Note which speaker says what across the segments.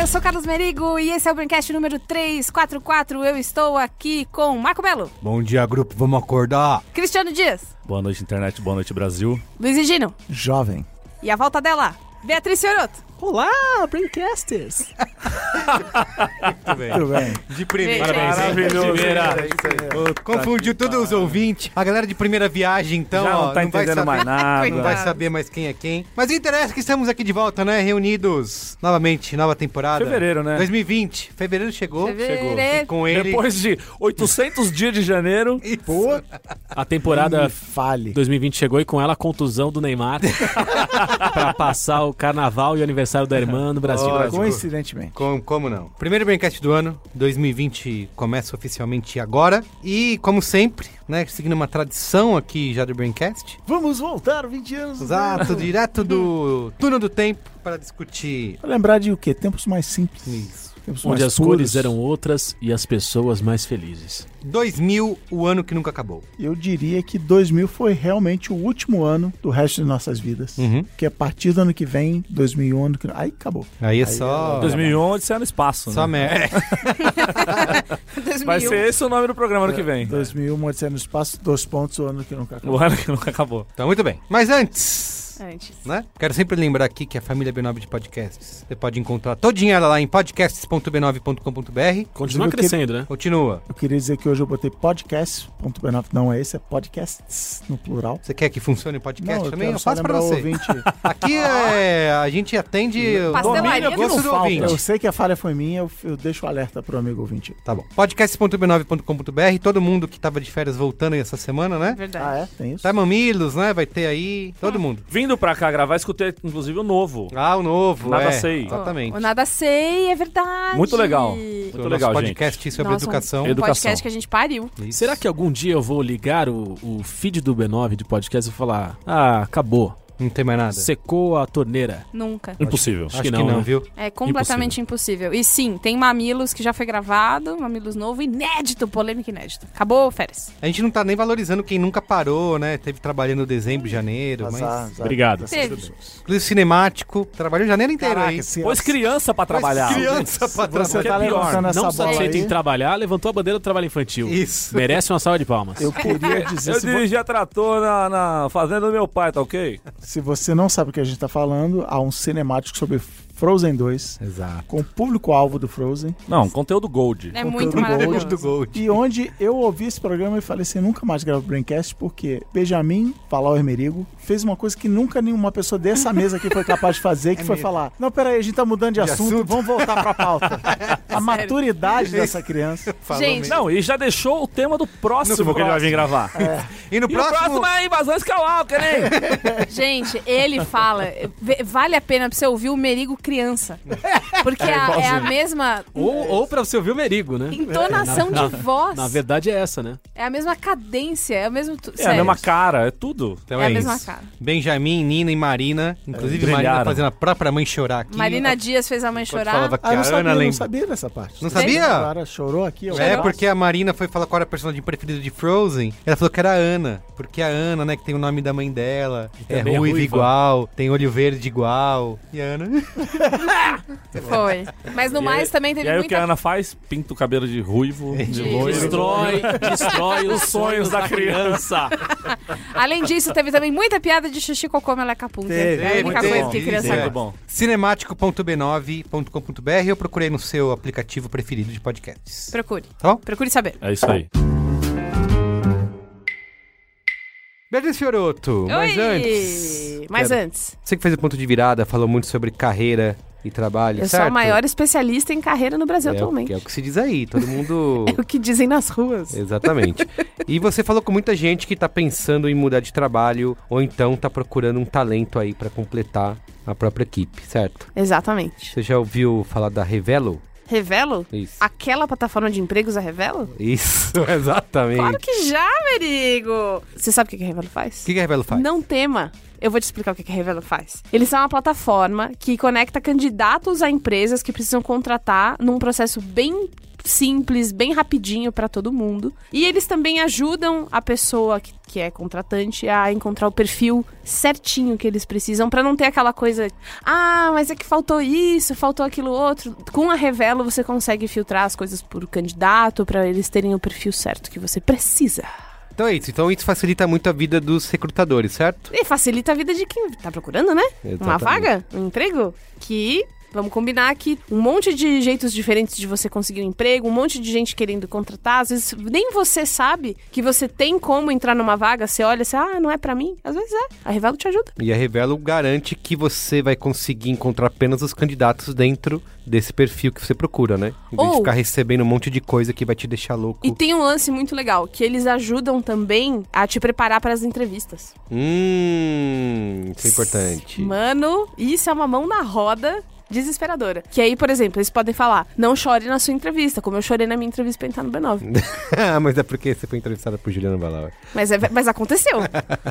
Speaker 1: Eu sou Carlos Merigo e esse é o Braincast número 344. Eu estou aqui com Marco Belo,
Speaker 2: Bom dia, grupo. Vamos acordar.
Speaker 1: Cristiano Dias,
Speaker 3: Boa noite, internet. Boa noite, Brasil.
Speaker 1: Luiz e Gino
Speaker 4: Jovem.
Speaker 1: e a volta dela, Beatriz Fiorotto.
Speaker 4: Olá,
Speaker 5: Ah,
Speaker 4: Braincasters! Tudo bem?
Speaker 2: De primeira.
Speaker 1: Parabéns, hein?
Speaker 3: Maravilhoso.
Speaker 2: Confundiu todos os ouvintes. A galera de primeira viagem, então,
Speaker 3: Já
Speaker 2: ó,
Speaker 3: não tá
Speaker 2: vai
Speaker 3: entendendo
Speaker 2: saber-
Speaker 3: mais nada.
Speaker 2: Não vai saber mais quem é quem. Mas interessa que estamos aqui de volta, né? Reunidos novamente, nova temporada.
Speaker 3: Fevereiro, né?
Speaker 2: 2020. Fevereiro chegou. E
Speaker 1: Fevereiro.
Speaker 2: com ele.
Speaker 3: Depois de 800 dias de janeiro,
Speaker 4: Pô,
Speaker 5: A temporada
Speaker 4: fale.
Speaker 5: 2020 chegou e com ela a contusão do Neymar pra passar o carnaval e o aniversário da irmã no Brasil.
Speaker 2: Olha.
Speaker 4: Coincidentemente.
Speaker 2: Com- como não? Primeiro Braincast do ano, 2020 começa oficialmente agora. E, como sempre, né, seguindo uma tradição aqui já do Braincast,
Speaker 4: Vamos voltar 20
Speaker 2: né?
Speaker 4: anos.
Speaker 2: exato, direto do túnel do tempo para discutir
Speaker 4: Pra lembrar de o quê? Tempos mais simples.
Speaker 2: isso.
Speaker 4: Tempos
Speaker 5: Onde
Speaker 4: mais
Speaker 5: as
Speaker 4: puros.
Speaker 5: cores eram outras e as pessoas mais felizes.
Speaker 2: 2000, o ano que nunca acabou.
Speaker 4: Eu diria que 2000 foi realmente o último ano do resto de nossas vidas.
Speaker 2: Uhum.
Speaker 4: Porque a partir do ano que vem, 2001, ano que... aí acabou.
Speaker 2: Aí é só.
Speaker 3: 2011, você é no espaço,
Speaker 2: Só é,
Speaker 3: né?
Speaker 2: merda.
Speaker 1: 2001.
Speaker 3: Vai ser esse o nome do programa ano que vem.
Speaker 4: 2001, uma Odisseia no Espaço, dois pontos, o ano que nunca acabou.
Speaker 3: É. O ano que nunca acabou.
Speaker 2: Então, muito bem. Mas antes.
Speaker 1: Antes.
Speaker 2: Né? Quero sempre lembrar aqui que a família B9 de podcasts, você pode encontrar todinha ela lá em podcasts.b9.com.br.
Speaker 5: Continua
Speaker 4: Inclusive, eu
Speaker 5: crescendo, né?
Speaker 2: Continua.
Speaker 4: Eu queria dizer que hoje eu botei podcast.b9, não é esse, é podcasts no plural.
Speaker 2: Você quer que funcione o podcast
Speaker 4: não, eu
Speaker 2: também?
Speaker 4: quero
Speaker 2: Eu
Speaker 4: só
Speaker 2: faço pra
Speaker 4: lembrar o
Speaker 2: você.
Speaker 4: ouvinte.
Speaker 2: Aqui é, a gente atende o
Speaker 1: Pastelaria
Speaker 2: domínio,
Speaker 1: que
Speaker 2: gosto
Speaker 1: não
Speaker 2: do
Speaker 3: falta.
Speaker 2: ouvinte.
Speaker 4: Eu sei que a falha foi minha, eu, eu deixo o alerta pro amigo ouvinte.
Speaker 2: Tá bom. Podcast.b9.com.br. Todo mundo que tava de férias voltando aí essa semana, né?
Speaker 1: Verdade.
Speaker 4: Ah, é? Tem isso?
Speaker 2: Tá Mamilos, né? Vai ter aí.
Speaker 1: Ah.
Speaker 2: Todo mundo.
Speaker 3: Vindo pra cá gravar, escutei inclusive o novo.
Speaker 2: Ah, o novo.
Speaker 3: Nada
Speaker 2: é,
Speaker 3: sei.
Speaker 2: Exatamente.
Speaker 1: O Nada Sei, é verdade.
Speaker 3: Muito legal.
Speaker 2: O
Speaker 3: Muito
Speaker 2: nosso
Speaker 3: legal,
Speaker 2: podcast sobre
Speaker 1: Nossa,
Speaker 2: educação.
Speaker 1: Um
Speaker 3: Educação.
Speaker 1: podcast que a gente pariu.
Speaker 5: Será que algum dia eu vou ligar o, o feed do B9 de podcast e falar: Ah, acabou.
Speaker 2: Não tem mais nada.
Speaker 5: Secou a torneira.
Speaker 1: Nunca.
Speaker 5: Impossível. Acho,
Speaker 2: Acho que não,
Speaker 5: né?
Speaker 2: viu?
Speaker 1: É completamente impossível. E sim, tem Mamilos que já foi gravado, Mamilos novo, inédito, polêmico inédito. Acabou, férias.
Speaker 2: A gente não tá nem valorizando quem nunca parou, né? Teve trabalhando dezembro, janeiro, mas.
Speaker 5: Obrigado.
Speaker 1: Teve.
Speaker 2: Inclusive cinemático, trabalhou janeiro inteiro aí.
Speaker 4: Caraca, se,
Speaker 3: Pôs criança pra
Speaker 1: é
Speaker 3: trabalhar.
Speaker 2: Criança pra
Speaker 4: você
Speaker 2: trabalhar.
Speaker 4: tá
Speaker 3: é pior.
Speaker 4: levantando essa
Speaker 5: Não
Speaker 4: bola
Speaker 5: satisfeito
Speaker 4: aí,
Speaker 5: em trabalhar, levantou a bandeira do trabalho infantil.
Speaker 2: Isso.
Speaker 5: Merece uma salva de palmas.
Speaker 4: eu queria dizer,
Speaker 3: Eu
Speaker 4: se, vo-
Speaker 3: dirigia trator na, na fazenda do meu pai, tá ok?
Speaker 4: se você não sabe o que a gente tá falando, há um cinemático sobre Frozen 2,
Speaker 2: Exato.
Speaker 4: com o público-alvo do Frozen,
Speaker 3: Não, conteúdo Gold.
Speaker 1: É
Speaker 4: Conteúdo
Speaker 1: muito
Speaker 4: bom.
Speaker 1: maravilhoso.
Speaker 2: do Gold.
Speaker 4: e onde eu ouvi esse programa e falei assim, nunca mais gravo Braincast, porque Benjamin, falar o Hermerigo, fez uma coisa que nunca nenhuma pessoa dessa mesa aqui foi capaz de fazer, que foi
Speaker 2: mesmo.
Speaker 4: falar, não, peraí, a gente tá mudando de,
Speaker 2: De
Speaker 4: assunto,
Speaker 2: assunto.
Speaker 4: vamos voltar pra pauta. a maturidade dessa criança.
Speaker 2: Falou
Speaker 1: Gente,
Speaker 2: mesmo.
Speaker 3: Não, e já deixou o tema do próximo
Speaker 2: No
Speaker 3: que ele vai vir gravar.
Speaker 2: E no
Speaker 3: E
Speaker 2: próximo.
Speaker 3: o próximo é invasão escalauca, né?
Speaker 1: Gente, ele fala. v- Vale a pena pra você ouvir o Merigo criança. Porque é, a- é a mesma
Speaker 5: Ou, ou pra você ouvir o Merigo, né?
Speaker 1: entonação
Speaker 5: Na-
Speaker 1: de voz.
Speaker 5: Na verdade é essa, né?
Speaker 1: É a mesma cadência, é o mesmo. tu-
Speaker 3: É a
Speaker 1: sério.
Speaker 3: mesma cara, é tudo.
Speaker 2: Então
Speaker 1: é a
Speaker 2: é
Speaker 1: mesma
Speaker 2: isso.
Speaker 1: cara.
Speaker 2: Benjamin, Nina e Marina. Inclusive, Marina
Speaker 3: brilharam.
Speaker 2: fazendo a própria mãe chorar aqui.
Speaker 1: Marina Dias fez a mãe
Speaker 2: Enquanto
Speaker 1: chorar.
Speaker 2: Falava que
Speaker 4: Ah,
Speaker 2: a
Speaker 4: não
Speaker 2: Ana
Speaker 4: sabia, não
Speaker 2: lembra.
Speaker 4: sabia dessa parte.
Speaker 2: Não sabia?
Speaker 4: A Clara chorou aqui, eu
Speaker 2: É,
Speaker 4: acho.
Speaker 2: porque a Marina foi falar qual era a personagem preferida de Frozen. Ela falou que era a Ana. Porque a Ana, né, que tem o nome da mãe dela, é
Speaker 5: também é
Speaker 2: ruiva,
Speaker 5: ruiva.
Speaker 2: igual, tem olho verde igual. E a Ana?
Speaker 1: Foi. Mas no
Speaker 3: E
Speaker 1: mais
Speaker 3: aí-
Speaker 1: também teve
Speaker 3: E aí o que a
Speaker 1: muita.
Speaker 3: Ana faz? Pinta o cabelo de ruivo, de
Speaker 1: De-
Speaker 3: loiro.
Speaker 5: Destrói, destrói os
Speaker 3: sonhos
Speaker 5: sonhos
Speaker 3: da
Speaker 5: da criança.
Speaker 1: Além disso, teve também muita piada de xixi cocô melecapunta.
Speaker 4: Teve,
Speaker 1: É a única
Speaker 2: teve,
Speaker 1: coisa que
Speaker 2: teve,
Speaker 1: criança
Speaker 2: teve.
Speaker 3: Muito
Speaker 1: gosta.
Speaker 3: bom.
Speaker 2: Cinemático.b9.com.br. Eu procurei no seu aplicativo preferido de podcasts.
Speaker 1: Procure.
Speaker 2: Tá bom?
Speaker 1: Procure saber.
Speaker 3: É isso
Speaker 1: Tá
Speaker 3: aí.
Speaker 2: Beatriz Fioroto, mas
Speaker 1: Oi!
Speaker 2: antes...
Speaker 1: Mas é-
Speaker 2: Quero-
Speaker 1: antes.
Speaker 2: Você que fez o ponto de virada, falou muito sobre carreira e trabalho,
Speaker 1: Eu
Speaker 2: certo?
Speaker 1: sou a maior especialista em carreira no Brasil
Speaker 2: é, o,
Speaker 1: atualmente.
Speaker 2: que- é o que se diz aí, todo mundo...
Speaker 1: É o que dizem nas ruas.
Speaker 2: Exatamente. e você falou com muita gente que tá pensando em mudar de trabalho ou então tá procurando um talento aí pra completar a própria equipe, certo?
Speaker 1: Exatamente.
Speaker 2: Você já ouviu falar da Revelo?
Speaker 1: Revelo?
Speaker 2: Isso.
Speaker 1: Aquela plataforma de empregos é Revelo?
Speaker 2: Isso, exatamente.
Speaker 1: Claro que já, Merigo! Você sabe o que que a Revelo faz?
Speaker 2: O que, que a Revelo faz?
Speaker 1: Não tema. Eu vou te explicar o que que a Revelo faz. Eles são uma plataforma que conecta candidatos a empresas que precisam contratar num processo bem simples, bem rapidinho para todo mundo. E eles também ajudam a pessoa que, que é contratante a encontrar o perfil certinho que eles precisam para não ter aquela coisa, ah, mas é que faltou isso, faltou aquilo outro. Com a Revelo você consegue filtrar as coisas por candidato para eles terem o perfil certo que você precisa.
Speaker 2: Então é isso. Então isso facilita muito a vida dos recrutadores, certo?
Speaker 1: E facilita a vida de quem tá procurando, né? Uma
Speaker 2: Exatamente.
Speaker 1: vaga, um emprego, que... Vamos combinar que um monte de jeitos diferentes de você conseguir um emprego, um monte de gente querendo contratar. Às vezes nem você sabe que você tem como entrar numa vaga. Você olha e você, ah, não é pra mim. Às vezes é. A Revelo te ajuda.
Speaker 2: E a Revelo garante que você vai conseguir encontrar apenas os candidatos dentro desse perfil que você procura, né? Em vez de
Speaker 1: Ou-
Speaker 2: ficar recebendo um monte de coisa que vai te deixar louco.
Speaker 1: E tem um lance muito legal, que eles ajudam também a te preparar para as entrevistas.
Speaker 2: Hum, isso é importante.
Speaker 1: Mano, isso é uma mão na roda desesperadora. Que aí, por exemplo, eles podem falar: não chore na sua entrevista, como eu chorei na minha entrevista pra entrar no B9.
Speaker 2: Ah, Mas é porque você foi entrevistada por Juliana Balauer.
Speaker 1: Mas, é- mas aconteceu.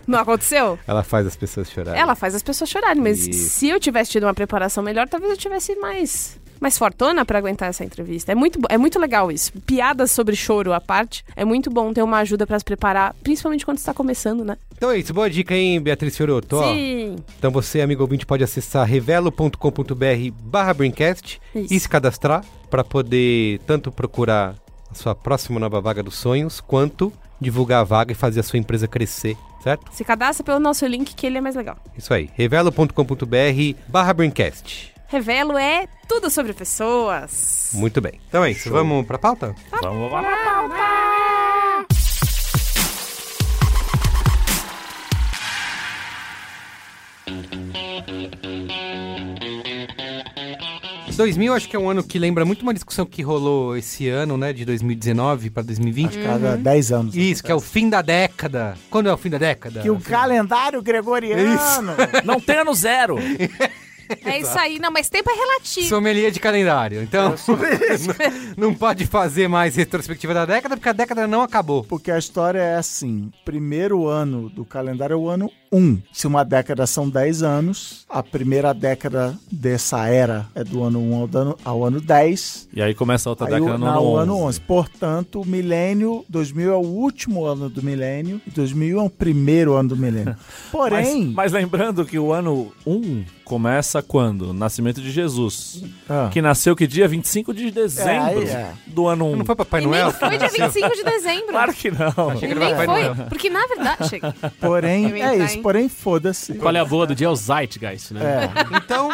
Speaker 1: não aconteceu?
Speaker 2: Ela faz as pessoas chorarem.
Speaker 1: Ela faz as pessoas chorarem, mas
Speaker 2: Isso.
Speaker 1: se eu tivesse tido uma preparação melhor, talvez eu tivesse mais. Mais fortona pra aguentar essa entrevista. É muito, bo- é muito legal isso. Piadas sobre choro à parte. É muito bom ter uma ajuda pra se preparar, principalmente quando está começando, né?
Speaker 2: Então é isso. Boa dica, hein, Beatriz Fiorotto? Ó,
Speaker 1: Sim.
Speaker 2: Então você, amigo ouvinte, pode acessar revelo.com.br barra Braincast
Speaker 1: Isso.
Speaker 2: e se cadastrar para poder tanto procurar a sua próxima nova vaga dos sonhos, quanto divulgar a vaga e fazer a sua empresa crescer, certo?
Speaker 1: Se cadastra pelo nosso link que ele é mais legal.
Speaker 2: Isso aí, revelo.com.br barra Braincast.
Speaker 1: Revelo é tudo sobre pessoas.
Speaker 2: Muito bem. Então é isso, vamos para pauta?
Speaker 3: Vamos lá.
Speaker 2: Esse 2000 acho que é um ano que lembra muito uma discussão que rolou esse ano, né, de 2019 para 2020.
Speaker 4: Cada 10 anos. né,
Speaker 2: Isso, que é o fim da década. Quando é o fim da década?
Speaker 4: Que o calendário gregoriano.
Speaker 3: Não tem ano zero.
Speaker 1: É isso aí, não, mas tempo é relativo.
Speaker 2: Sommelier de calendário.
Speaker 4: É
Speaker 2: Então, não pode fazer mais retrospectiva da década, porque a década não acabou.
Speaker 4: Porque a história é assim: primeiro ano do calendário é o ano 1. Se uma década são 10 anos, a primeira década dessa era é do ano 1 ao, dano- ao ano 10.
Speaker 3: E aí começa a outra
Speaker 4: aí, o-
Speaker 3: década no
Speaker 4: na-
Speaker 3: ano
Speaker 4: o
Speaker 3: 11.
Speaker 4: ano 11. Portanto, o milênio, 2000 é o último ano do milênio, e 2000 é o primeiro ano do milênio.
Speaker 3: Mas,
Speaker 4: Porém,
Speaker 3: mas lembrando que o ano 1 começa quando? Nascimento de Jesus.
Speaker 4: Ah.
Speaker 3: Que nasceu que dia? 25 de dezembro
Speaker 4: aí é.
Speaker 3: do ano 1.
Speaker 2: Não é? foi Papai
Speaker 1: e
Speaker 2: Noel?
Speaker 1: nem foi dia 25 de dezembro.
Speaker 3: Claro que não.
Speaker 1: E
Speaker 2: que era
Speaker 1: nem
Speaker 2: Papai
Speaker 1: foi,
Speaker 2: Noel.
Speaker 1: porque na verdade... Chega. Eu
Speaker 4: porém
Speaker 1: ia
Speaker 4: é
Speaker 1: entrar,
Speaker 4: isso.
Speaker 1: hein?
Speaker 4: Porém, foda-se.
Speaker 5: Qual é a boa do dia? É o Zeitgeist, né?
Speaker 4: É.
Speaker 2: Então,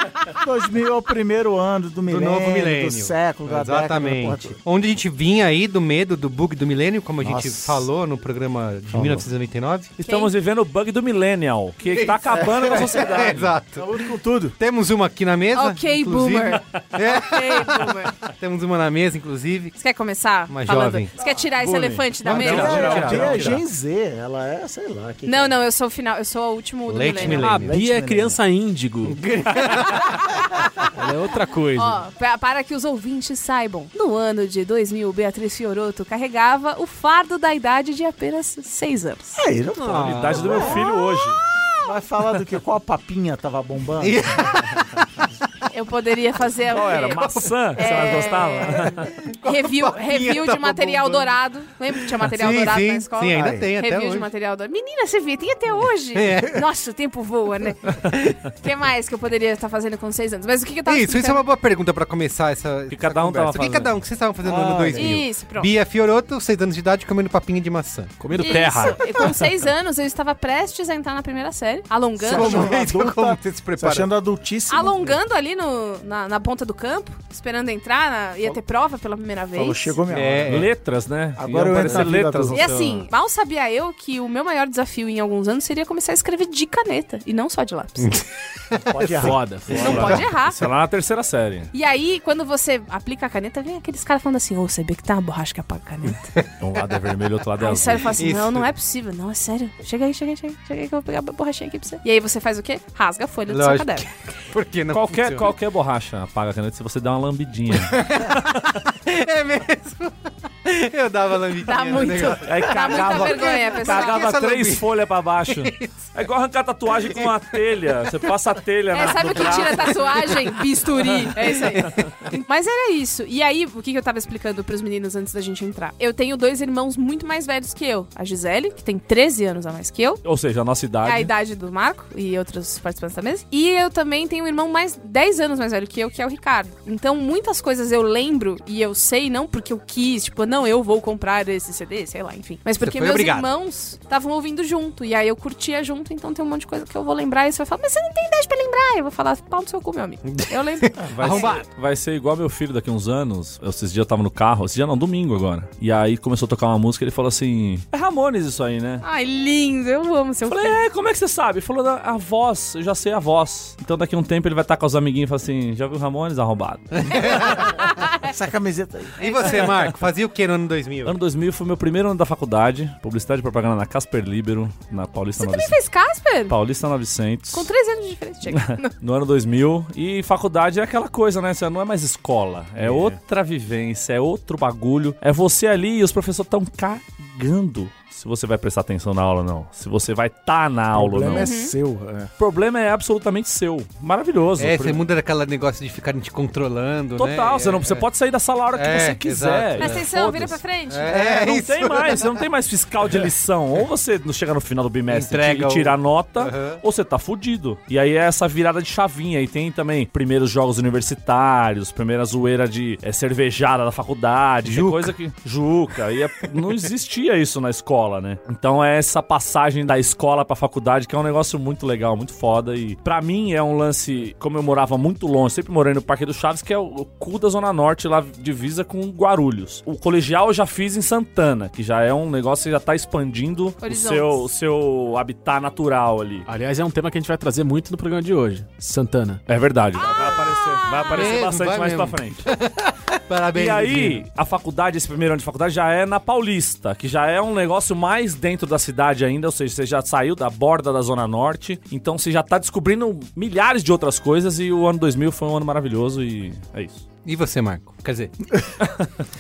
Speaker 4: 2000 é o primeiro ano do
Speaker 2: do
Speaker 4: milênio, do,
Speaker 2: novo milênio.
Speaker 4: século, da década. da porra
Speaker 2: Exatamente.
Speaker 4: toda.
Speaker 2: Onde a gente vinha aí do medo do bug do milênio, como a gente
Speaker 4: Nossa.
Speaker 2: falou no programa de 1999.
Speaker 3: Estamos vivendo o bug do Millennial, que tá acabando com a sociedade.
Speaker 2: Exato.
Speaker 4: Saúde com tudo.
Speaker 2: Temos uma aqui na mesa.
Speaker 1: Ok,
Speaker 2: inclusive.
Speaker 1: boomer.
Speaker 2: É,
Speaker 1: Ei, boomer.
Speaker 2: temos uma na mesa, inclusive.
Speaker 1: Você quer começar?
Speaker 2: Uma
Speaker 1: falando?
Speaker 2: jovem.
Speaker 1: Você quer tirar esse
Speaker 3: Boomer.
Speaker 1: elefante da
Speaker 2: Vamos
Speaker 1: mesa?
Speaker 2: tirar.
Speaker 4: Ela
Speaker 3: Geral, geral,
Speaker 4: é
Speaker 3: geral.
Speaker 4: Gen Z, ela é, sei lá. que
Speaker 1: Não,
Speaker 4: que
Speaker 1: não, eu sou o final, eu sou a último do
Speaker 2: Late
Speaker 1: milênio.
Speaker 5: A
Speaker 2: milênio.
Speaker 5: Bia é criança índigo. Ela é outra coisa.
Speaker 1: Ó, pra- para que os ouvintes saibam, no ano de 2000, Beatriz Fioroto carregava o fardo da idade de apenas 6 anos.
Speaker 4: é. Aí, não pode.
Speaker 3: A idade do meu filho hoje.
Speaker 4: Vai falar do que? Qual a papinha tava bombando? tá
Speaker 1: Eu poderia fazer a-
Speaker 3: Qual era? Maçã? que Você mais
Speaker 4: É.
Speaker 3: gostava?
Speaker 1: review, review de
Speaker 2: tava
Speaker 1: material
Speaker 2: bombando.
Speaker 1: dourado. Lembra que tinha material
Speaker 2: sim,
Speaker 1: Ah, dourado
Speaker 2: sim,
Speaker 1: na escola?
Speaker 2: sim, ainda
Speaker 4: Ai.
Speaker 2: tem até
Speaker 1: Review de
Speaker 2: hoje.
Speaker 1: material dourado. Menina, você vê, tem até hoje.
Speaker 2: É.
Speaker 1: Nossa, o tempo voa, né? O que mais que eu poderia estar fazendo com seis anos? Mas o que, que eu tava
Speaker 2: Isso, isso é
Speaker 1: Tá explicando?
Speaker 2: uma boa pergunta pra começar essa.
Speaker 3: Que
Speaker 2: essa
Speaker 3: cada um tava
Speaker 2: conversa. O que
Speaker 3: fazendo.
Speaker 2: cada um que vocês estavam fazendo no ano
Speaker 4: Ah,
Speaker 2: 2000?
Speaker 1: Isso, pronto.
Speaker 2: Bia Fiorotto, 6 anos de idade, comendo papinha de maçã.
Speaker 5: Comendo
Speaker 1: Isso.
Speaker 5: terra.
Speaker 1: E com seis anos, eu estava prestes a entrar na primeira série, alongando.
Speaker 4: Sim. achando adulta?
Speaker 2: Então, como você se
Speaker 4: Você
Speaker 2: prepara?
Speaker 4: achando adultíssimo.
Speaker 1: Alongando ali no, na, na ponta do campo, esperando entrar, na- ia ter prova pela primeira vez.
Speaker 4: Falou, chegou minha hora.
Speaker 2: É,
Speaker 3: Letras, né?
Speaker 4: Agora eu entro na
Speaker 3: aparecer
Speaker 4: vida
Speaker 3: letras.
Speaker 4: adulta.
Speaker 1: E assim, mal sabia eu que o meu maior desafio em alguns anos seria começar a escrever de caneta e não só de
Speaker 4: Hum.
Speaker 1: lápis.
Speaker 4: Pode errar.
Speaker 5: Foda, foda.
Speaker 1: não pode errar.
Speaker 3: Sei lá, na terceira série.
Speaker 1: E aí, quando você aplica a caneta, vem aqueles caras falando assim: Ô, você vê que tá uma borracha que apaga a caneta.
Speaker 3: Um lado é vermelho, outro lado é
Speaker 1: Aí
Speaker 3: azul.
Speaker 1: sério fala assim:
Speaker 2: Isso.
Speaker 1: Não, não é possível. Não, é sério. Chega aí, chega aí, chega aí, chega aí que eu vou pegar a borrachinha aqui pra você. E aí você faz o quê? Rasga a folha do seu
Speaker 2: Lógico.
Speaker 1: caderno.
Speaker 2: Por que não
Speaker 3: Qualquer,
Speaker 2: funciona?
Speaker 3: Qualquer borracha apaga a caneta se você dá uma lambidinha.
Speaker 2: É mesmo? Eu dava lambidinha.
Speaker 1: Dá
Speaker 2: no
Speaker 1: Tá muito.
Speaker 2: negócio.
Speaker 3: Aí
Speaker 1: Dá muita
Speaker 3: cagava,
Speaker 1: vergonha, pessoal.
Speaker 3: cagava
Speaker 2: Essa
Speaker 3: três
Speaker 2: lambida.
Speaker 3: folhas pra baixo. É igual arrancar tatuagem com a telha. Você passa a telha
Speaker 1: É,
Speaker 3: na
Speaker 1: sabe
Speaker 3: no
Speaker 1: o que
Speaker 3: braço.
Speaker 1: tira tatuagem? Bisturi. É isso aí. Mas era isso. E aí, o que que eu tava explicando pros meninos antes da gente entrar? Eu tenho dois irmãos muito mais velhos que eu. A Gisele, que tem 13 anos a mais que eu.
Speaker 3: Ou seja, a nossa idade.
Speaker 1: É a idade do Marco e outros participantes da mesa. E eu também tenho um irmão mais 10 anos mais velho que eu, que é o Ricardo. Então, muitas coisas eu lembro e eu sei, não porque eu quis, tipo, não, eu vou comprar esse CD, sei lá, enfim. Mas porque
Speaker 2: foi
Speaker 1: meus
Speaker 2: obrigado.
Speaker 1: irmãos estavam ouvindo junto. E aí eu curtia junto, então tem um monte de coisa que eu vou lembrar. E você vai falar, mas você não tem idade pra lembrar. Eu vou falar, pau no seu cu, meu amigo. Eu lembro.
Speaker 3: Vai
Speaker 2: Arrombado.
Speaker 3: ser, vai ser igual meu filho daqui uns anos. Eu, esses dias eu tava no carro, esse dia não, domingo agora. E aí começou a tocar uma música ele falou assim: É Ramones isso aí, né?
Speaker 1: Ai, lindo, eu amo seu
Speaker 3: Eu falei,
Speaker 1: filho.
Speaker 3: é, como é que você sabe? Ele falou, a voz, eu já sei a voz. Então daqui a um tempo ele vai estar com os amiguinhos e fala assim: já viu Ramones arrombado?
Speaker 4: Essa camiseta aí.
Speaker 2: E você, Marco, fazia o que no ano 2000?
Speaker 3: ano 2000 foi meu primeiro ano da faculdade, publicidade e propaganda na Casper Libero, na Paulista
Speaker 1: Você também
Speaker 3: 900.
Speaker 1: fez Casper?
Speaker 3: Paulista 900.
Speaker 1: Com 13 anos de diferença, chega.
Speaker 3: No ano 2000. E faculdade é aquela coisa, né? Você não é mais escola. É, outra vivência, é outro bagulho. É você ali e os professores estão cagando. Se você vai prestar atenção na aula ou não. Se você vai tá na
Speaker 4: O
Speaker 3: aula ou
Speaker 4: problema
Speaker 3: não.
Speaker 4: é seu. é.
Speaker 3: O problema é absolutamente seu. Maravilhoso.
Speaker 2: É,
Speaker 3: Por-
Speaker 2: você muda daquela negócio de ficarem te controlando, né?
Speaker 3: Total, você, não,
Speaker 2: É,
Speaker 3: você
Speaker 2: é.
Speaker 3: pode sair da sala a hora que
Speaker 2: É,
Speaker 3: você quiser.
Speaker 2: exato.
Speaker 1: Presta atenção, vira pra
Speaker 3: Foda-se.
Speaker 1: frente.
Speaker 2: É,
Speaker 3: não
Speaker 2: isso.
Speaker 3: tem mais, você não tem mais fiscal de lição. Ou você não chega no final do bimestre
Speaker 2: Entrega
Speaker 3: e
Speaker 2: o-
Speaker 3: tira a nota,
Speaker 2: Aham.
Speaker 3: ou você tá fudido. E aí é essa virada de chavinha. E tem também primeiros jogos universitários, primeira zoeira de é, cervejada da faculdade, de
Speaker 2: Juca.
Speaker 3: coisa que. Juca. E é- não existia isso na escola, né? Então é essa passagem da escola pra faculdade que é um negócio muito legal, muito foda. E pra mim é um lance, como eu morava muito longe, sempre morei no Parque do Chaves, que é o, o cu da Zona Norte, lá divisa com Guarulhos. O colegial eu já fiz em Santana, que já é um negócio que já tá expandindo o
Speaker 1: Horizontes.
Speaker 3: seu, o seu habitat natural ali.
Speaker 5: Aliás, é um tema que a gente vai trazer muito no programa de hoje. Santana.
Speaker 3: É verdade. vai aparecer, vai aparecer
Speaker 2: Ah! Mesmo,
Speaker 3: bastante
Speaker 2: vai
Speaker 3: mais
Speaker 2: mesmo.
Speaker 3: pra frente.
Speaker 2: Parabéns.
Speaker 3: E aí,
Speaker 2: Luzinho.
Speaker 3: a faculdade, esse primeiro ano de faculdade, já é na Paulista, que já é um negócio mais dentro da cidade ainda, ou seja, você já saiu da borda da Zona Norte, então você já tá descobrindo milhares de outras coisas e o ano 2000 foi um ano maravilhoso e é isso.
Speaker 2: E você, Marco? Quer dizer,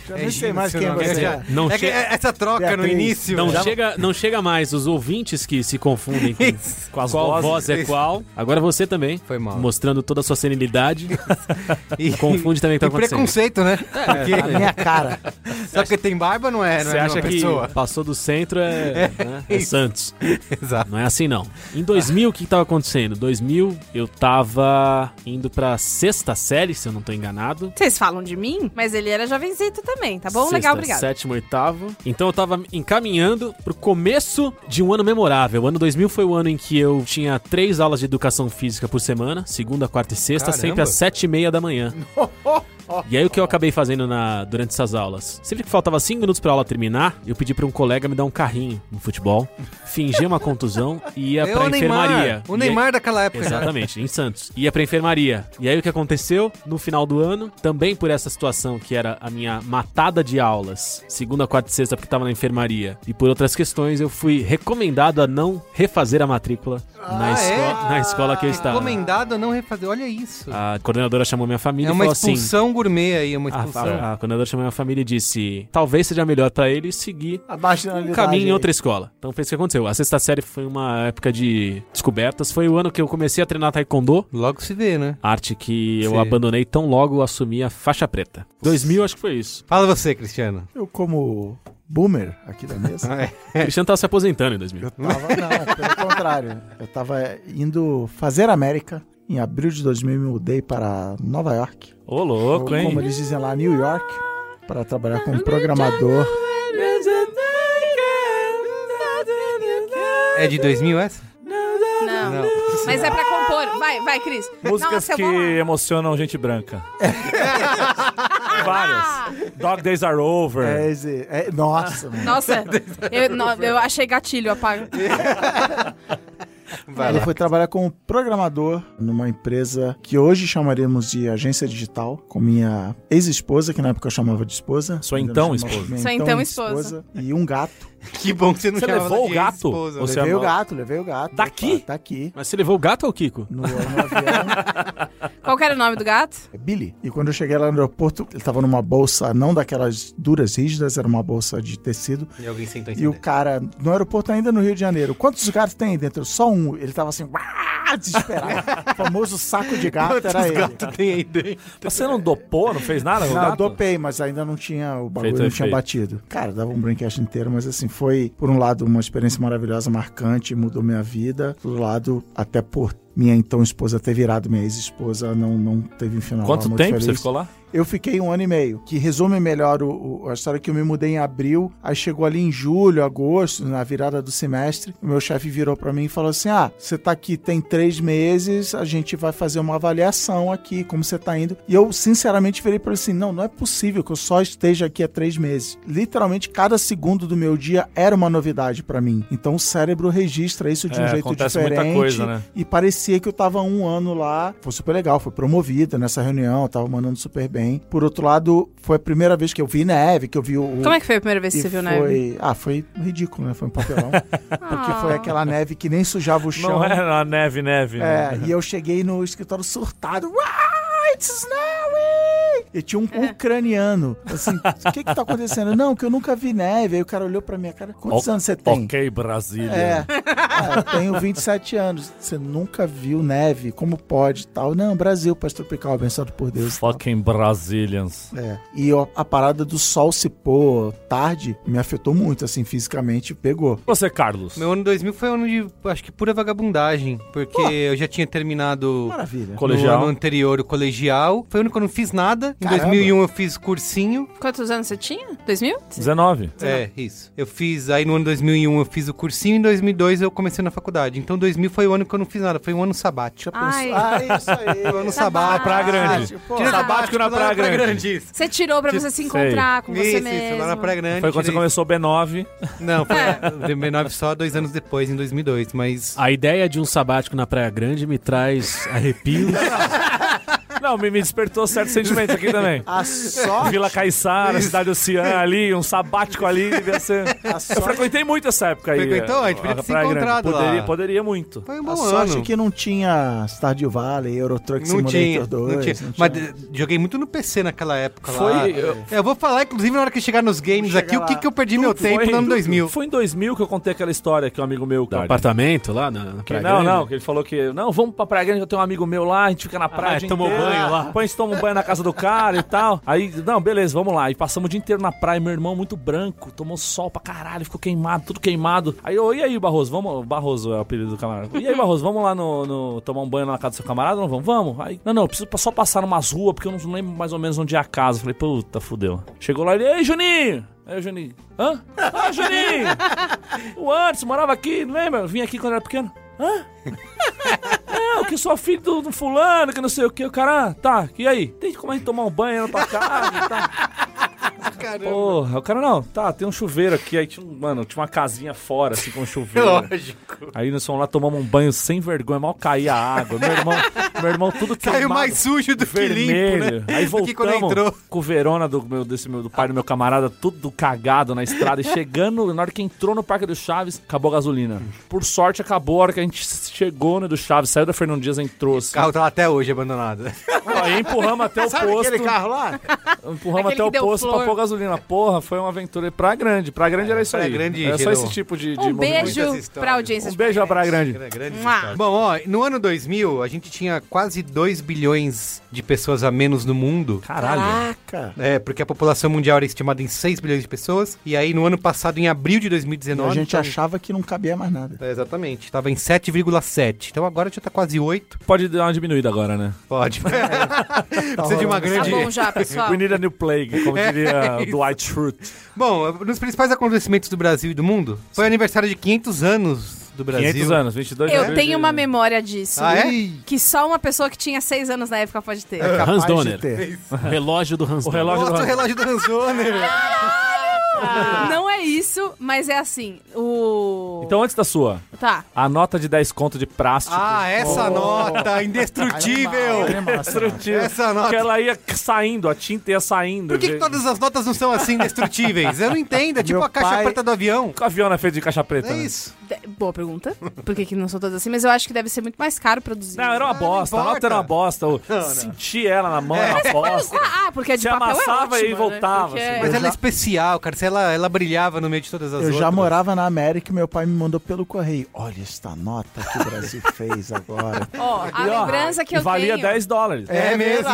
Speaker 4: Já
Speaker 2: é
Speaker 4: nem sei
Speaker 2: Gil,
Speaker 4: mais
Speaker 2: seu
Speaker 4: quem é
Speaker 2: nome.
Speaker 4: você.
Speaker 2: É,
Speaker 5: Não
Speaker 2: é que
Speaker 5: chega-
Speaker 2: essa troca no
Speaker 4: Beatriz.
Speaker 2: início.
Speaker 5: Não
Speaker 2: já-
Speaker 5: chega, não chega mais os ouvintes que se confundem com,
Speaker 2: Isso.
Speaker 5: com as
Speaker 3: Qual
Speaker 5: qual
Speaker 3: vozes.
Speaker 5: voz é
Speaker 2: Isso.
Speaker 5: qual. Agora você também,
Speaker 2: Foi mal.
Speaker 5: mostrando toda a sua senilidade.
Speaker 2: E-
Speaker 5: Confunde também o que tá
Speaker 2: e
Speaker 5: acontecendo. É.
Speaker 2: preconceito, né?
Speaker 4: A minha cara.
Speaker 2: Porque, só porque tem barba não é, não
Speaker 5: Você
Speaker 2: é a
Speaker 5: acha
Speaker 2: mesma
Speaker 5: que
Speaker 2: pessoa.
Speaker 5: passou do centro é, né, é
Speaker 2: isso.
Speaker 5: Santos.
Speaker 2: Exato.
Speaker 5: Não é assim, não. Em 2000, o que que tava acontecendo? 2000, eu tava indo pra sexta série, se eu não tô enganado.
Speaker 1: Vocês falam de mim, mas ele era jovenzito também, tá bom?
Speaker 5: Sexta,
Speaker 1: Legal, obrigado.
Speaker 5: Sétimo, oitavo. Então eu tava encaminhando pro começo de um ano memorável. O ano 2000 foi o ano em que eu tinha três aulas de educação física por semana, segunda, quarta e sexta,
Speaker 2: Caramba.
Speaker 5: sempre às sete e meia da manhã. e aí o que eu acabei fazendo na- durante essas aulas? Sempre que faltava cinco minutos pra aula terminar, eu pedi pra um colega me dar um carrinho no futebol, fingia uma contusão e ia
Speaker 2: É
Speaker 5: pra
Speaker 2: o Neymar.
Speaker 5: enfermaria.
Speaker 2: O
Speaker 5: E aí-
Speaker 2: Neymar daquela época. já.
Speaker 5: Exatamente, em Santos. Ia pra enfermaria. E aí o que aconteceu? No final do ano, também por essa situação que era a minha matada de aulas, segunda, quarta e sexta, porque tava na enfermaria, e por outras questões, eu fui recomendado a não refazer a matrícula na,
Speaker 2: Ah,
Speaker 5: esco-
Speaker 2: é?
Speaker 5: na escola que eu estava.
Speaker 2: Recomendado a não refazer. Olha isso.
Speaker 5: A coordenadora chamou minha família
Speaker 2: é
Speaker 5: e
Speaker 2: uma
Speaker 5: falou assim. Ah,
Speaker 2: expulsão gourmet aí, é uma
Speaker 5: A,
Speaker 2: expulsão.
Speaker 5: a, a coordenadora chamou minha família e disse: talvez seja melhor pra ele seguir
Speaker 4: Abaixo da
Speaker 5: um
Speaker 4: realidade
Speaker 5: caminho em
Speaker 4: aí.
Speaker 2: é.
Speaker 5: outra escola. Então foi isso que aconteceu. A sexta série foi uma época de descobertas. Foi o ano que eu comecei a treinar taekwondo.
Speaker 2: Logo se vê, né?
Speaker 5: Arte que
Speaker 2: Sim.
Speaker 5: eu abandonei tão logo eu assumi a faixa preta. 2000, acho que foi isso.
Speaker 2: Fala você, Cristiano.
Speaker 4: Eu, como boomer aqui da mesa,
Speaker 5: O Cristiano tava se aposentando em 2000.
Speaker 4: Eu tava, não, pelo contrário. Eu tava indo fazer América. Em abril de 2000 me mudei para Nova York.
Speaker 3: Ô, louco,
Speaker 4: ou, como
Speaker 3: hein?
Speaker 4: eles dizem lá, New York. Para trabalhar como programador.
Speaker 2: É de 2000 essa?
Speaker 1: Não. Mas é pra compor. Vai, vai, Cris.
Speaker 3: Músicas
Speaker 1: Nossa, eu
Speaker 3: que
Speaker 1: vou lá.
Speaker 3: emocionam gente branca.
Speaker 1: Ah,
Speaker 3: Várias. Dog Days Are Over.
Speaker 4: É, esse- é- nossa, mano.
Speaker 1: Nossa, eu, no- eu achei gatilho, apaga.
Speaker 2: Vai
Speaker 4: Ele
Speaker 2: lá.
Speaker 4: foi trabalhar como programador numa empresa que hoje chamaríamos de agência digital, com minha ex-esposa, que na época eu chamava de esposa.
Speaker 3: Sua
Speaker 4: Ainda
Speaker 3: então
Speaker 4: não chamava-
Speaker 3: esposa.
Speaker 4: minha
Speaker 1: Sua então
Speaker 4: E um gato.
Speaker 2: Que bom que você não
Speaker 3: Você
Speaker 2: chamava
Speaker 3: levou
Speaker 2: ela
Speaker 3: o
Speaker 2: de
Speaker 3: gato?
Speaker 2: ex-esposa,
Speaker 3: Ou
Speaker 2: né?
Speaker 3: você-
Speaker 4: Levei
Speaker 3: amou-
Speaker 4: o gato, Tá, levei o gato.
Speaker 3: Daqui?
Speaker 4: Opa, Daqui.
Speaker 5: Mas você levou o gato ou o Kiko?
Speaker 4: No, no avião.
Speaker 1: Qual que era o nome do gato?
Speaker 4: É Billy. E quando eu cheguei lá no aeroporto, ele tava numa bolsa, não daquelas duras rígidas, era uma bolsa de tecido.
Speaker 2: E alguém sentou em
Speaker 4: E
Speaker 2: cima
Speaker 4: o
Speaker 2: dele.
Speaker 4: cara, no aeroporto ainda no Rio de Janeiro, quantos gatos tem aí dentro? Só um. Ele tava assim, "Uá", desesperado. o famoso saco de gato era ele.
Speaker 2: gatos tem aí dentro?
Speaker 3: Mas Você não dopou, não fez nada? com o
Speaker 4: Não, eu
Speaker 3: gato?
Speaker 4: dopei, mas ainda não tinha. O bagulho
Speaker 3: Feito
Speaker 4: não tinha
Speaker 3: efeito.
Speaker 4: batido. Cara, dava um brinquedo inteiro, mas assim, foi, por um lado, uma experiência maravilhosa, marcante, mudou minha vida. Por outro lado, até por minha então esposa ter virado minha ex-esposa, não, não teve um final.
Speaker 3: Quanto
Speaker 4: muito
Speaker 3: tempo você
Speaker 4: feliz.
Speaker 3: ficou lá?
Speaker 4: Eu fiquei um ano e meio, que resume melhor o- o- a história que eu me mudei em abril, aí chegou ali em julho, agosto, na virada do semestre, o meu chefe virou pra mim e falou assim, ah, você tá aqui tem três meses, a gente vai fazer uma avaliação aqui, como você tá indo. E eu, sinceramente, virei pra ele assim, não, não é possível que eu só esteja aqui há três meses. Literalmente, cada segundo do meu dia era uma novidade pra mim. Então, o cérebro registra isso de um
Speaker 3: É,
Speaker 4: jeito
Speaker 3: acontece muita
Speaker 4: diferente.
Speaker 3: coisa, né?
Speaker 4: E parecia que eu tava há um ano lá. Foi super legal, foi promovida nessa reunião, tava mandando super bem. Por outro lado, foi a primeira vez que eu vi neve, que eu vi o.
Speaker 1: Como é que foi a primeira vez que você viu
Speaker 4: foi...
Speaker 1: neve? Ah.
Speaker 4: Ah, foi ridículo, né? Foi um papelão. porque foi aquela neve que nem sujava o chão.
Speaker 3: Não era uma neve, neve. né?
Speaker 4: É, e eu cheguei no escritório surtado. "Ah, It's snowing! E tinha um
Speaker 1: É.
Speaker 4: ucraniano. Assim, o que que tá acontecendo? Não, que eu nunca vi neve. Aí o cara olhou pra minha cara. Quantos
Speaker 3: O-
Speaker 4: anos você tem?
Speaker 3: Ok, Brasília.
Speaker 4: assim, É. Ah, eu tenho 27 anos. Você nunca viu neve? Como pode tal? Não, Brasil, país tropical, abençoado por Deus.
Speaker 2: tá
Speaker 4: tal.
Speaker 3: Fucking Brazilians.
Speaker 4: É. E ó, a parada do sol se pôr tarde me afetou muito, assim, fisicamente, pegou.
Speaker 3: Você, Carlos.
Speaker 2: Meu ano 2000 foi um ano de, acho que, pura vagabundagem. Porque eu já tinha terminado
Speaker 4: Maravilha.
Speaker 3: Colegial.
Speaker 2: no ano anterior o colegial. Foi o único que eu não fiz nada. Em
Speaker 4: Caramba.
Speaker 2: 2001 eu fiz cursinho.
Speaker 1: Quantos anos você tinha? 2000?
Speaker 3: 19.
Speaker 2: É, isso. Eu fiz, aí no ano 2001 eu fiz o cursinho, em 2002 eu comecei na faculdade. Então 2000 foi o ano que eu não fiz nada, foi um ano sabático.
Speaker 1: Ai.
Speaker 4: Ah, isso aí.
Speaker 2: Foi um ano sabático.
Speaker 1: Praia
Speaker 3: Grande.
Speaker 4: Pô,
Speaker 2: Tira
Speaker 3: sabático na
Speaker 2: lá
Speaker 3: Praia Grande.
Speaker 2: isso.
Speaker 1: Você tirou pra você se encontrar com você
Speaker 2: Isso,
Speaker 1: mesmo. É.
Speaker 2: isso, lá na Praia Grande.
Speaker 3: Foi quando você
Speaker 2: tirei-
Speaker 3: começou o B9.
Speaker 2: Não, foi o 9 só dois anos depois, em 2002, mas...
Speaker 5: A ideia de um sabático na Praia Grande me traz arrepios.
Speaker 3: Não, me, me despertou certos sentimentos aqui também.
Speaker 2: Ah,
Speaker 4: A sorte,
Speaker 3: Vila Caiçara, Cidade Oceana ali, um sabático ali, devia ser.
Speaker 4: a
Speaker 3: Eu
Speaker 4: sorte,
Speaker 3: frequentei muito essa época aí.
Speaker 2: Frequentou? A gente
Speaker 3: eh,
Speaker 2: podia ter se
Speaker 3: Praia Grande.
Speaker 2: encontrado lá.
Speaker 3: poderia, Poderia muito.
Speaker 2: Foi um bom
Speaker 4: a sorte é
Speaker 2: ano.
Speaker 4: que não tinha Stardew Valley, Eurotruck
Speaker 2: Não
Speaker 4: Simulator
Speaker 2: tinha,
Speaker 4: 2.
Speaker 2: não tinha. Mas eh, joguei muito no PC naquela época lá. É,
Speaker 3: Foi-
Speaker 2: Eu... vou falar, inclusive, na hora que chegar nos games
Speaker 4: Chega
Speaker 2: aqui, o que,
Speaker 4: lá.
Speaker 2: que eu perdi meu tempo no ano 2000.
Speaker 3: Foi em 2000 que eu contei aquela história que um amigo meu...
Speaker 5: Do
Speaker 3: Dardo,
Speaker 5: apartamento lá na, na
Speaker 3: que-
Speaker 5: Praia
Speaker 3: não,
Speaker 5: Grande.
Speaker 3: não, que ele falou que. Não, vamos pra Praia Grande, eu tenho um amigo meu lá, a gente fica na praia.
Speaker 5: é,
Speaker 3: o dia
Speaker 5: tomou
Speaker 3: inteiro.
Speaker 5: banho lá.
Speaker 3: Depois a gente toma um banho na casa do cara e tal. Aí, não, beleza, vamos lá. E passamos o dia inteiro na praia, meu irmão muito branco, tomou sol pra caralho, ficou queimado, tudo queimado. Aí eu, e aí, Barroso, vamos. Barroso é o apelido do camarada. E aí, Barroso, vamos lá no, no- tomar um banho na casa do seu camarada? Não vamos? Vamos. Aí, não, não, eu preciso só passar numas ruas, porque eu não lembro mais ou menos onde é a casa. Eu Falei, puta, fudeu. Chegou lá ele, ei, Juninho! Aí o Juninho, hã? Ah, Juninho! O Anderson morava aqui, não lembra? Eu Vim aqui quando era pequeno. Hã? Não, É, que sou filho do, do fulano, que não sei o que. O cara, ah, tá, e aí? Tem como a gente tomar um banho na tua casa e tal? Porra, o cara não, tá, tem um chuveiro aqui, aí tinha um, mano, tinha uma casinha fora, assim, com um chuveiro.
Speaker 2: Lógico.
Speaker 3: Aí nós fomos lá, tomamos um banho sem vergonha, mal caía a água. Meu irmão, meu irmão tudo queimado.
Speaker 2: Caiu mais sujo do que
Speaker 3: Vermelho.
Speaker 2: limpo, né?
Speaker 3: Aí
Speaker 2: Do que quando entrou.
Speaker 3: voltamos com o Verona do, meu, desse meu, do pai do meu camarada, tudo cagado na estrada. E chegando, na hora que entrou no Parque do Chaves, acabou a gasolina. Por sorte, acabou a hora que a gente chegou no do Chaves, saiu da Fernando Dias, entrou
Speaker 2: O
Speaker 3: assim.
Speaker 2: carro tá lá até hoje abandonado.
Speaker 3: Aí empurramos até o posto.
Speaker 4: carro lá?
Speaker 3: Tá Empurramos
Speaker 1: Aquele
Speaker 3: até o
Speaker 1: que deu
Speaker 3: posto
Speaker 1: flor.
Speaker 3: pra pôr gasolina. Porra, foi uma aventura. E Praia Grande. Praia Grande era isso
Speaker 2: É, Praia
Speaker 3: aí.
Speaker 2: Grande
Speaker 3: era só
Speaker 2: gerou
Speaker 3: esse tipo de, de
Speaker 1: Um
Speaker 3: movimento.
Speaker 1: beijo
Speaker 2: muitas histórias.
Speaker 1: pra audiência.
Speaker 3: Um beijo à Praia Grande.
Speaker 2: Era é grande
Speaker 1: Mua.
Speaker 2: história. Bom, ó, no ano 2000, a gente tinha quase 2 bilhões de pessoas a menos no mundo.
Speaker 3: Caralho.
Speaker 4: Caraca.
Speaker 2: É, porque a população mundial era estimada em 6 bilhões de pessoas. E aí, no ano passado, em abril de
Speaker 4: E
Speaker 2: 2019...
Speaker 4: a gente
Speaker 2: então-
Speaker 4: achava que não cabia mais nada.
Speaker 2: É, exatamente. Tava em 7,7. Então agora já tá quase 8.
Speaker 3: Pode dar uma diminuída agora, né?
Speaker 2: Pode. Precisa de uma
Speaker 1: Tá
Speaker 2: grande...
Speaker 1: bom já, pessoal.
Speaker 3: We need a new plague, como diria
Speaker 2: É isso.
Speaker 3: Dwight Schrute.
Speaker 2: Bom, nos principais acontecimentos do Brasil e do mundo, foi aniversário de 500 anos do Brasil.
Speaker 3: 500 anos, 22 anos.
Speaker 1: Eu tenho uma memória disso.
Speaker 2: Ah, é?
Speaker 1: Que só uma pessoa que tinha seis anos na época pode ter.
Speaker 4: É capaz
Speaker 5: Hans
Speaker 4: de
Speaker 5: Donner.
Speaker 4: ter.
Speaker 5: Relógio do Hans
Speaker 3: O relógio-
Speaker 2: Nossa, o relógio do Hans Donner.
Speaker 1: Não é isso, mas é assim. O
Speaker 3: Ah. Então, antes da sua,
Speaker 1: Tá.
Speaker 3: a nota de 10 conto de plástico.
Speaker 2: Ah, essa nota indestrutível!
Speaker 4: é
Speaker 3: Destrutível.
Speaker 2: Essa é nota.
Speaker 3: Porque ela ia saindo, a tinta ia saindo.
Speaker 2: Por que, que
Speaker 3: gente.
Speaker 2: todas as notas não são assim indestrutíveis? Eu não entendo. É tipo
Speaker 4: Meu
Speaker 2: a caixa
Speaker 4: pai-
Speaker 2: preta do avião.
Speaker 3: a Fiona fez de caixa preta?
Speaker 2: É
Speaker 3: né?
Speaker 2: isso.
Speaker 1: De- Boa pergunta. Por que, que não são todas assim? Mas eu acho que deve ser muito mais caro produzir.
Speaker 3: Não, era uma
Speaker 2: não
Speaker 3: bosta. A nota
Speaker 2: importa.
Speaker 3: era uma bosta. Eu
Speaker 2: não.
Speaker 3: senti ela na mão, era uma bosta.
Speaker 1: Ah, porque a de
Speaker 3: Se
Speaker 1: papel é
Speaker 3: amassava
Speaker 1: ótima,
Speaker 3: e
Speaker 1: né?
Speaker 3: voltava,
Speaker 1: Porque-
Speaker 3: assim.
Speaker 2: Mas
Speaker 4: Eu
Speaker 2: ela é
Speaker 4: já-
Speaker 2: especial, cara. Se ela, ela brilhava no meio de todas as
Speaker 4: Eu
Speaker 2: outras.
Speaker 4: já morava na América e meu pai me mandou pelo correio. Olha esta nota que o Brasil fez agora.
Speaker 1: Ó, a
Speaker 3: E, ó,
Speaker 1: lembrança que
Speaker 3: e
Speaker 1: eu
Speaker 3: valia
Speaker 1: tenho...
Speaker 3: 10 dólares.
Speaker 2: É mesmo.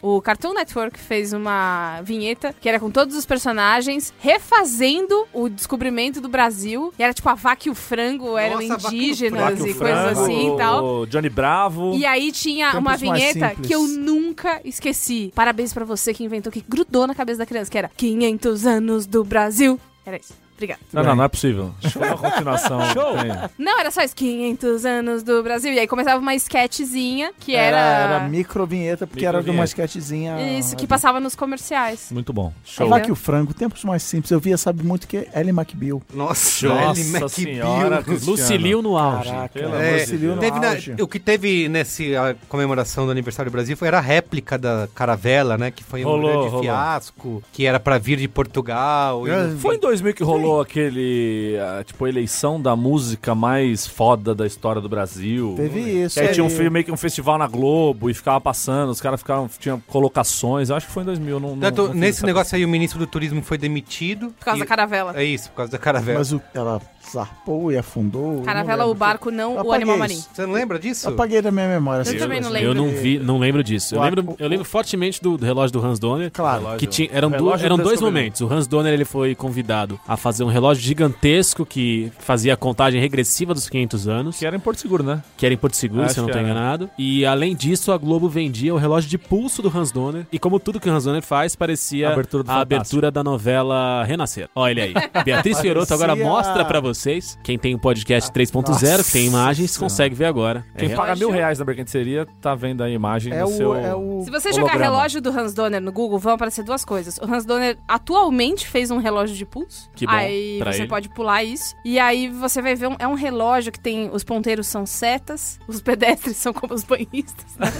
Speaker 1: O Cartoon Network fez uma vinheta que era com todos os personagens refazendo o descobrimento do Brasil. E era tipo a vaca e o frango eram
Speaker 2: Nossa, a vaca e o
Speaker 1: indígenas
Speaker 2: frango.
Speaker 1: e
Speaker 2: Vaca e o
Speaker 1: coisas assim e tal.
Speaker 3: o Johnny Bravo.
Speaker 1: E aí tinha
Speaker 4: Tempos
Speaker 1: uma
Speaker 4: mais
Speaker 1: vinheta
Speaker 4: simples.
Speaker 1: que eu nunca esqueci. Parabéns pra você que inventou, que grudou na cabeça da criança, que era 500 anos do Brasil. Era isso. Obrigada.
Speaker 3: Não, não, não é possível. Show. Foi uma continuação. Show.
Speaker 1: Não, era só isso. 500 anos do Brasil. E aí começava uma sketchzinha que
Speaker 4: Era,
Speaker 1: era...
Speaker 4: era micro vinheta, porque era de uma
Speaker 3: Microvinheta.
Speaker 4: esquetezinha.
Speaker 1: Isso, que passava nos comerciais.
Speaker 3: Muito bom.
Speaker 4: A
Speaker 3: Show.
Speaker 4: vaca e o frango, tempos mais simples. Eu via, sabe muito que é Ellie McBeal.
Speaker 2: Nossa, Ellie
Speaker 3: Nossa
Speaker 2: McBeal.
Speaker 3: senhora.
Speaker 5: Lucilio no auge.
Speaker 4: Caraca,
Speaker 3: pelo
Speaker 2: É,
Speaker 3: amor de
Speaker 4: Lucilio
Speaker 3: Deus.
Speaker 4: no
Speaker 2: Teve na-
Speaker 4: auge.
Speaker 2: o que teve nessa comemoração do aniversário do Brasil foi era a réplica da caravela, né? Que foi um
Speaker 3: Rolou,
Speaker 2: grande
Speaker 3: rolou. É.
Speaker 2: fiasco, que era pra vir de Portugal. e não sei
Speaker 3: Foi em 2000 que rolou aquele, ah, tipo, a eleição da música mais foda da história do Brasil.
Speaker 4: Teve isso.
Speaker 3: Que aí tinha um,
Speaker 4: Ele-
Speaker 3: fi- meio que um festival na Globo e ficava passando, os caras ficavam, tinham colocações, eu acho que foi em 2000. Não, não,
Speaker 2: Tanto,
Speaker 3: não fiz
Speaker 2: nesse
Speaker 3: essa
Speaker 2: negócio aí, o ministro do turismo foi demitido.
Speaker 1: Por causa
Speaker 2: e-
Speaker 1: da caravela.
Speaker 2: É isso, por causa da
Speaker 3: né?
Speaker 2: caravela.
Speaker 4: Mas o- ela zarpou e afundou. eu
Speaker 1: Caravela,
Speaker 4: não
Speaker 1: o
Speaker 4: lembro.
Speaker 1: barco, não
Speaker 4: Eu
Speaker 1: o animal
Speaker 4: apaguei
Speaker 1: marinho.
Speaker 4: isso.
Speaker 2: Você não lembra disso?
Speaker 4: Eu apaguei da minha memória. assim.
Speaker 1: Eu
Speaker 4: essas
Speaker 1: também não
Speaker 4: coisas.
Speaker 1: lembro.
Speaker 5: Eu não vi, não lembro disso. Eu
Speaker 4: O-
Speaker 5: lembro, eu lembro fortemente do, do relógio do Hans Donner.
Speaker 4: Claro.
Speaker 5: Que tinha, eram
Speaker 3: Relógio
Speaker 5: du- eram
Speaker 3: do
Speaker 5: dois
Speaker 3: Descobrimento.
Speaker 5: momentos. O Hans Donner ele foi convidado a fazer um relógio gigantesco que fazia a contagem regressiva dos 500 anos,
Speaker 3: Que era em Porto Seguro, né?
Speaker 5: que era em Porto Seguro,
Speaker 3: Acho
Speaker 5: se eu não
Speaker 3: que
Speaker 5: estou
Speaker 3: era.
Speaker 5: enganado. E além disso, a Globo vendia o relógio de pulso do Hans Donner. E como tudo que o Hans Donner faz, parecia
Speaker 3: A abertura do
Speaker 5: a
Speaker 3: Fantástico.
Speaker 5: abertura da novela Renascer. Olha ele aí. Beatriz Fiorotto agora
Speaker 4: Parecia-
Speaker 5: mostra pra vocês. Quem tem o podcast 3.0, que tem imagens, consegue ver agora. É
Speaker 3: Quem
Speaker 5: real.
Speaker 3: paga
Speaker 1: Relógio.
Speaker 3: mil reais na mercanteria tá vendo a imagem
Speaker 4: É
Speaker 3: do
Speaker 4: o,
Speaker 3: seu...
Speaker 4: é o.
Speaker 1: Se você jogar
Speaker 3: Holograma.
Speaker 1: relógio do Hans Donner no Google, vão aparecer duas coisas. O Hans Donner atualmente fez um relógio de pulso.
Speaker 5: Que bom
Speaker 1: Aí
Speaker 5: pra
Speaker 1: você
Speaker 5: ele.
Speaker 1: pode pular isso. E aí você vai ver, um, é um relógio que tem... Os ponteiros são setas, os pedestres são como os banhistas. né?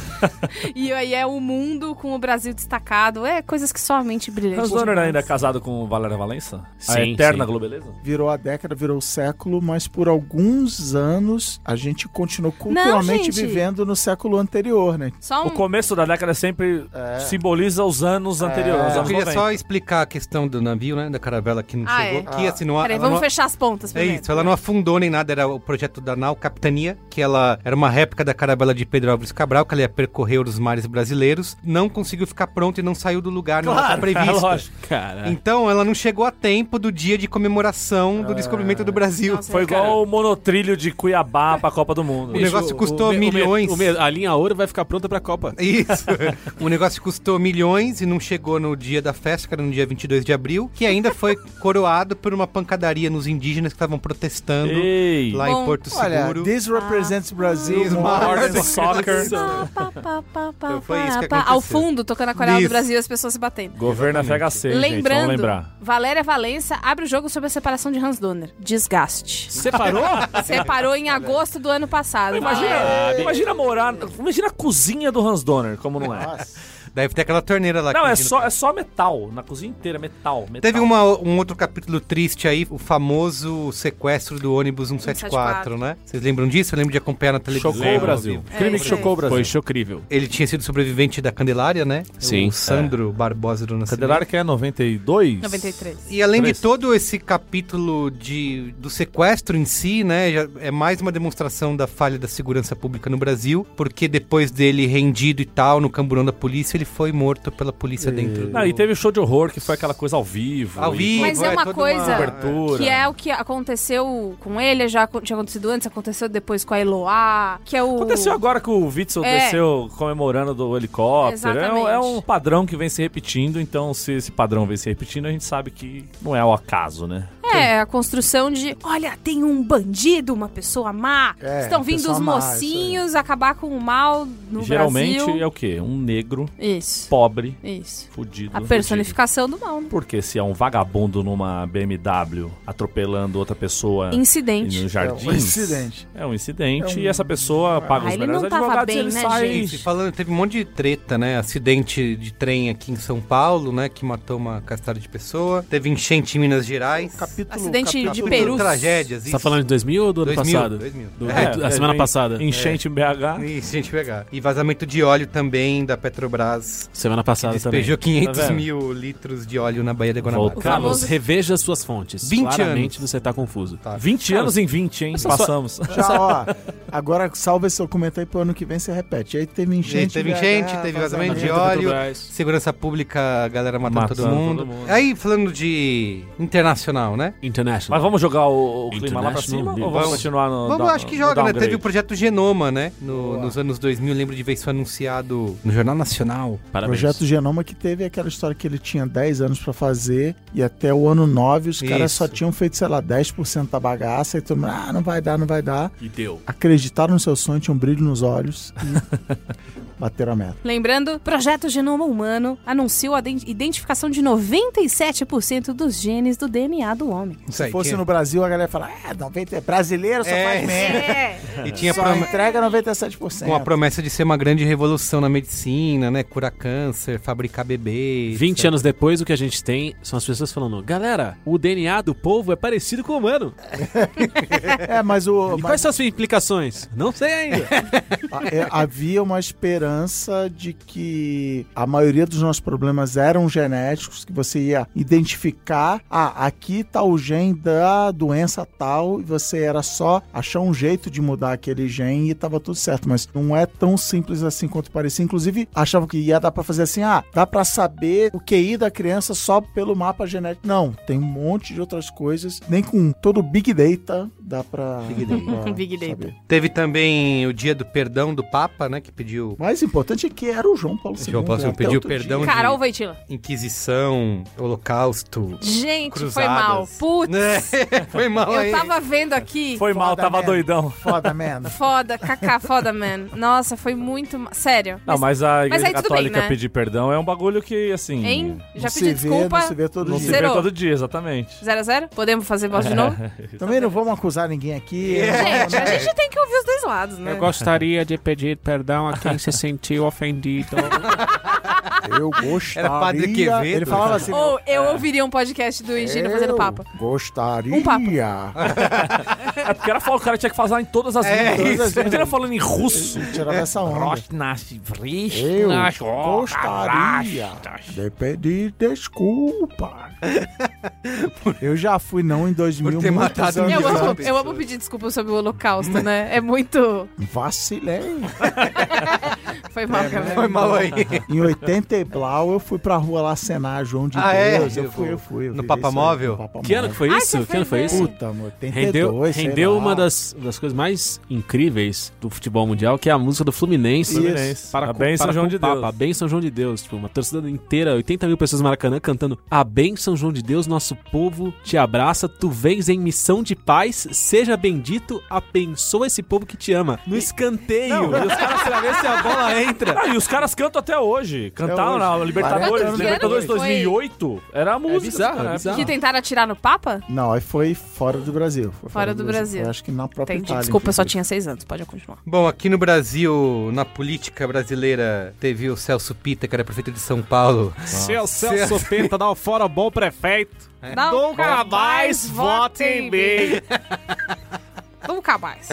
Speaker 1: e aí é o mundo com o Brasil destacado. É coisas que só a mente brilhante
Speaker 3: Hans Donner
Speaker 1: demais.
Speaker 3: ainda é casado com Valéria Valença? a
Speaker 5: Sim,
Speaker 3: eterna
Speaker 5: sim.
Speaker 3: globeleza?
Speaker 4: Virou a década, virou o século, mas por alguns anos a gente continuou
Speaker 1: Não,
Speaker 4: culturalmente
Speaker 1: gente.
Speaker 4: vivendo no século anterior, né?
Speaker 1: Só
Speaker 3: O
Speaker 1: um...
Speaker 3: começo da década sempre simboliza os anos anteriores, os
Speaker 2: É. Eu
Speaker 3: anos
Speaker 2: queria
Speaker 3: 90.
Speaker 2: só explicar a questão do navio, né? Da caravela que não
Speaker 1: Ah,
Speaker 2: chegou.
Speaker 1: é?
Speaker 2: Que assim, não,
Speaker 1: Peraí,
Speaker 2: ela
Speaker 1: vamos
Speaker 2: não-
Speaker 1: fechar as pontas
Speaker 2: É
Speaker 1: primeiro.
Speaker 2: isso, ela não afundou nem nada, era o projeto da Nau Capitania, que ela era uma réplica da caravela de Pedro Álvares Cabral, que ela ia percorrer os mares brasileiros, não conseguiu ficar pronta e não saiu do lugar na data prevista.
Speaker 3: é lógico.
Speaker 5: Cara.
Speaker 2: Então ela não chegou a tempo do dia de comemoração do descobrimento do Brasil.
Speaker 1: Nossa,
Speaker 3: Foi igual
Speaker 1: cara.
Speaker 3: o monotrilho de Cuiabá pra Copa do Mundo.
Speaker 2: O negócio custou
Speaker 5: me- me-
Speaker 2: milhões.
Speaker 5: o me- a linha ouro vai ficar pronta pra Copa.
Speaker 2: Isso. o negócio custou milhões e não chegou no dia da festa, que era no dia 22 de abril, que ainda foi coroado por uma pancadaria nos indígenas que estavam protestando
Speaker 3: Ei!
Speaker 2: lá
Speaker 1: Bom,
Speaker 2: em Porto
Speaker 4: Olha,
Speaker 2: Seguro.
Speaker 4: this
Speaker 1: Ah,
Speaker 4: represents Brasil.
Speaker 2: This
Speaker 4: more
Speaker 2: marks-
Speaker 4: than-
Speaker 3: Soccer.
Speaker 1: Pá, pá, pá, pá,
Speaker 2: Então foi isso que
Speaker 1: pá. Ao
Speaker 2: aconteceu.
Speaker 1: fundo, tocando a Coreia do
Speaker 2: Isso.
Speaker 1: Brasil, as pessoas se batendo.
Speaker 3: Governo FHC, gente, vamos
Speaker 1: Lembrando,
Speaker 3: lembrar.
Speaker 1: Valéria Valença abre o jogo sobre a separação de Hans Donner. Desgaste.
Speaker 5: Separou?
Speaker 1: Separou em agosto do ano passado. Valéria.
Speaker 3: Imagina, imagina morar, imagina a cozinha do Hans Donner, como não
Speaker 2: Ah,
Speaker 3: é.
Speaker 2: Deve ter aquela torneira lá.
Speaker 3: Não,
Speaker 2: que
Speaker 3: é
Speaker 2: imagina-
Speaker 3: só, é só metal, na cozinha inteira, metal,
Speaker 1: É
Speaker 3: metal.
Speaker 2: tá Teve uma- um outro capítulo triste aí, o famoso sequestro do ônibus 174,
Speaker 1: 174.
Speaker 2: né? Vocês lembram disso? Eu lembro de acompanhar na televisão.
Speaker 3: Chocou o Brasil.
Speaker 2: Viu?
Speaker 1: É,
Speaker 3: Crime que
Speaker 1: isso aí.
Speaker 3: chocou o Brasil.
Speaker 5: Foi chocrível.
Speaker 2: Ele tinha sido sobrevivente da Candelária, né?
Speaker 5: Sim.
Speaker 2: O Sandro Barbosa do Nascimento.
Speaker 3: Candelário que é 92?
Speaker 1: 93.
Speaker 2: E além
Speaker 3: Três.
Speaker 2: de todo esse capítulo de, do sequestro em si, né, já é mais uma demonstração da falha da segurança pública no Brasil, porque depois dele rendido e tal, no camburão da polícia, ele foi morto pela polícia dentro.
Speaker 3: Não,
Speaker 2: do-
Speaker 3: e teve o show de horror, que foi aquela coisa ao vivo.
Speaker 2: Ao
Speaker 3: e-
Speaker 2: vivo,
Speaker 1: Mas é uma
Speaker 2: toda
Speaker 1: coisa
Speaker 3: Cobertura.
Speaker 1: Que é o que aconteceu com ele, já acon- tinha acontecido antes, aconteceu depois com a Eloá, que é o...
Speaker 3: Aconteceu agora que o Witzel
Speaker 1: É.
Speaker 3: desceu comemorando do helicóptero. É um,
Speaker 1: Exatamente.
Speaker 3: é um padrão que vem se repetindo, então se esse padrão vem se repetindo, a gente sabe que não é o acaso, né?
Speaker 1: é a construção de, olha, tem um bandido, uma pessoa má,
Speaker 4: É,
Speaker 1: estão vindo
Speaker 4: pessoa
Speaker 1: os
Speaker 4: má, isso aí.
Speaker 1: mocinhos acabar com o mal no
Speaker 3: Geralmente
Speaker 1: Brasil.
Speaker 3: é o quê? Um negro,
Speaker 1: Isso,
Speaker 3: pobre,
Speaker 1: isso.
Speaker 3: fudido.
Speaker 1: A
Speaker 4: Uhum.
Speaker 1: personificação do mal. né?
Speaker 3: fudido. Porque se é um vagabundo numa BMW atropelando outra pessoa
Speaker 1: Incidente.
Speaker 3: no jardim.
Speaker 4: É um incidente.
Speaker 3: É um incidente
Speaker 4: É um-
Speaker 3: e essa pessoa paga
Speaker 1: Ah,
Speaker 3: os
Speaker 1: ele
Speaker 3: melhores
Speaker 1: não tava
Speaker 3: advogados e
Speaker 1: bem,
Speaker 3: ele
Speaker 1: né,
Speaker 3: sai.
Speaker 1: gente?
Speaker 2: E falando, teve um monte de treta, né? Acidente de trem aqui em São Paulo, né? Que matou uma castada de pessoa. Teve enchente em Minas Gerais.
Speaker 4: Capítulo,
Speaker 1: Acidente de
Speaker 4: capítulo-
Speaker 1: Peru. Perus.
Speaker 2: Tragédias,
Speaker 5: Você
Speaker 2: isso.
Speaker 5: tá falando de 2000 ou do ano
Speaker 2: 2000,
Speaker 5: passado?
Speaker 2: 2000.
Speaker 5: Do-
Speaker 2: É,
Speaker 5: do- a
Speaker 3: é,
Speaker 5: semana
Speaker 3: bem-
Speaker 5: passada.
Speaker 3: Enchente em BH.
Speaker 2: Isso, a gente pegar. E vazamento de óleo também da Petrobras.
Speaker 5: Semana passada também.
Speaker 2: Despejou 500
Speaker 3: Tá vendo?
Speaker 2: mil litros de óleo na Baía da Guanabara.
Speaker 1: O
Speaker 5: Voltamos,
Speaker 1: famoso-
Speaker 5: reveja suas fontes.
Speaker 2: 20
Speaker 5: Claramente
Speaker 2: anos.
Speaker 5: você tá confuso.
Speaker 2: Tá.
Speaker 3: 20 anos em 20, hein?
Speaker 5: Essa só-
Speaker 3: Passamos.
Speaker 4: Já, ó. Agora salva esse documento aí pro ano que vem você repete. E aí teve
Speaker 2: E aí
Speaker 4: enchente.
Speaker 2: teve
Speaker 4: BH,
Speaker 2: enchente, teve vazamento
Speaker 4: né?
Speaker 2: de óleo, segurança pública, a galera matando,
Speaker 3: Matando
Speaker 2: todo, mundo.
Speaker 5: todo mundo.
Speaker 2: Aí, falando de internacional, né?
Speaker 5: International.
Speaker 3: Mas vamos jogar o, o clima lá pra cima
Speaker 5: International
Speaker 3: ou vamos
Speaker 2: Business.
Speaker 3: continuar no.
Speaker 2: Vamos,
Speaker 3: down-
Speaker 5: um-
Speaker 2: acho que
Speaker 3: no
Speaker 2: joga, né?
Speaker 3: downgrade?
Speaker 2: Teve o projeto Genoma, né? No- nos anos 2000, lembro de ver isso anunciado no Jornal Nacional.
Speaker 5: Parabéns.
Speaker 4: Projeto Genoma que teve aquela história que ele tinha 10 anos pra fazer e até o ano 9 os caras
Speaker 2: Isso.
Speaker 4: só tinham feito, sei lá, 10% da bagaça e todo mundo, ah, não vai dar, não vai dar.
Speaker 5: E deu.
Speaker 4: Acreditaram no seu sonho, tinham um brilho nos olhos e bateram a meta.
Speaker 1: Lembrando, Projeto Genoma Humano anunciou a den- identificação de 97% dos genes do DNA do homem.
Speaker 2: Isso
Speaker 4: Se
Speaker 2: aí,
Speaker 4: fosse
Speaker 2: tinha-
Speaker 4: no Brasil, a galera ia falar, é, 90, é brasileiro só
Speaker 2: É,
Speaker 4: faz
Speaker 2: isso.
Speaker 4: merda.
Speaker 2: E tinha
Speaker 4: só
Speaker 2: prom-
Speaker 4: entrega 97%.
Speaker 2: com a promessa de ser uma grande revolução na medicina, né? Curar câncer, fabricar bebês.
Speaker 5: 20 anos depois, o que a gente tem são as pessoas falando: galera, o DNA do povo é parecido com o humano.
Speaker 4: É, mas o.
Speaker 5: E
Speaker 4: mas-
Speaker 5: quais são as suas implicações? Não sei ainda.
Speaker 4: A- é, havia uma esperança de que a maioria dos nossos problemas eram genéticos, que você ia identificar, ah, aqui tá o gene da doença tal, e você era só achar um jeito de mudar aquele gene e tava tudo certo, mas não é tão simples assim quanto parecia. Inclusive, achavam que ia dar pra fazer assim, ah, dá pra saber o QI da criança só pelo mapa genético. Não, tem um monte de outras coisas, nem com todo o Big Data dá pra.
Speaker 2: Big Data.
Speaker 4: pra
Speaker 1: Big Data.
Speaker 4: saber.
Speaker 2: Teve também o dia do perdão do Papa, né? Que pediu
Speaker 4: O mais importante é que era o João Paulo II.
Speaker 2: João Paulo II
Speaker 4: até
Speaker 2: pediu
Speaker 4: outro
Speaker 2: perdão
Speaker 4: dia.
Speaker 2: de-
Speaker 1: Carol Voitila.
Speaker 2: Inquisição, Holocausto.
Speaker 1: Gente,
Speaker 2: Cruzadas.
Speaker 1: foi mal. Putz,
Speaker 2: Né? Foi mal aí.
Speaker 1: eu tava vendo aqui.
Speaker 3: Foi mal,
Speaker 4: Foda
Speaker 3: tava
Speaker 2: né?
Speaker 4: mesmo.
Speaker 3: doidão.
Speaker 4: Foda, man.
Speaker 1: Foda, kaká, foda, man. Nossa, foi muito. ma- Sério.
Speaker 3: Não, mas a Igreja
Speaker 1: aí tudo bem,
Speaker 3: Católica
Speaker 1: né?
Speaker 3: pedir perdão é um bagulho que, assim.
Speaker 1: Hein? Já
Speaker 4: hum, Não
Speaker 1: pedi
Speaker 4: se vê,
Speaker 1: desculpa.
Speaker 4: não se vê todo
Speaker 3: Não
Speaker 4: dia.
Speaker 3: se vê
Speaker 1: Zerou.
Speaker 3: todo dia, exatamente.
Speaker 1: 0 a 0 Podemos fazer voz de novo?
Speaker 4: Também não vamos acusar ninguém aqui.
Speaker 1: Gente,
Speaker 4: Não, né?
Speaker 1: a
Speaker 4: não,
Speaker 1: gente tem que ouvir os dois lados, né?
Speaker 5: gostaria de pedir perdão a quem se sentiu ofendido.
Speaker 4: Eu gostaria...
Speaker 2: Era Padre Quevedo.
Speaker 4: Ele falava assim...
Speaker 1: Ou eu ouviria um podcast do Egino fazendo
Speaker 4: "Eu
Speaker 1: papo.
Speaker 4: gostaria...
Speaker 1: Um
Speaker 3: É porque era falar, o cara tinha que falar em todas as
Speaker 2: É
Speaker 3: línguas.
Speaker 4: isso.
Speaker 3: Ele era falando em russo.
Speaker 4: Tirava essa onda. Eu gostaria de pedir desculpa. Eu já fui não em 2000
Speaker 2: Por ter
Speaker 4: muitos
Speaker 2: matado
Speaker 4: anos
Speaker 1: Eu amo,
Speaker 4: antes.
Speaker 1: eu amo pedir desculpa sobre o holocausto, né? É muito.
Speaker 4: Vacilei.
Speaker 1: Foi mal, Gabriel.
Speaker 2: Foi mal aí.
Speaker 4: Em 80 e blau, eu fui pra rua lá cenar João de
Speaker 2: Ah, é?
Speaker 4: Deus. Eu
Speaker 2: Eu
Speaker 4: fui,
Speaker 2: vou.
Speaker 4: eu fui. eu
Speaker 2: No
Speaker 4: virei
Speaker 2: Papa
Speaker 4: isso aí,
Speaker 2: Móvel?
Speaker 4: no Papa
Speaker 5: que ano que
Speaker 4: Móvel.
Speaker 5: foi
Speaker 1: Ai,
Speaker 5: isso?
Speaker 1: você
Speaker 5: que ano foi
Speaker 1: foi
Speaker 5: isso?
Speaker 1: ver.
Speaker 4: Puta, amor, 82,
Speaker 5: Rendeu,
Speaker 4: sei
Speaker 5: rendeu
Speaker 4: lá.
Speaker 5: uma das, das coisas mais incríveis do futebol mundial, que é a música do Fluminense.
Speaker 4: Isso.
Speaker 3: Fluminense.
Speaker 5: Para,
Speaker 3: a bênção João de Deus.
Speaker 5: A Benção João de Deus. Tipo, uma torcida inteira, 80 mil pessoas no Maracanã cantando A Benção João de Deus, nosso povo te abraça, tu vens em missão de paz, seja bendito, abençoa esse povo que te ama. No escanteio. E os caras travessam e a bola entra.
Speaker 3: Ah, e os caras cantam até hoje. Cantaram
Speaker 4: hoje.
Speaker 3: na Libertadores,
Speaker 1: Quantos
Speaker 3: Libertadores
Speaker 1: anos foi?
Speaker 3: 2008. Era a música.
Speaker 5: bizarro,
Speaker 3: cara.
Speaker 5: é bizarro.
Speaker 1: Que tentaram atirar no Papa?
Speaker 4: Não, aí foi fora do Brasil. Foi
Speaker 1: Fora do Brasil.
Speaker 4: Foi, acho que na própria
Speaker 1: Entendi.
Speaker 4: Itália.
Speaker 1: Desculpa, eu só
Speaker 4: inclusive.
Speaker 1: tinha seis anos. Pode continuar.
Speaker 2: Bom, aqui no Brasil, na política brasileira, teve o Celso Pita, que era prefeito de São Paulo.
Speaker 5: Seu Celso Penta, dá um fora bom prefeito. Nunca mais vote em mim.
Speaker 1: Nunca mais.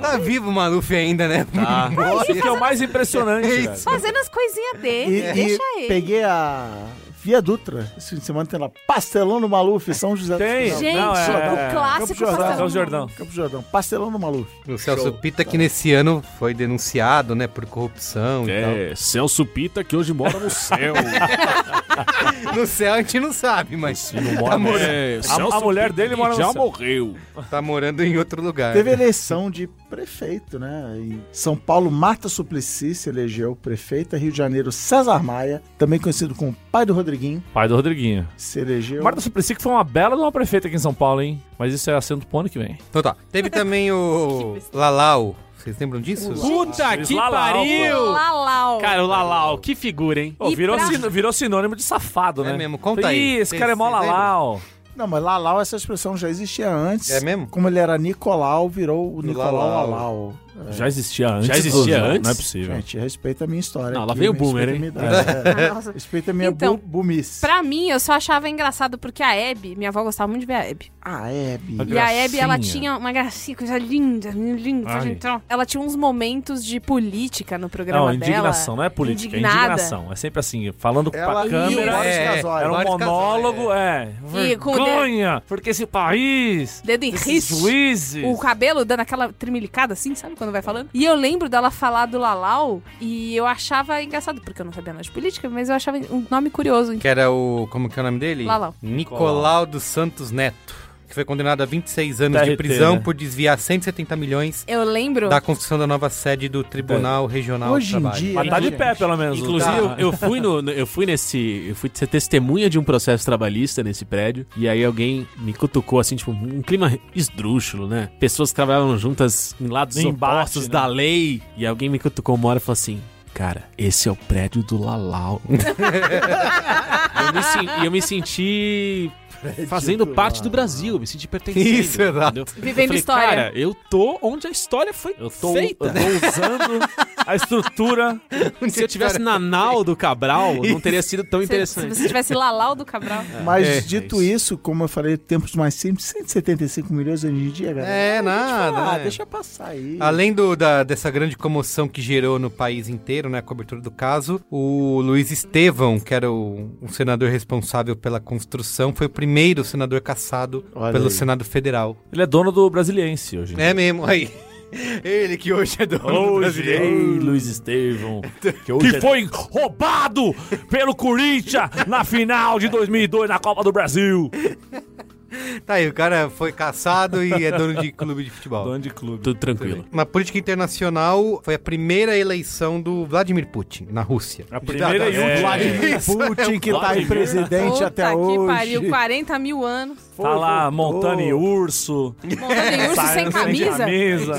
Speaker 2: Tá vivo o Maluf ainda, né?
Speaker 3: Isso que é o mais impressionante.
Speaker 2: É
Speaker 3: velho.
Speaker 2: isso.
Speaker 1: Fazendo as coisinhas dele.
Speaker 4: E, e
Speaker 1: deixa ele.
Speaker 4: peguei a Via Dutra. Esse fim de semana tem lá Pastelão do Maluf, São José
Speaker 3: Tem.
Speaker 4: dos Campos.
Speaker 1: Gente,
Speaker 3: Não, é-
Speaker 1: o clássico
Speaker 4: Campos Jordão.
Speaker 1: pastelão.
Speaker 3: Celso Jordão.
Speaker 4: Campo Jordão. Pastelão do Maluf.
Speaker 2: O Celso Pita, que nesse ano foi denunciado, né, por corrupção e
Speaker 5: É, Celso Pita que hoje mora no céu.
Speaker 2: tal. No céu a gente não sabe, mas
Speaker 3: Não mora mesmo.
Speaker 5: É,
Speaker 3: A- a mulher dele mora no
Speaker 5: já
Speaker 3: céu.
Speaker 5: morreu.
Speaker 2: tá morando em outro lugar.
Speaker 4: Teve eleição de prefeito, né? Em São Paulo, Marta Suplicy se elegeu prefeita. Rio de Janeiro, César Maia, também conhecido como pai do Rodriguinho,
Speaker 3: Pai do Rodriguinho.
Speaker 4: se elegeu.
Speaker 3: Marta Suplicy que foi uma bela de uma prefeita aqui em São Paulo, hein? Mas isso é assunto pro ano que vem.
Speaker 2: Então tá. Teve também o Lalau. Vocês lembram disso?
Speaker 5: Puta
Speaker 3: Luiz
Speaker 5: que
Speaker 3: Lalau,
Speaker 5: pariu!
Speaker 1: Lalau.
Speaker 5: Cara, o Lalau, que figura, hein?
Speaker 3: Pô,
Speaker 1: E
Speaker 3: virou,
Speaker 1: pra-
Speaker 3: sino- virou sinônimo de safado,
Speaker 2: É
Speaker 3: né?
Speaker 2: mesmo, conta aí.
Speaker 3: Ih, esse
Speaker 2: Vocês-
Speaker 3: cara é mó
Speaker 2: vocês lembram?
Speaker 3: lalau.
Speaker 4: Não, mas Lalau, essa expressão já existia antes.
Speaker 2: É mesmo?
Speaker 4: Como ele era Nicolau, virou o Nicolau
Speaker 2: Lalau.
Speaker 4: Lalau.
Speaker 2: É.
Speaker 3: Já existia antes.
Speaker 5: Já existia
Speaker 3: Não,
Speaker 5: antes?
Speaker 3: Não é possível.
Speaker 4: Gente, respeita a minha história.
Speaker 5: Não, lá
Speaker 4: aqui,
Speaker 5: veio o
Speaker 4: respeita
Speaker 5: boomer,
Speaker 4: a
Speaker 5: hein?
Speaker 4: minha idade, é.
Speaker 1: Ah, nossa.
Speaker 4: Respeita a minha
Speaker 1: Então,
Speaker 4: bu bumice.
Speaker 1: Pra mim, eu só achava engraçado porque a Abby, minha avó gostava muito de ver a Abby.
Speaker 4: Ah, é, Bi.
Speaker 3: Uma
Speaker 1: E a Abby, ela
Speaker 3: gracinha.
Speaker 1: tinha uma gracinha, coisa linda, linda,
Speaker 3: Ai.
Speaker 1: gentão. Ela tinha uns momentos de política no programa
Speaker 3: Não,
Speaker 1: dela.
Speaker 3: indignação, não é política,
Speaker 1: indignada.
Speaker 3: é indignação. É sempre assim, falando
Speaker 4: Ela
Speaker 3: pra
Speaker 4: e
Speaker 3: câmera.
Speaker 4: o
Speaker 2: né?
Speaker 4: Boris
Speaker 3: é,
Speaker 4: Casoy.
Speaker 3: era um
Speaker 2: Boris Casoy,
Speaker 3: monólogo, é.
Speaker 1: E com o dedo-
Speaker 3: Vergonha! Porque esse país.
Speaker 1: Dedo em
Speaker 3: esses
Speaker 1: risco.
Speaker 3: juízes.
Speaker 1: O cabelo dando aquela trimilicada assim, sabe? Quando vai falando. E eu lembro dela falar do Lalau e eu achava engraçado, porque eu não sabia nada de política, mas eu achava um nome curioso.
Speaker 2: Que era o. Como que é o nome dele?
Speaker 1: Lalau.
Speaker 2: Nicolau dos Santos Neto. Que foi condenado a 26 anos
Speaker 3: TRT,
Speaker 2: de prisão
Speaker 3: né?
Speaker 2: por desviar 170 milhões
Speaker 1: Eu lembro.
Speaker 2: da construção da nova sede do Tribunal Regional
Speaker 4: Hoje
Speaker 2: do
Speaker 4: em
Speaker 2: Trabalho.
Speaker 4: dia- né,
Speaker 3: Mas tá de pé, pelo menos.
Speaker 5: Inclusive,
Speaker 3: tá?
Speaker 5: eu, eu fui no, no- eu fui nesse, eu fui ser testemunha de um processo trabalhista nesse prédio e aí alguém me cutucou assim, tipo, um clima esdrúxulo, né? Pessoas que trabalhavam juntas em lados
Speaker 3: No embate,
Speaker 5: opostos
Speaker 3: né?
Speaker 5: da lei e alguém me cutucou uma hora e falou assim: Cara, esse é o prédio do Lalau. eu me sen- e eu me senti fazendo parte do Brasil, eu me senti pertencendo.
Speaker 2: Isso, exato.
Speaker 5: entendeu? Eu
Speaker 1: Vivendo
Speaker 5: falei,
Speaker 1: história.
Speaker 5: Cara, eu tô onde a história foi
Speaker 3: Eu tô, eu
Speaker 5: feita.
Speaker 3: tô usando a estrutura.
Speaker 5: Se eu tivesse na nau do Cabral, não teria sido tão
Speaker 1: se, se
Speaker 5: interessante.
Speaker 1: você tivesse Lalau do Cabral.
Speaker 4: Mas
Speaker 2: É,
Speaker 4: dito isso, como eu falei, tempos mais simples, 175 milhões hoje em dia, galera.
Speaker 2: É,
Speaker 4: Ah,
Speaker 2: nada. né?
Speaker 4: deixa passar aí.
Speaker 2: Além do- da- dessa grande comoção que gerou no país inteiro, né, a cobertura do caso, o Luiz Estevão, que era o, o senador responsável pela construção, foi o primeiro senador caçado
Speaker 4: Olha
Speaker 2: pelo
Speaker 4: aí.
Speaker 2: Senado Federal.
Speaker 3: Ele é dono do Brasiliense hoje.
Speaker 2: É mesmo, aí. Ele que hoje é dono do
Speaker 3: Hoje,
Speaker 2: brasileiro.
Speaker 3: ei, Luiz Estevão, que, é foi roubado pelo Corinthians na final de 2002 na Copa do Brasil.
Speaker 2: Tá aí, o cara foi caçado e é dono de clube de futebol.
Speaker 3: Dono de clube.
Speaker 5: Tudo tranquilo.
Speaker 2: Na política internacional, foi a primeira eleição do Vladimir Putin na Rússia.
Speaker 3: A primeira e
Speaker 5: É.
Speaker 3: última.
Speaker 4: Vladimir Putin, que tá aí
Speaker 5: Vladimir.
Speaker 4: presidente
Speaker 1: Puta
Speaker 4: até
Speaker 1: que
Speaker 4: hoje.
Speaker 1: pariu, 40 mil anos.
Speaker 3: Tá lá montando em urso,
Speaker 1: Montando em urso sem
Speaker 3: saindo
Speaker 1: camisa.
Speaker 3: camisa,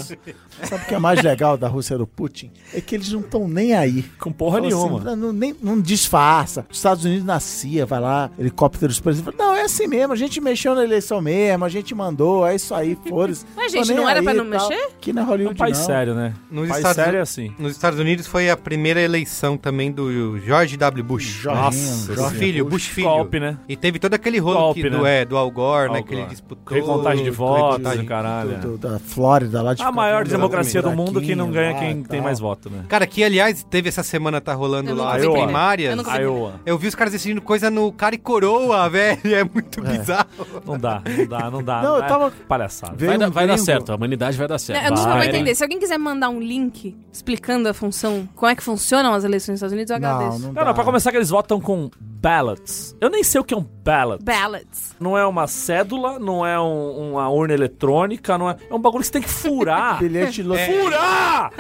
Speaker 4: Sabe o que é mais legal da Rússia do Putin? É que eles não estão nem aí.
Speaker 3: com porra
Speaker 4: Fala assim,
Speaker 3: nenhuma.
Speaker 4: não, nem, não disfarça. Os Estados Unidos nascia, vai lá, helicópteros presidentes. Não, é assim mesmo, a gente mexeu na eleição mesmo, a gente mandou, é isso aí, foda-se.
Speaker 1: Mas,
Speaker 4: Tô
Speaker 1: gente,
Speaker 4: nem
Speaker 1: não era
Speaker 4: aí
Speaker 1: pra
Speaker 4: e
Speaker 1: não
Speaker 4: tal.
Speaker 1: mexer?
Speaker 4: Aqui na
Speaker 3: É um
Speaker 4: Hollywood,
Speaker 3: país
Speaker 4: não.
Speaker 3: sério, né?
Speaker 2: Nos
Speaker 3: País
Speaker 2: Estados-
Speaker 3: sério é assim.
Speaker 2: Nos Estados Unidos foi a primeira eleição também do George W. Bush.
Speaker 4: Jorginho,
Speaker 2: Nossa,
Speaker 4: Jorginho
Speaker 2: filho, Bush, filho.
Speaker 3: Golpe, né?
Speaker 2: E teve todo aquele rolo
Speaker 3: Golpe,
Speaker 2: que do,
Speaker 3: né?
Speaker 2: é, do Al Gore, né?
Speaker 3: Al
Speaker 2: Que ele
Speaker 3: Gore.
Speaker 2: disputou.
Speaker 3: Recontagem de votos,
Speaker 2: recontagem.
Speaker 3: o caralho.
Speaker 4: Tá
Speaker 3: né?
Speaker 4: Do- do- da Flórida, lá de
Speaker 3: A maior
Speaker 4: ficando
Speaker 3: democracia do
Speaker 4: andando
Speaker 3: mundo, quem não
Speaker 4: buraquinho
Speaker 3: ganha é
Speaker 4: lá
Speaker 3: quem
Speaker 4: e
Speaker 3: tem
Speaker 4: tal.
Speaker 3: mais voto, né?
Speaker 2: Cara, que aliás, teve essa semana, tá rolando
Speaker 1: Eu
Speaker 2: lá
Speaker 1: nunca
Speaker 2: as
Speaker 3: vi primeiro.
Speaker 2: primárias.
Speaker 1: Eu nunca vi.
Speaker 3: Iowa.
Speaker 2: Eu vi os caras decidindo coisa no cara e coroa, velho. É muito bizarro.
Speaker 3: Não dá, não dá, não dá.
Speaker 4: Não, eu
Speaker 3: é
Speaker 4: tava-
Speaker 3: Palhaçada.
Speaker 4: Veio
Speaker 5: Vai, dar-
Speaker 4: um
Speaker 5: vai dar
Speaker 4: gringo.
Speaker 5: certo, a humanidade vai dar certo.
Speaker 1: Né, Eu nunca vou
Speaker 3: Vai.
Speaker 1: entender. Se alguém quiser mandar um link explicando a função, como é que funcionam as eleições nos Estados Unidos, eu agradeço.
Speaker 4: Não, não,
Speaker 3: Não,
Speaker 4: dá.
Speaker 3: não, pra começar que eles votam com ballots. Eu nem sei o que é um ballot.
Speaker 1: Ballots.
Speaker 3: Não é uma cédula, não é um- uma urna eletrônica, não é. É um bagulho que você tem que furar.
Speaker 4: Bilhete de loteria.
Speaker 3: É. furar!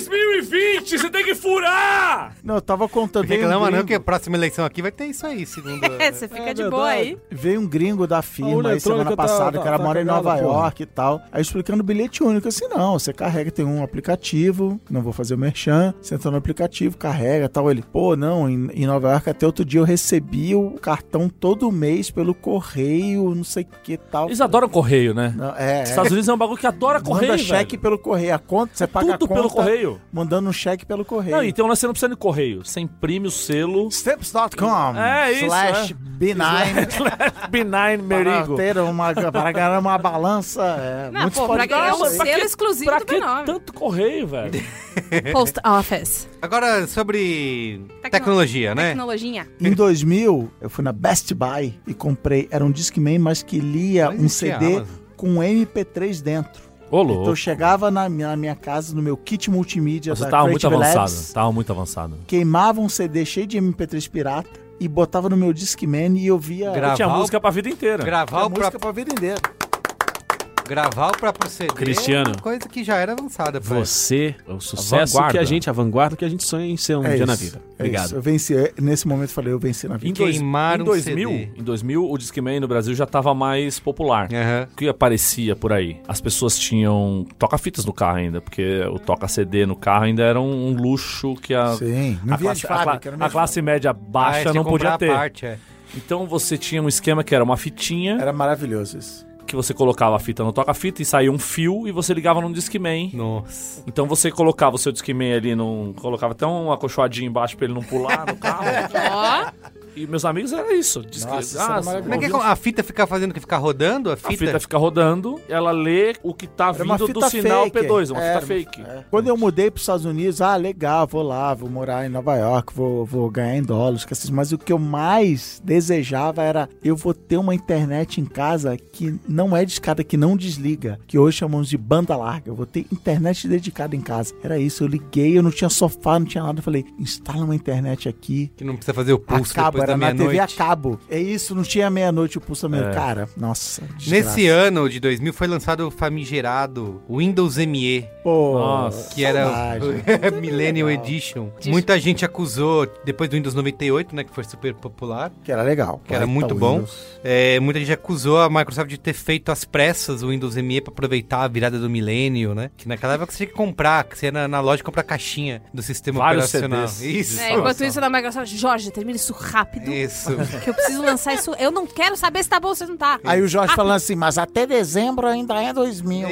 Speaker 3: 2020, você tem que furar!
Speaker 4: Não, eu tava contando. veio um
Speaker 2: Reclama não,
Speaker 4: gringo-
Speaker 3: é
Speaker 2: que a próxima eleição aqui vai ter isso aí, segundo. né?
Speaker 1: É, você fica de
Speaker 5: verdade.
Speaker 1: boa aí.
Speaker 4: Veio um gringo
Speaker 5: A
Speaker 4: da
Speaker 5: urna
Speaker 4: firma aí semana
Speaker 5: eletrônica tá-
Speaker 4: passada,
Speaker 5: tá-
Speaker 4: que ela
Speaker 5: tá
Speaker 4: mora em
Speaker 5: cagada,
Speaker 4: Nova
Speaker 5: porra.
Speaker 4: York e tal. Aí explicando o bilhete único. Assim, não, você carrega, tem um aplicativo, não vou fazer o merchan. Você entra no aplicativo, carrega e tal. Ele, pô, não, em, em Nova York até outro dia eu recebi o cartão todo mês pelo correio, não sei o que e tal.
Speaker 3: Eles adoram correio, né?
Speaker 4: Não, é, é.
Speaker 3: Estados Unidos é um bagulho que adora correio.
Speaker 4: Manda cheque
Speaker 3: velho.
Speaker 4: pelo correio. A conta, você paga a
Speaker 3: Tudo
Speaker 4: conta
Speaker 3: pelo correio.
Speaker 4: mandando um cheque pelo correio.
Speaker 3: Não, então você não precisa de correio. Você imprime o selo.
Speaker 4: Stamps.com
Speaker 3: É isso,
Speaker 4: slash
Speaker 3: é.
Speaker 4: benign
Speaker 3: Benign
Speaker 4: para
Speaker 3: Merigo.
Speaker 4: ter uma, para ganhar uma balança. É,
Speaker 1: Não,
Speaker 4: muitos
Speaker 1: pô, pra
Speaker 4: podcasts
Speaker 1: ganhar um
Speaker 4: aí.
Speaker 3: Pra
Speaker 1: selo
Speaker 3: que-
Speaker 1: exclusivo
Speaker 3: Pra
Speaker 1: do
Speaker 3: que
Speaker 1: B9.
Speaker 3: tanto correio, velho?
Speaker 1: Post Office.
Speaker 2: Agora sobre
Speaker 1: Tecno-
Speaker 2: tecnologia, né?
Speaker 1: Tecnologia.
Speaker 4: Em 2000, eu fui na Best Buy e comprei. Era um Discman, mas que lia
Speaker 2: Não
Speaker 4: um
Speaker 2: existia
Speaker 4: CD
Speaker 2: Amazon.
Speaker 4: com um MP3 dentro.
Speaker 3: Ô,
Speaker 4: Então eu
Speaker 3: é louco.
Speaker 4: chegava na minha, na minha casa, no meu kit multimídia
Speaker 3: Você
Speaker 4: da
Speaker 3: tava muito
Speaker 4: Creative Labs,
Speaker 3: avançado. Tava muito avançado.
Speaker 4: queimava um CD cheio de MP3 pirata e botava no meu Discman e eu via
Speaker 2: Gravar
Speaker 3: Tinha
Speaker 2: o-
Speaker 3: música pra vida inteira.
Speaker 2: Gravar
Speaker 4: a
Speaker 2: o
Speaker 4: música
Speaker 2: próprio
Speaker 4: pra vender.
Speaker 2: Gravar o próprio CD
Speaker 3: Cristiano.
Speaker 2: é uma coisa que já era avançada. pra época.
Speaker 3: Você é o sucesso
Speaker 5: é Vanguarda.
Speaker 3: que a gente, a vanguarda que a gente sonha em ser um
Speaker 4: É
Speaker 3: dia
Speaker 4: isso,
Speaker 3: na vida.
Speaker 4: é isso.
Speaker 3: Obrigado.
Speaker 4: Eu venci. é, Nesse momento eu falei, eu venci na
Speaker 3: Em
Speaker 4: vida.
Speaker 3: dois-
Speaker 2: Queimar
Speaker 3: em
Speaker 2: um
Speaker 3: 2000,
Speaker 2: CD.
Speaker 3: em 2000 o Discman no Brasil já estava mais popular.
Speaker 2: Aham.
Speaker 3: O que aparecia por aí? As pessoas tinham toca-fitas no carro ainda, porque o toca-CD no carro ainda era um, um luxo que a,
Speaker 4: Sim, não
Speaker 3: a
Speaker 4: via de
Speaker 3: classe, a cla-
Speaker 4: fábrica. era
Speaker 3: a
Speaker 4: mesmo.
Speaker 3: classe média
Speaker 2: Ah, é,
Speaker 3: baixa
Speaker 2: tinha
Speaker 3: não
Speaker 2: que comprar
Speaker 3: podia
Speaker 2: a
Speaker 3: ter.
Speaker 2: parte, é.
Speaker 3: Então você tinha um esquema que era uma fitinha,
Speaker 4: Era maravilhoso isso.
Speaker 3: que você colocava a fita no toca-fita e saía um fio e você ligava num Discman.
Speaker 2: Nossa.
Speaker 3: Então você colocava o seu Discman ali, num, colocava até um acolchoadinho embaixo pra ele não pular no carro.
Speaker 1: Ó, né,
Speaker 3: e meus amigos era isso. Discman.
Speaker 4: Nossa, isso era maravilhoso.
Speaker 2: Como é que é que a fita fica fazendo o que? Ficar rodando? A fita?
Speaker 3: A fita fica rodando, ela lê o que tá
Speaker 4: Era
Speaker 3: vindo
Speaker 4: uma
Speaker 3: do
Speaker 4: fita
Speaker 3: sinal
Speaker 4: fake.
Speaker 3: P2, uma
Speaker 4: Era
Speaker 3: fita fake.
Speaker 4: É. Quando eu mudei para os Estados Unidos, ah, legal, vou lá, vou morar em Nova York, vou, vou ganhar em dólares, cacete. mas o que eu mais desejava era eu vou ter uma internet em casa que não é discada, que não desliga, que hoje chamamos de banda larga. Eu vou ter internet dedicada em casa. Era isso, eu liguei, eu não tinha sofá, não tinha nada. Eu falei, instala uma internet aqui.
Speaker 2: Que não precisa fazer o
Speaker 4: A
Speaker 2: pulso
Speaker 4: cabo,
Speaker 2: depois da
Speaker 4: era na TV a
Speaker 2: meia-noite. É.
Speaker 4: cabo. É isso, não tinha meia-noite o pulso meio. Cara, nossa.
Speaker 2: Nesse
Speaker 4: desgraça.
Speaker 2: ano de 2000 foi lançado o famigerado Windows ME,
Speaker 4: Pô,
Speaker 3: Nossa.
Speaker 2: que era
Speaker 4: saudade.
Speaker 2: o Millennium Edition. Muita gente acusou, depois do Windows 98, né, que foi super popular,
Speaker 4: Que era legal.
Speaker 2: que era
Speaker 4: Baita
Speaker 2: muito bom.
Speaker 4: Windows.
Speaker 2: É, muita gente acusou a Microsoft de ter feito às pressas o Windows ME pra aproveitar a virada do milênio, né? Que naquela época você tinha que comprar, que você ia na, na loja e comprar a caixinha do sistema
Speaker 3: Vários
Speaker 2: operacional.
Speaker 3: CDs.
Speaker 2: Isso.
Speaker 1: é, enquanto isso, na Microsoft, Jorge, termina isso rápido.
Speaker 2: Isso.
Speaker 1: Que eu preciso lançar isso. Eu não quero saber se tá bom ou se não tá.
Speaker 4: Aí o Jorge falando assim, mas até dezembro ainda é 2000.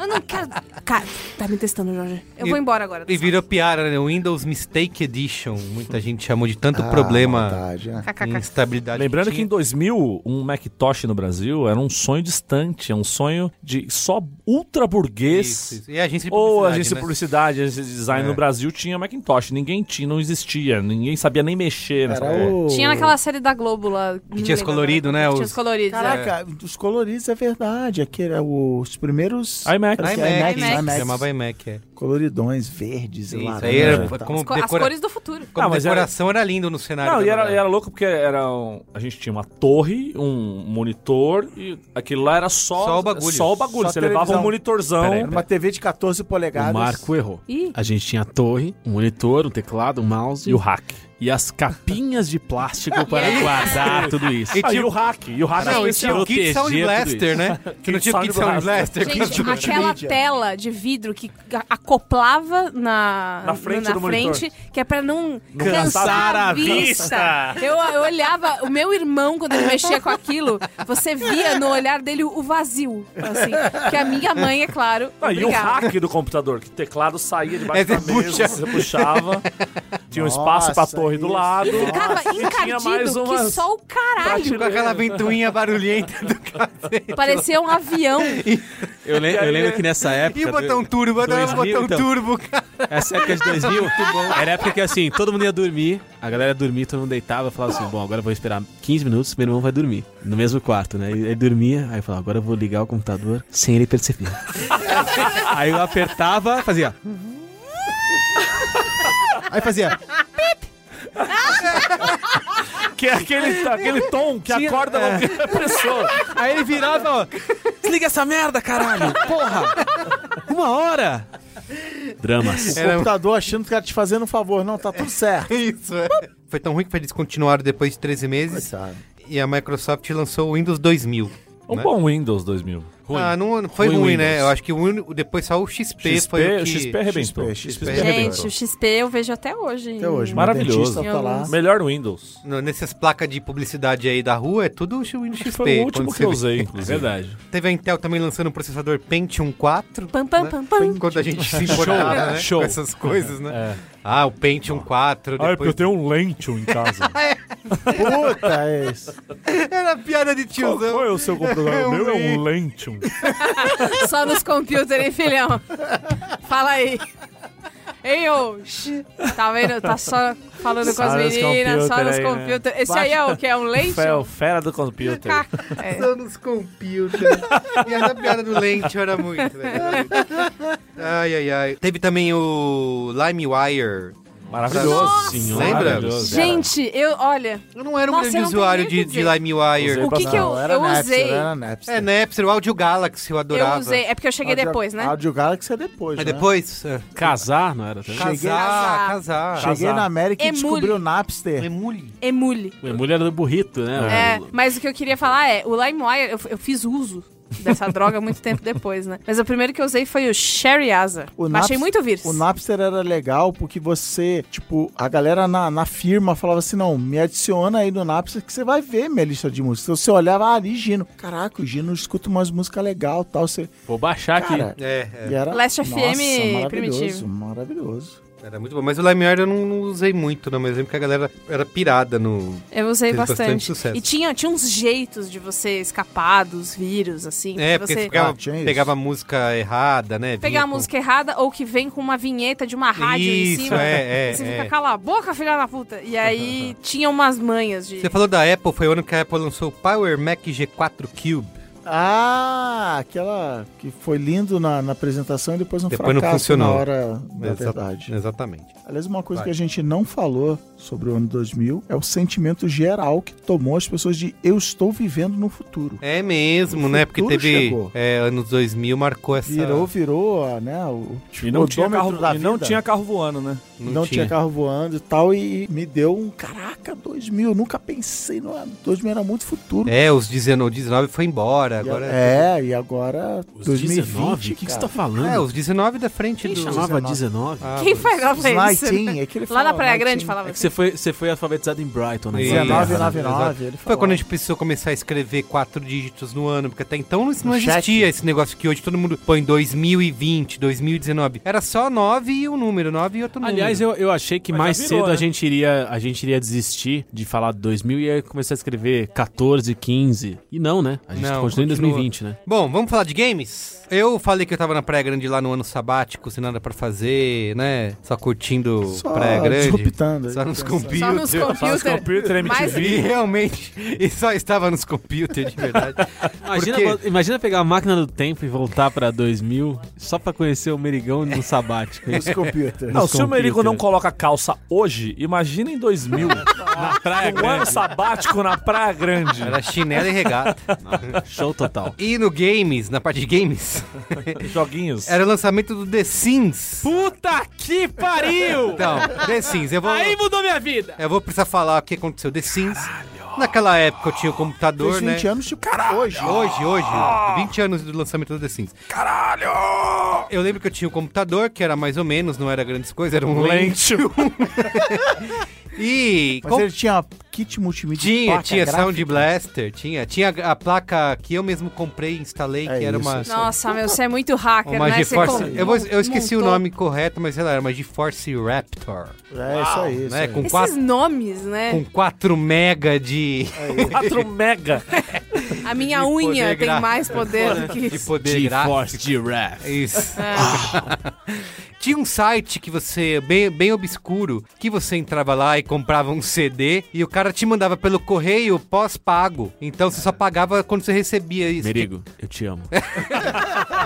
Speaker 1: Eu não quero. Cara, tá me testando, Jorge. Eu
Speaker 2: E-
Speaker 1: vou embora agora.
Speaker 2: E virou piada, né? Windows Mistake Edition. Muita gente chamou de tanto
Speaker 4: Ah,
Speaker 2: problema
Speaker 4: maldade, né?
Speaker 2: em
Speaker 1: KKK.
Speaker 2: instabilidade.
Speaker 3: Lembrando que
Speaker 2: tinha.
Speaker 3: em 2000, um Macintosh no Brasil era um sonho distante, é um sonho de só ultra burguês.
Speaker 2: Isso, isso. E a agência de
Speaker 3: Ou a
Speaker 2: publicidade,
Speaker 3: agência de
Speaker 2: né?
Speaker 3: publicidade, a agência de design
Speaker 2: É.
Speaker 3: no Brasil tinha Macintosh. Ninguém tinha, não existia. Ninguém sabia nem mexer nessa
Speaker 4: Era
Speaker 3: porra.
Speaker 4: o...
Speaker 1: Tinha naquela série da Globo lá. não
Speaker 2: tinha os
Speaker 1: lembro
Speaker 2: colorido,
Speaker 1: agora.
Speaker 2: né,
Speaker 1: Que Tinha
Speaker 2: os-
Speaker 1: os coloridos. é.
Speaker 4: Caraca, os coloridos é verdade. Aquele é os primeiros...
Speaker 3: iMac.
Speaker 4: Parece que é
Speaker 1: iMac.
Speaker 2: iMac, iMac. né? chamava iMac, é.
Speaker 4: Coloridões, verdes e
Speaker 2: Isso,
Speaker 4: laranjas.
Speaker 2: aí era
Speaker 4: e tal.
Speaker 2: como
Speaker 1: As, co- as
Speaker 2: decora-
Speaker 1: cores do futuro.
Speaker 2: Como
Speaker 3: Ah, mas era-
Speaker 2: decoração era... lindo no cenário.
Speaker 3: Não,
Speaker 2: da
Speaker 3: e era,
Speaker 2: novela.
Speaker 3: era louco porque era um- a gente tinha uma torre, um monitor e aquilo lá era só,
Speaker 2: Só o bagulho.
Speaker 3: Só o bagulho.
Speaker 4: Só
Speaker 3: Você
Speaker 4: a
Speaker 3: levava um
Speaker 4: televisão.
Speaker 3: monitorzão.
Speaker 4: Era uma TV de 14
Speaker 5: O
Speaker 4: polegadas.
Speaker 5: Marco errou.
Speaker 1: Ih,
Speaker 3: A gente tinha
Speaker 5: A torre, um monitor, um teclado, um mouse
Speaker 3: e o hack.
Speaker 5: e as capinhas de plástico para
Speaker 1: Yeah.
Speaker 5: guardar tudo isso.
Speaker 2: E
Speaker 3: Ah,
Speaker 2: tinha
Speaker 3: e o hack. E o hack
Speaker 2: Não, e
Speaker 3: era
Speaker 2: tinha o Kid
Speaker 5: proteger
Speaker 2: Sound
Speaker 5: tudo
Speaker 2: Blaster, né? Você não
Speaker 3: Kid
Speaker 2: tinha o Kid
Speaker 3: Sound
Speaker 2: Sound
Speaker 3: Blaster.
Speaker 2: Blaster.
Speaker 1: gente,
Speaker 2: quando-
Speaker 1: aquela
Speaker 4: multimídia.
Speaker 1: tela de vidro que a- acoplava na,
Speaker 3: Na frente do monitor.
Speaker 1: frente, que é pra não
Speaker 5: cansar
Speaker 1: cansar
Speaker 5: a
Speaker 1: a vista. Eu, eu olhava, o meu irmão, quando ele mexia com aquilo, você via no olhar dele o vazio. Assim, que a minha mãe, é claro.
Speaker 3: Ah, e o
Speaker 1: obrigava.
Speaker 3: hack do computador, que o teclado saía debaixo
Speaker 2: É,
Speaker 3: da
Speaker 2: você
Speaker 3: mesa,
Speaker 2: puxa.
Speaker 3: você puxava, tinha um
Speaker 4: Nossa,
Speaker 3: espaço pra torre do
Speaker 4: isso.
Speaker 3: lado.
Speaker 1: E ficava
Speaker 3: e tinha mais
Speaker 1: encardido, que
Speaker 3: umas
Speaker 1: só o caralho.
Speaker 2: Com aquela ventoinha barulhenta. do-
Speaker 1: Parecia um avião.
Speaker 5: Eu, le- eu lembro que nessa época.
Speaker 2: E o botão turbo? Adorava o
Speaker 5: 2000,
Speaker 2: botão
Speaker 5: então.
Speaker 2: turbo, cara.
Speaker 5: Essa época de 2000, era a época que assim, todo mundo ia dormir, a galera ia dormir, todo mundo deitava, falava assim, bom, agora eu vou esperar 15 minutos, meu irmão vai dormir. No mesmo quarto, né? E Ele dormia, aí eu falava, agora eu vou ligar o computador sem ele perceber. aí eu apertava, fazia. Aí fazia.
Speaker 3: Que é aquele, aquele tom que
Speaker 5: Tinha-
Speaker 3: acorda
Speaker 5: é.
Speaker 3: qualquer pessoa.
Speaker 5: Aí ele virava, ó. Desliga essa merda, caralho! Porra! Uma hora! Dramas.
Speaker 2: um
Speaker 4: O computador achando que era te fazendo um favor. Não, tá tudo certo.
Speaker 2: Isso, é. Foi tão ruim que eles continuaram depois de 13 meses.
Speaker 4: Coitado.
Speaker 2: E a Microsoft lançou o Windows 2000.
Speaker 3: Um
Speaker 2: né?
Speaker 3: bom Windows 2000.
Speaker 2: Ah, não, não foi
Speaker 5: Ruim
Speaker 2: ruim, né?
Speaker 5: Windows.
Speaker 2: Eu acho que o único- depois só o XP, foi o
Speaker 3: o
Speaker 2: que...
Speaker 3: XP arrebentou.
Speaker 4: XP, XP.
Speaker 1: Gente, o XP eu vejo até hoje.
Speaker 4: Até hoje.
Speaker 3: Maravilhoso.
Speaker 4: Meu dentista tá lá.
Speaker 3: Melhor Windows.
Speaker 2: No- Nessas placas de publicidade aí da rua, é tudo o Windows XP.
Speaker 3: Foi o
Speaker 2: quando
Speaker 3: último que
Speaker 2: você
Speaker 3: eu
Speaker 2: vê.
Speaker 3: usei, inclusive.
Speaker 5: Verdade.
Speaker 2: Teve a Intel também lançando um processador Pentium 4.
Speaker 1: Pam, pam, pam, pam.
Speaker 2: Quando a gente se importava, né?
Speaker 5: show.
Speaker 2: Com essas coisas, né? Ah, o Pentium 4.
Speaker 3: É. Ah, é porque eu
Speaker 2: Depois...
Speaker 3: tenho um Lentium em casa.
Speaker 4: Puta, é isso.
Speaker 2: Era piada de
Speaker 3: Qual, qual
Speaker 2: tiozão.
Speaker 3: é o seu computador? O meu é um Lentium.
Speaker 1: Só nos computers, hein, filhão? Fala aí. Ei, ô. shh. Tá vendo? Tá só falando com
Speaker 3: Só
Speaker 1: as
Speaker 3: nos
Speaker 1: meninas, só
Speaker 3: computer
Speaker 1: nos
Speaker 3: aí, né?
Speaker 1: computers. Esse aí é o que? É um leite?
Speaker 3: Fe- o fera do computer.
Speaker 1: Ca- É.
Speaker 2: Anos computer. E essa piada do lente era muito, velho. Ai, ai, ai. Teve também o LimeWire.
Speaker 3: Maravilhoso, sim.
Speaker 2: Lembra?
Speaker 3: Maravilhoso.
Speaker 1: Gente, eu, olha,
Speaker 2: Eu não era um
Speaker 1: Nossa, eu
Speaker 2: grande
Speaker 1: não tenho
Speaker 2: usuário
Speaker 1: nem
Speaker 2: de,
Speaker 1: o que
Speaker 2: de
Speaker 1: dizer.
Speaker 2: LimeWire.
Speaker 1: o que que eu, eu usei?
Speaker 4: Era Napster.
Speaker 2: É, Napster, o Audio Galaxy eu adorava.
Speaker 1: Eu usei, é porque eu cheguei depois, né?
Speaker 4: Audio Galaxy é depois,
Speaker 2: Mas
Speaker 4: né?
Speaker 2: depois... é.
Speaker 5: Casar, não era? também?
Speaker 2: Casar, casar.
Speaker 4: Cheguei na América e
Speaker 1: Emule.
Speaker 4: descobri o Napster.
Speaker 2: Emule.
Speaker 1: Emule.
Speaker 5: O Emulho era do burrito, né?
Speaker 1: É,
Speaker 5: O-
Speaker 1: mas o que eu queria falar é, o LimeWire, eu, eu fiz uso dessa droga muito tempo depois, né? Mas o primeiro que eu usei foi o Sherry Asa.
Speaker 4: O
Speaker 1: Baixei
Speaker 4: Napster-
Speaker 1: muito vírus.
Speaker 4: O Napster era legal porque você, tipo, a galera na, na firma falava assim: não, me adiciona aí no Napster que você vai ver minha lista de músicas. Então você olhava ah, ali, Gino. Caraca, o Gino escuta umas músicas legal tal. Você,
Speaker 5: Vou baixar aqui.
Speaker 4: cara,
Speaker 2: É,
Speaker 4: e era.
Speaker 1: Last
Speaker 4: nossa,
Speaker 1: FM
Speaker 4: maravilhoso,
Speaker 1: primitivo.
Speaker 4: Maravilhoso.
Speaker 2: é, era muito bom. Mas o LimeWire eu não, não usei muito, não. Mas lembro que a galera era pirada no...
Speaker 1: Eu usei
Speaker 2: Fez bastante
Speaker 1: bastante.
Speaker 2: sucesso.
Speaker 1: e tinha, tinha uns jeitos de você escapar dos vírus, assim.
Speaker 2: É,
Speaker 1: que
Speaker 2: porque você
Speaker 1: você
Speaker 2: pegava,
Speaker 4: Ah, tinha isso.
Speaker 2: pegava a música errada, né?
Speaker 1: pegar a música errada ou que vem com uma vinheta de uma rádio
Speaker 2: Isso,
Speaker 1: em cima.
Speaker 2: é, é,
Speaker 1: você
Speaker 2: é.
Speaker 1: fica, cala a boca, filha da puta. E aí tinha umas manhas de.
Speaker 2: Você falou da Apple, foi o ano que a Apple lançou o Power Mac G4 Cube.
Speaker 4: Ah, aquela que foi lindo na, na apresentação e depois não
Speaker 2: Depois não
Speaker 4: na
Speaker 2: funcionou.
Speaker 4: hora da
Speaker 2: Exa-
Speaker 4: É verdade.
Speaker 2: Exatamente.
Speaker 4: Aliás, uma coisa
Speaker 2: Vai.
Speaker 4: que a gente não falou sobre o ano 2000 é o sentimento geral que tomou as pessoas de eu estou vivendo no futuro.
Speaker 2: É mesmo,
Speaker 4: O
Speaker 2: né? Porque
Speaker 4: futuro
Speaker 2: teve
Speaker 4: chegou.
Speaker 2: é, anos 2000, marcou essa...
Speaker 4: Virou, virou, ah, né? O,
Speaker 3: E não,
Speaker 4: o
Speaker 3: tinha
Speaker 4: odômetro
Speaker 3: carro,
Speaker 4: da
Speaker 3: e não
Speaker 4: vida.
Speaker 3: tinha carro voando, né?
Speaker 4: Não, tinha. carro voando e tal, e me deu um caraca, 2000, nunca pensei no ano. 2000 era muito futuro.
Speaker 2: É, os 19, 19 foi embora,
Speaker 4: E
Speaker 2: agora...
Speaker 4: a- é, e agora
Speaker 5: Os
Speaker 4: 2020,
Speaker 5: 19? O que, que você tá
Speaker 4: cara.
Speaker 5: falando?
Speaker 2: É, os 19 da frente
Speaker 5: Quem
Speaker 2: do...
Speaker 5: chamava 19?
Speaker 2: Ah,
Speaker 1: Quem
Speaker 2: mas-
Speaker 1: foi agora
Speaker 4: Os
Speaker 1: pra isso?
Speaker 4: 19, é que ele
Speaker 1: Lá
Speaker 4: fala
Speaker 1: na Praia Grande
Speaker 4: 19,
Speaker 1: falava assim,
Speaker 5: É que você foi, você foi alfabetizado em Brighton, né?
Speaker 2: Isso.
Speaker 4: 1999, ele
Speaker 2: Foi
Speaker 4: falava.
Speaker 2: quando a gente precisou começar a escrever quatro dígitos no ano, porque até então isso não
Speaker 4: No
Speaker 2: existia
Speaker 4: cheque.
Speaker 2: esse negócio que hoje todo mundo põe 2020, 2019. Era só nove e um número, nove e outro número.
Speaker 5: Aliás, eu, eu achei que
Speaker 3: Mas
Speaker 5: mais
Speaker 3: já virou,
Speaker 5: cedo a,
Speaker 3: né?
Speaker 5: gente iria, a gente iria desistir de falar de 2000 e ia começar a escrever 14, 15. E não, né? A gente
Speaker 2: Não,
Speaker 5: continua em
Speaker 2: continua.
Speaker 5: 2020, né?
Speaker 2: Bom, vamos falar de games? Eu falei que eu tava na Praia Grande lá no ano sabático, sem nada pra fazer, né? Só curtindo
Speaker 4: Só
Speaker 2: Praia Grande.
Speaker 4: disruptando,
Speaker 2: Só nos um.
Speaker 4: pensando.
Speaker 2: computers.
Speaker 1: Só nos
Speaker 3: Computer,
Speaker 1: computer.
Speaker 3: computer
Speaker 2: E
Speaker 3: MTV.
Speaker 2: realmente, e só estava nos computers, de verdade.
Speaker 5: Imagina,
Speaker 2: Porque-
Speaker 5: vo- imagina pegar a máquina do tempo e voltar pra 2000 só pra conhecer o Merigão no sabático. hein?
Speaker 4: Os computers.
Speaker 3: Não, se o Merigo
Speaker 5: computers.
Speaker 3: não coloca calça hoje, imagina em 2000.
Speaker 5: na praia
Speaker 3: um ano
Speaker 5: grande.
Speaker 3: sabático na Praia Grande.
Speaker 2: Era chinelo e regata.
Speaker 5: Show total.
Speaker 2: E no games, na parte de games,
Speaker 3: Joguinhos.
Speaker 2: era o lançamento do The Sims.
Speaker 5: Puta que pariu!
Speaker 2: Então, The Sims, eu vou...
Speaker 5: Aí mudou minha vida!
Speaker 2: Eu vou precisar falar o que aconteceu. The Sims. Naquela época eu tinha o computador,
Speaker 4: Fez
Speaker 2: né?
Speaker 4: 20 anos, tipo, hoje.
Speaker 2: Hoje, hoje,
Speaker 5: Ah.
Speaker 2: 20 anos do lançamento do The Sims. Caralho! Eu lembro que eu tinha o computador, que era mais ou menos, não era grandes coisas, era um
Speaker 4: Tipo,
Speaker 2: lente. e
Speaker 4: Mas
Speaker 2: com-
Speaker 4: ele tinha kit multimídia. de
Speaker 2: tinha,
Speaker 4: placa
Speaker 2: tinha
Speaker 4: gráfica.
Speaker 2: Sound Blaster, tinha, tinha a a placa que eu mesmo comprei, instalei,
Speaker 4: É
Speaker 2: que era
Speaker 4: isso,
Speaker 2: uma
Speaker 4: isso.
Speaker 1: Nossa, meu, você é muito hacker,
Speaker 2: uma
Speaker 1: né? Você
Speaker 2: GeForce,
Speaker 1: com-
Speaker 2: eu, vou- eu esqueci o
Speaker 1: montou.
Speaker 2: nome correto, mas sei lá, era uma GeForce Raptor,
Speaker 4: É, isso aí. Isso
Speaker 2: né,
Speaker 4: aí.
Speaker 2: com
Speaker 1: Esses
Speaker 2: 4
Speaker 1: nomes, né?
Speaker 2: com 4 mega de
Speaker 3: 4 mega.
Speaker 1: A minha
Speaker 2: de poder
Speaker 1: unha tem
Speaker 2: gráfico.
Speaker 1: mais poder do que
Speaker 2: de
Speaker 1: isso.
Speaker 2: poder gráfico.
Speaker 5: GeForce Giraffe.
Speaker 2: Isso.
Speaker 1: É.
Speaker 2: Ah. Tinha um site que você, bem, bem obscuro, que você entrava lá e comprava um CD e o cara te mandava pelo correio pós-pago. Então você só pagava quando você recebia isso. Tipo,
Speaker 5: Merigo, eu te amo.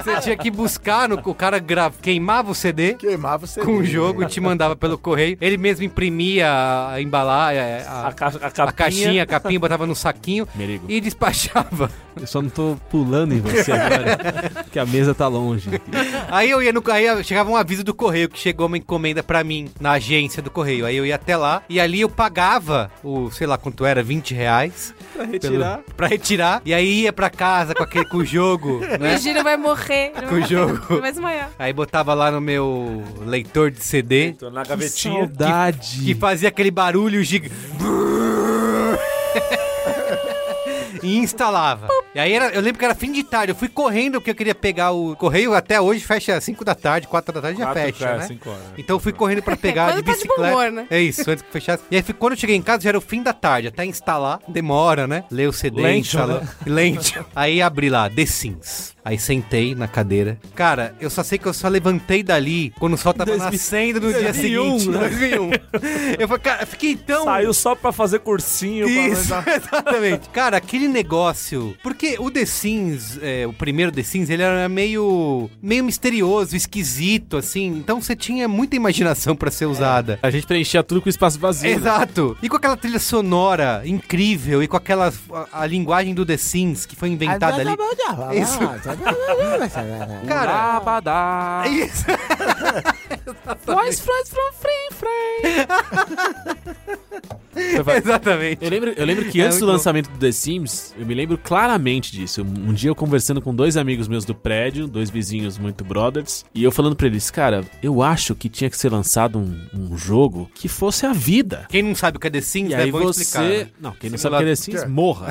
Speaker 2: Você tinha que buscar, no, o cara gra- queimava o CD.
Speaker 4: Queimava você.
Speaker 2: Com o jogo e te mandava pelo correio. Ele mesmo imprimia a, a embalagem, a,
Speaker 3: A, ca a
Speaker 2: a
Speaker 3: capinha.
Speaker 2: caixinha, a capinha, botava no saquinho
Speaker 5: Merigo,
Speaker 2: e despachava.
Speaker 5: eu só não tô pulando em você agora, porque a mesa tá longe.
Speaker 2: Aí eu ia no aí eu- chegava um aviso do correio que chegou uma encomenda pra mim na agência do correio. Aí eu ia até lá e ali eu pagava o, sei lá quanto era, 20 reais
Speaker 5: Pra
Speaker 2: pelo, pra retirar. E aí ia pra casa com aquele com o jogo,
Speaker 1: O
Speaker 2: né?
Speaker 1: Giro vai morrer. ele
Speaker 2: Com o
Speaker 1: vai-
Speaker 2: jogo.
Speaker 1: ele Vai desmaiar.
Speaker 2: Aí botava lá no meu leitor de CD
Speaker 3: Tô Na
Speaker 5: Que
Speaker 3: gavetinha.
Speaker 5: saudade.
Speaker 2: que fazia aquele barulho gigante. E instalava. E aí era- eu lembro que era fim de tarde. Eu fui correndo porque eu queria pegar o correio. Até hoje fecha às 5 da tarde, 4 da tarde já
Speaker 3: Quatro,
Speaker 2: fecha,
Speaker 3: cara,
Speaker 2: né?
Speaker 3: cinco horas.
Speaker 2: Então eu fui correndo pra pegar
Speaker 1: Quando
Speaker 2: de
Speaker 1: tá de bom
Speaker 2: bicicleta.
Speaker 1: humor, né?
Speaker 2: É isso, antes que fechasse. E aí fui- quando eu cheguei em casa já era o fim da tarde, até instalar, demora, né? Ler o CD,
Speaker 3: Lente, né?
Speaker 2: instalar. Lente. Aí abri lá, The Sims. Aí sentei na cadeira. Cara, eu só sei que eu só levantei dali quando o sol tava nascendo no dia
Speaker 5: 2001,
Speaker 2: seguinte.
Speaker 5: né?
Speaker 2: 2001. Eu falei, cara, eu fiquei tão.
Speaker 3: Saiu só pra fazer cursinho. pra
Speaker 2: Isso, exatamente. Cara, aquele negócio. Porque Porque o The Sims, é, o primeiro The Sims, ele era meio, meio misterioso, esquisito, assim. Então você tinha muita imaginação pra
Speaker 5: É.
Speaker 2: ser usada.
Speaker 5: A gente preenchia tudo com espaço vazio. né?
Speaker 2: Exato. E com aquela trilha sonora incrível e com aquela a, a linguagem do The Sims que foi inventada ali. Isso. Cara,
Speaker 5: Abadá.
Speaker 2: é isso.
Speaker 1: Voice Friends from Free Frame.
Speaker 2: Exatamente.
Speaker 5: Eu lembro, eu lembro que
Speaker 2: É
Speaker 5: antes do
Speaker 2: muito bom.
Speaker 5: lançamento do The Sims, eu me lembro claramente disso. Um dia eu conversando com dois amigos meus do prédio, dois vizinhos muito brothers, e eu falando pra eles, cara, eu acho que tinha que ser lançado um, um jogo que fosse a vida.
Speaker 2: Quem não sabe o que é The Sims,
Speaker 5: E
Speaker 2: né?
Speaker 5: aí
Speaker 2: Vou
Speaker 5: você...
Speaker 2: explicar.
Speaker 5: Não, quem não sabe
Speaker 2: Simula-
Speaker 5: o que é The Sims, morra.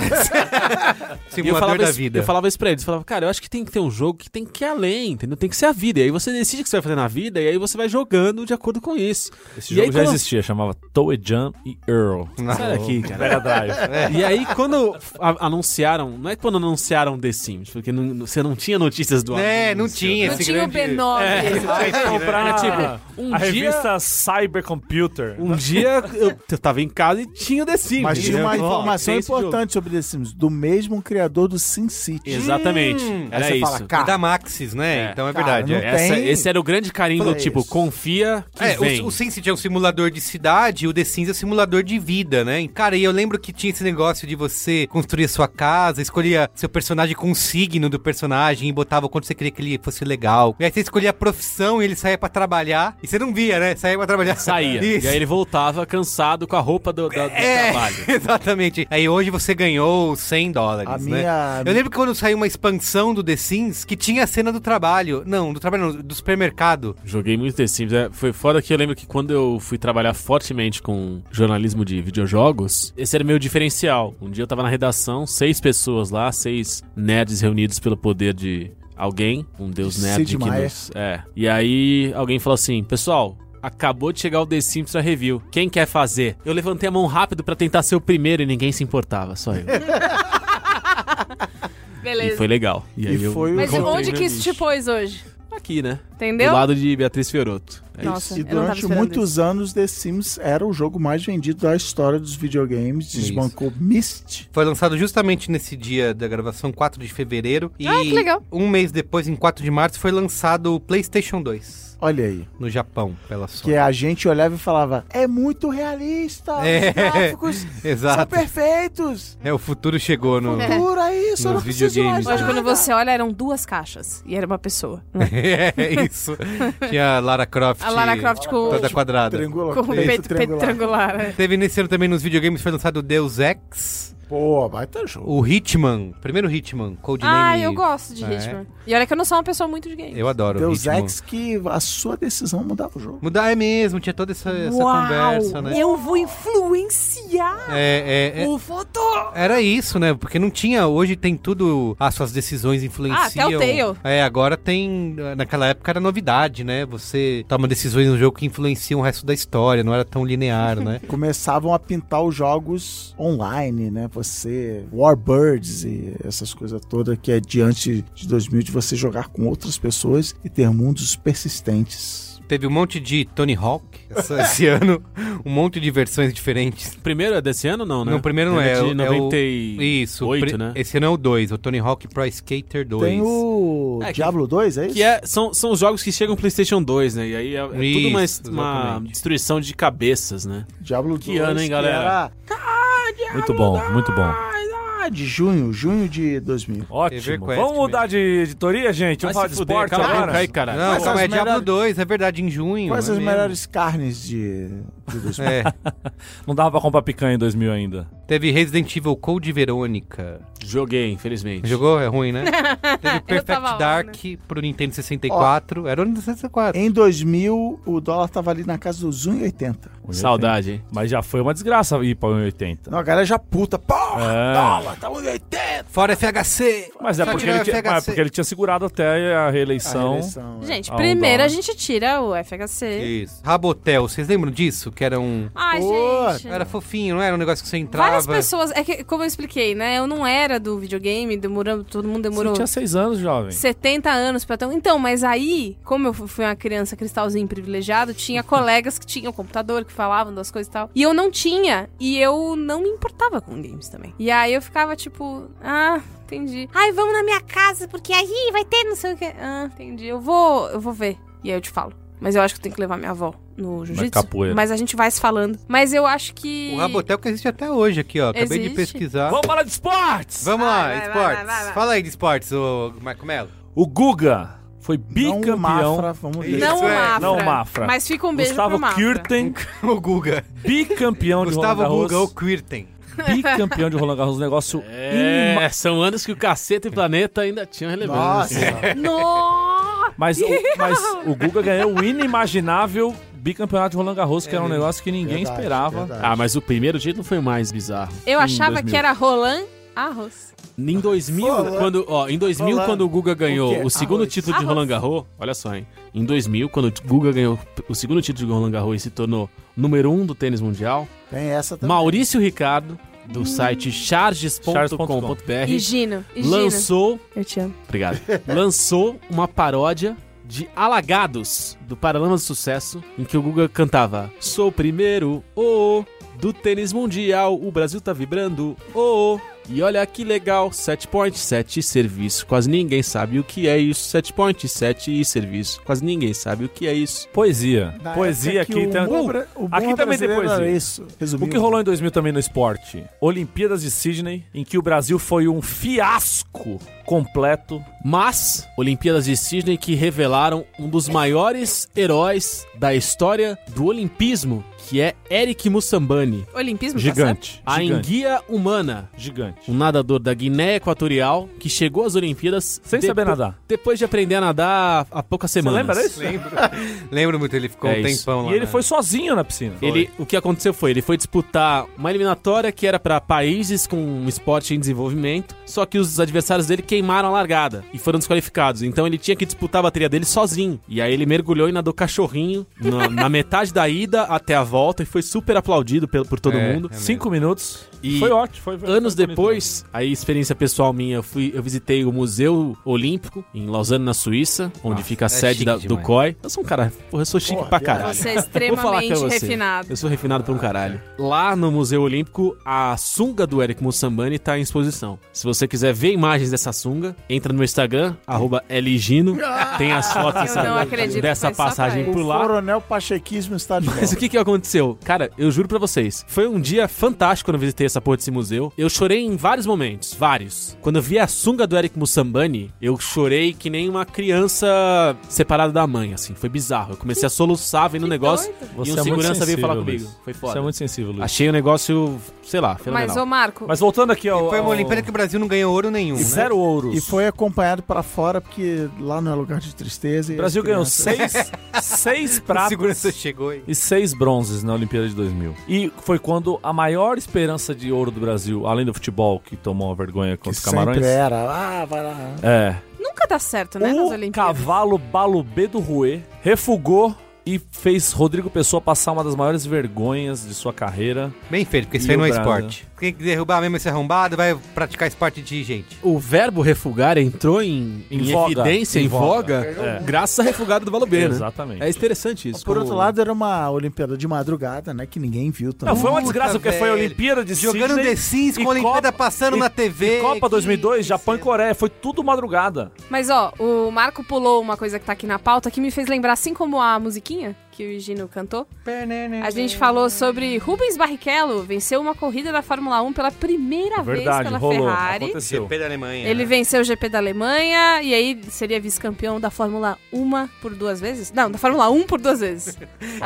Speaker 5: E eu
Speaker 2: Simulador
Speaker 5: falava,
Speaker 2: da
Speaker 5: isso,
Speaker 2: vida.
Speaker 5: eu falava isso pra eles. Eu falava, cara, eu acho que tem que ter um jogo que tem que ir além, entendeu? Tem que ser a vida. E aí você decide o que você vai fazer na vida, e aí você vai jogando de acordo com isso.
Speaker 3: Esse
Speaker 5: E
Speaker 3: jogo
Speaker 5: aí
Speaker 3: já
Speaker 5: quando-
Speaker 3: existia, chamava Toe Jam e Earl.
Speaker 5: Sai daqui, cara.
Speaker 3: é Mega Drive.
Speaker 5: E aí, quando a- anunciaram, não é quando anunciaram The Sims, porque não- não- você não tinha notícias do
Speaker 2: É, não
Speaker 5: anúncio,
Speaker 2: tinha
Speaker 1: Não
Speaker 2: esse
Speaker 1: tinha
Speaker 2: grande...
Speaker 1: o B9.
Speaker 3: comprar
Speaker 5: É tipo, um
Speaker 3: a
Speaker 5: dia-
Speaker 3: revista Cybercomputer.
Speaker 5: Um dia eu, eu tava em casa e tinha o The Sims.
Speaker 4: Mas tinha uma
Speaker 5: entendeu? Ó,
Speaker 4: informação
Speaker 5: tem esse
Speaker 4: importante sobre The Sims, do mesmo criador do Sin City.
Speaker 5: jogo. Exatamente.
Speaker 4: Aí
Speaker 5: era
Speaker 4: você
Speaker 5: isso.
Speaker 4: fala,
Speaker 2: E
Speaker 4: cara,
Speaker 2: É da Maxis, né?
Speaker 5: É.
Speaker 2: então é
Speaker 4: Cara,
Speaker 2: verdade.
Speaker 4: não
Speaker 2: é.
Speaker 5: Essa-
Speaker 4: tem-
Speaker 5: esse era o grande carinho do
Speaker 4: Fala
Speaker 5: tipo,
Speaker 4: isso.
Speaker 5: confia que
Speaker 2: É,
Speaker 5: vem.
Speaker 2: o, o SimCity é um simulador de cidade e o The Sims é um simulador de vida, né? E, Cara, e eu lembro que tinha esse negócio de você construir a sua casa, escolhia seu personagem com o signo do personagem e botava o quanto você queria que ele fosse legal. E aí você escolhia a profissão e ele saía pra trabalhar. E você não via, né? Saía pra trabalhar.
Speaker 5: Saía.
Speaker 2: Isso.
Speaker 5: E aí ele voltava cansado com a roupa do, da- do
Speaker 2: É,
Speaker 5: trabalho.
Speaker 2: exatamente. Aí hoje você ganhou 100 dólares,
Speaker 4: A
Speaker 2: né?
Speaker 4: minha-
Speaker 2: Eu lembro que quando saiu uma expansão do The Sims que tinha a cena do trabalho. Não, do trabalho não, do supermercado.
Speaker 5: Joguei muito The Sims. é, Foi foda que eu lembro que quando eu fui trabalhar fortemente com jornalismo de videojogos, esse era meu diferencial. Um dia eu tava na redação, seis pessoas lá, seis nerds reunidos pelo poder de alguém, um deus
Speaker 4: Sid
Speaker 5: nerd que
Speaker 4: Meier.
Speaker 5: nos... É. E aí alguém falou assim, pessoal... Acabou de chegar o The Sims pra review. Quem quer fazer? Eu levantei a mão rápido pra tentar ser o primeiro e ninguém se importava, só eu. e
Speaker 1: Beleza.
Speaker 5: foi legal. E, aí
Speaker 4: E
Speaker 5: eu
Speaker 4: foi o-
Speaker 1: Mas
Speaker 5: encontrei
Speaker 2: É
Speaker 1: onde
Speaker 5: meu
Speaker 1: que isso te
Speaker 5: nicho.
Speaker 1: pôs hoje?
Speaker 5: Aqui, né?
Speaker 1: Entendeu?
Speaker 5: Do lado de Beatriz Fiorotto. É isso.
Speaker 1: Nossa,
Speaker 4: E
Speaker 1: eu não tava
Speaker 4: durante
Speaker 1: esperando
Speaker 4: muitos
Speaker 1: isso.
Speaker 4: anos, The Sims era o jogo mais vendido da história dos videogames.
Speaker 2: É
Speaker 4: Desbancou Myst.
Speaker 2: Foi lançado justamente nesse dia da gravação, 4 de fevereiro. E
Speaker 1: Ah, que legal.
Speaker 2: um mês depois, em 4 de março, foi lançado o PlayStation 2
Speaker 4: Olha aí.
Speaker 2: no Japão, pela Sony.
Speaker 4: Que a gente olhava e falava: é muito realista.
Speaker 2: É.
Speaker 4: Os gráficos são
Speaker 2: Exato.
Speaker 4: perfeitos.
Speaker 2: É, o futuro chegou no...
Speaker 4: Pura isso, eu não
Speaker 2: Nos
Speaker 4: preciso
Speaker 2: videogames,
Speaker 4: mais.
Speaker 2: né?
Speaker 1: Hoje,
Speaker 4: nada."
Speaker 1: quando você olha, eram duas caixas e era uma pessoa. né?
Speaker 2: é, isso. Tinha a Lara Croft.
Speaker 1: A Lara Croft com,
Speaker 2: Toda quadrada.
Speaker 4: Triangular,
Speaker 1: com o peito, peito
Speaker 4: É. triangular.
Speaker 1: triangular. é.
Speaker 2: Teve nesse ano também nos videogames, foi lançado o Deus Ex,
Speaker 4: Pô, vai ter jogo.
Speaker 2: o Hitman, primeiro Hitman, Codename...
Speaker 1: Ah, eu gosto de
Speaker 2: É.
Speaker 1: Hitman. E olha que eu não sou uma pessoa muito de game.
Speaker 2: Eu adoro
Speaker 4: Deus
Speaker 2: Hitman.
Speaker 4: Ex que a sua decisão mudava o jogo.
Speaker 2: Mudar é mesmo, tinha toda essa, essa conversa, né?
Speaker 1: eu vou influenciar
Speaker 2: É, é, é-
Speaker 1: o fotógrafo.
Speaker 2: era isso, né? Porque não tinha. Hoje tem tudo. As suas decisões influenciam.
Speaker 1: Ah, Telltale.
Speaker 2: É, agora tem. Naquela época era novidade, né? Você toma decisões no jogo que influenciam o resto da história, não era tão linear, né?
Speaker 4: Começavam a pintar os jogos online, né? Você, Warbirds e essas coisas todas que é diante de 2000 de você jogar com outras pessoas e ter mundos persistentes.
Speaker 2: Teve um monte de Tony Hawk essa- esse ano, um monte de versões diferentes.
Speaker 5: O primeiro é desse ano, não, né?
Speaker 2: Não, o primeiro não
Speaker 5: Ele
Speaker 2: é,
Speaker 5: De
Speaker 2: é o-
Speaker 5: 98,
Speaker 2: Isso, o pri-
Speaker 5: né?
Speaker 2: Esse ano é o 2, o Tony Hawk Pro Skater 2.
Speaker 4: Tem o
Speaker 5: É, que-
Speaker 4: Diablo 2, é isso?
Speaker 5: Que é, são, são os jogos que chegam no PlayStation 2, né? E aí é, é tudo uma,
Speaker 2: Isso,
Speaker 5: uma
Speaker 2: exatamente.
Speaker 5: destruição de cabeças, né?
Speaker 4: Diablo 2.
Speaker 5: Que ano, hein,
Speaker 4: que
Speaker 5: galera?
Speaker 4: era-
Speaker 3: Muito bom, muito bom.
Speaker 4: Ah, de junho, junho de 2000.
Speaker 2: Teve
Speaker 3: Ótimo.
Speaker 2: quest
Speaker 3: Vamos mudar de editoria, gente?
Speaker 1: um
Speaker 3: Vamos falar
Speaker 5: Vai
Speaker 3: de
Speaker 5: se fuder,
Speaker 3: esporte
Speaker 5: cala a boca
Speaker 3: agora?
Speaker 5: aí, cara.
Speaker 2: Não,
Speaker 4: Quais são
Speaker 2: calma, é
Speaker 4: as
Speaker 2: Diablo
Speaker 4: melhores-
Speaker 2: 2, é verdade, em junho.
Speaker 4: Quais
Speaker 2: é
Speaker 4: as
Speaker 2: mesmo.
Speaker 4: melhores carnes de, de 2000?
Speaker 2: É.
Speaker 3: Não dava pra comprar picanha em 2000 ainda.
Speaker 2: Teve Resident Evil Code Verônica.
Speaker 5: Joguei, infelizmente.
Speaker 2: Jogou? É ruim, né? Teve
Speaker 1: tava
Speaker 2: Perfect
Speaker 1: lá, né?
Speaker 2: Dark pro Nintendo 64. Era o Nintendo 64.
Speaker 4: Em 2000, o dólar tava ali na casa dos 1,80.
Speaker 5: Saudade, hein?
Speaker 3: Mas já foi uma desgraça ir pra 1,80.
Speaker 4: Não, a galera já puta. Porra,
Speaker 3: É.
Speaker 4: dólar, tá
Speaker 1: É.
Speaker 4: 1,80.
Speaker 2: Fora FHC!
Speaker 3: Mas é
Speaker 2: Só que
Speaker 3: porque,
Speaker 2: não
Speaker 3: ele tinha,
Speaker 2: FHC.
Speaker 3: mas é porque ele tinha segurado até a reeleição.
Speaker 4: A eleição, é.
Speaker 1: Gente,
Speaker 3: Ah, um
Speaker 1: primeiro
Speaker 3: dólar.
Speaker 1: a gente tira o FHC.
Speaker 2: Isso. Rabotel, vocês lembram disso? que era um.
Speaker 1: Ai,
Speaker 4: Pô,
Speaker 1: gente.
Speaker 2: Era fofinho, não era um negócio que você entrava.
Speaker 1: Várias pessoas. É que, como eu expliquei, né? Eu não era do videogame, demorando, todo mundo
Speaker 3: Você
Speaker 1: demorou.
Speaker 3: tinha seis anos, jovem.
Speaker 1: 70 anos pra ter um. Então, mas aí, como eu fu- fui uma criança cristalzinho privilegiado, tinha colegas que tinham computador, que falavam das coisas e tal. E eu não tinha. E eu não me importava com games também. E aí eu ficava tipo, ah. Entendi. Ai, vamos na minha casa, porque aí vai ter não sei o quê. Ah, entendi. Eu vou, eu vou ver. E aí eu te falo. Mas eu acho que eu tenho que levar minha avó no jiu-jitsu.
Speaker 3: capoeira.
Speaker 1: Mas a gente vai se falando. Mas eu acho que.
Speaker 2: O Rabotel que existe até hoje aqui, ó. Acabei de
Speaker 1: Existe?
Speaker 2: pesquisar.
Speaker 3: Vamos falar de esportes!
Speaker 2: Vamos lá,
Speaker 1: Vai, vai, vai, vai,
Speaker 2: esportes.
Speaker 1: vai, vai.
Speaker 2: Fala aí de esportes, ô Marco Melo.
Speaker 3: O Guga foi
Speaker 4: Não
Speaker 3: bicampeão.
Speaker 4: o Mafra, vamos ver.
Speaker 1: Não
Speaker 2: Isso
Speaker 1: o
Speaker 2: é,
Speaker 1: Mafra.
Speaker 3: não o Mafra.
Speaker 1: Mas fica um beijo
Speaker 3: Gustavo
Speaker 1: pro Mafra.
Speaker 3: Kirten,
Speaker 2: o Guga.
Speaker 3: bicampeão de
Speaker 2: Gustavo
Speaker 3: Roland
Speaker 2: Guga,
Speaker 3: Garros.
Speaker 2: o Quirten.
Speaker 3: Bicampeão de Roland Garros, um negócio inma-
Speaker 5: É, são anos que o Caceta e Planeta ainda tinham relevância.
Speaker 3: É,
Speaker 1: Nossa!
Speaker 3: Mas o, mas o Guga ganhou o inimaginável bicampeonato de Roland Garros, que era um negócio que ninguém
Speaker 4: É Verdade,
Speaker 3: esperava.
Speaker 4: verdade.
Speaker 5: Ah, mas o primeiro título foi o mais bizarro.
Speaker 1: Eu
Speaker 5: Em
Speaker 1: achava
Speaker 5: 2000.
Speaker 1: que era Roland Arroz.
Speaker 5: Em 2000,
Speaker 4: Roland.
Speaker 5: quando, ó, em 2000
Speaker 4: Roland.
Speaker 5: quando o Guga ganhou
Speaker 4: quê?
Speaker 5: o, segundo
Speaker 4: Arroz.
Speaker 5: título de
Speaker 1: Arroz.
Speaker 5: Roland Garros, olha só, hein? Em 2000, quando o Guga ganhou o segundo título de Roland Garros e se tornou número um do tênis mundial,
Speaker 4: Tem essa também. Hum.
Speaker 5: Maurício Ricardo, do site
Speaker 3: Charges.com.br,
Speaker 1: E
Speaker 5: charges.com.br,
Speaker 1: Gino. E Gino.
Speaker 5: lançou,
Speaker 1: Eu te amo.
Speaker 5: obrigado, lançou uma paródia de Alagados, do Paralamas do Sucesso, em que o Guga cantava Sou o primeiro, oh, oh, do tênis mundial, o Brasil tá vibrando, oh, oh. E olha que legal, 7.7 serviço, quase ninguém sabe o que é isso. 7.7 e serviço, quase ninguém sabe o que é isso.
Speaker 3: Poesia.
Speaker 4: Na
Speaker 3: poesia
Speaker 4: época
Speaker 3: aqui.
Speaker 4: que
Speaker 3: tem-
Speaker 4: O bom,
Speaker 3: Uh,
Speaker 4: bra- o bom
Speaker 3: aqui também tem
Speaker 4: brasileiro era
Speaker 3: poesia.
Speaker 4: isso. Resumindo.
Speaker 3: o que rolou em 2000 também no esporte? Olimpíadas de Sydney, em que o Brasil foi um fiasco completo.
Speaker 5: Tá Mas, Olimpíadas de Sydney que revelaram um dos maiores heróis da história do olimpismo, que é Eric Mussambani,
Speaker 1: Olimpismo, tá
Speaker 3: Gigante.
Speaker 5: a
Speaker 3: Gigante.
Speaker 5: enguia humana,
Speaker 3: Gigante.
Speaker 5: um nadador da Guiné Equatorial que chegou às Olimpíadas
Speaker 3: Sem
Speaker 5: depo-
Speaker 3: saber nadar.
Speaker 5: Depois de aprender a nadar há poucas semanas.
Speaker 3: lembra disso?
Speaker 2: Lembro. Lembro muito, ele ficou
Speaker 5: É
Speaker 2: um
Speaker 5: isso.
Speaker 2: tempão lá.
Speaker 3: E ele
Speaker 2: né?
Speaker 3: foi sozinho na piscina.
Speaker 5: Ele, o que aconteceu foi, ele foi disputar uma eliminatória que era pra países com um esporte em desenvolvimento, só que os adversários dele queimaram a largada e foram desqualificados. Então ele tinha que disputar a bateria dele sozinho. E aí ele mergulhou e nadou cachorrinho na, na metade da ida até a volta e foi super aplaudido pelo- por todo
Speaker 2: É,
Speaker 5: mundo.
Speaker 2: é
Speaker 3: Cinco minutos.
Speaker 5: E-
Speaker 3: Foi ótimo. foi- foi-
Speaker 5: Anos
Speaker 3: foi bonito. né?
Speaker 5: depois, aí experiência pessoal minha, eu fui, eu visitei o Museu Olímpico em Lausanne, na Suíça, onde
Speaker 2: Nossa,
Speaker 5: fica a
Speaker 2: é
Speaker 5: sede
Speaker 2: chique
Speaker 5: da- do
Speaker 2: demais.
Speaker 5: COI. Eu sou um cara, porra, eu sou chique
Speaker 4: Porra,
Speaker 5: pra
Speaker 4: viado.
Speaker 5: caralho.
Speaker 1: Você é
Speaker 5: Vou falar que é
Speaker 1: extremamente
Speaker 5: você.
Speaker 1: refinado.
Speaker 5: Eu sou refinado pra um caralho. Lá no Museu Olímpico, a sunga do Eric Mussambani tá em exposição. Se você quiser ver imagens dessa sunga, entra no meu Instagram, arroba Eligino. Tem as fotos
Speaker 1: Eu não acredito que
Speaker 5: dessa
Speaker 1: foi só
Speaker 5: passagem
Speaker 1: pra
Speaker 5: por
Speaker 4: O
Speaker 5: lá.
Speaker 4: Coronel Pachequismo está de
Speaker 5: Mas o
Speaker 4: volta.
Speaker 5: que que aconteceu? Cara, eu juro pra vocês, foi um dia fantástico quando eu visitei essa porra desse museu. Eu chorei em vários momentos, vários. Quando eu vi a sunga do Eric Mussambani, eu chorei que nem uma criança separada da mãe, assim. Foi bizarro. Eu comecei a soluçar vendo o negócio
Speaker 1: doido.
Speaker 3: Você
Speaker 5: e um
Speaker 3: é muito
Speaker 5: segurança veio
Speaker 3: sensível,
Speaker 5: falar
Speaker 3: Luiz.
Speaker 5: comigo. Foi
Speaker 3: Você
Speaker 5: foda.
Speaker 3: é muito sensível, Luiz.
Speaker 5: Achei o negócio, sei lá,
Speaker 1: Mas,
Speaker 5: fenomenal.
Speaker 1: ô Marco,
Speaker 3: Mas voltando aqui ao...
Speaker 2: Foi uma
Speaker 3: ao-
Speaker 2: Olimpíada que o Brasil não ganhou ouro nenhum, né?
Speaker 3: Zero ouros.
Speaker 4: E foi acompanhado pra fora, porque lá não é lugar de tristeza.
Speaker 3: O Brasil ganhou seis, seis
Speaker 2: O
Speaker 3: pratos
Speaker 2: segurança chegou e...
Speaker 3: e seis bronzes na Olimpíada de 2000. E foi quando a maior esperança de ouro do Brasil, além do futebol, que é. tomou a vergonha
Speaker 4: Que
Speaker 3: contra os camarões.
Speaker 4: sempre era. Ah, vai lá.
Speaker 3: É.
Speaker 1: nunca dá certo, né?
Speaker 3: O
Speaker 1: nas Olimpíadas.
Speaker 3: cavalo balubê do Rouet refugou e fez Rodrigo Pessoa passar uma das maiores vergonhas de sua carreira.
Speaker 2: Bem feito, porque isso
Speaker 3: E
Speaker 2: aí
Speaker 3: o
Speaker 2: não é
Speaker 3: Brasil?
Speaker 2: esporte. Quem que derrubar mesmo esse arrombado vai praticar esporte de gente.
Speaker 5: O verbo refugar entrou em,
Speaker 3: Em
Speaker 5: em
Speaker 3: voga.
Speaker 5: evidência, em,
Speaker 3: Em
Speaker 5: voga,
Speaker 3: É.
Speaker 5: graças à refugada do Balobê, né?
Speaker 3: Exatamente.
Speaker 5: É interessante isso.
Speaker 4: Por
Speaker 5: como-
Speaker 4: outro lado, era uma Olimpíada de madrugada, né? Que ninguém viu também.
Speaker 3: Não, foi uma
Speaker 2: Puta,
Speaker 3: desgraça, porque foi a
Speaker 2: velho.
Speaker 3: Olimpíada de
Speaker 2: Jogando
Speaker 3: Sydney
Speaker 2: The Sims
Speaker 3: e
Speaker 2: com a Olimpíada
Speaker 3: Copa-
Speaker 2: passando
Speaker 3: e-
Speaker 2: na TV.
Speaker 3: e Copa
Speaker 2: que- é.
Speaker 3: 2002, Japão e Coreia. Foi tudo madrugada.
Speaker 1: Mas, ó, o Marco pulou uma coisa que tá aqui na pauta que me fez lembrar, assim como a musiquinha que o Gino cantou, a gente falou sobre Rubens Barrichello venceu uma corrida da Fórmula 1 pela primeira vez
Speaker 3: É Verdade,
Speaker 1: pela
Speaker 3: rolou.
Speaker 1: Ferrari.
Speaker 3: Aconteceu.
Speaker 2: GP da Alemanha.
Speaker 1: Ele venceu o GP da Alemanha e aí seria vice-campeão da Fórmula 1 por duas vezes? Não, da Fórmula 1 por duas vezes.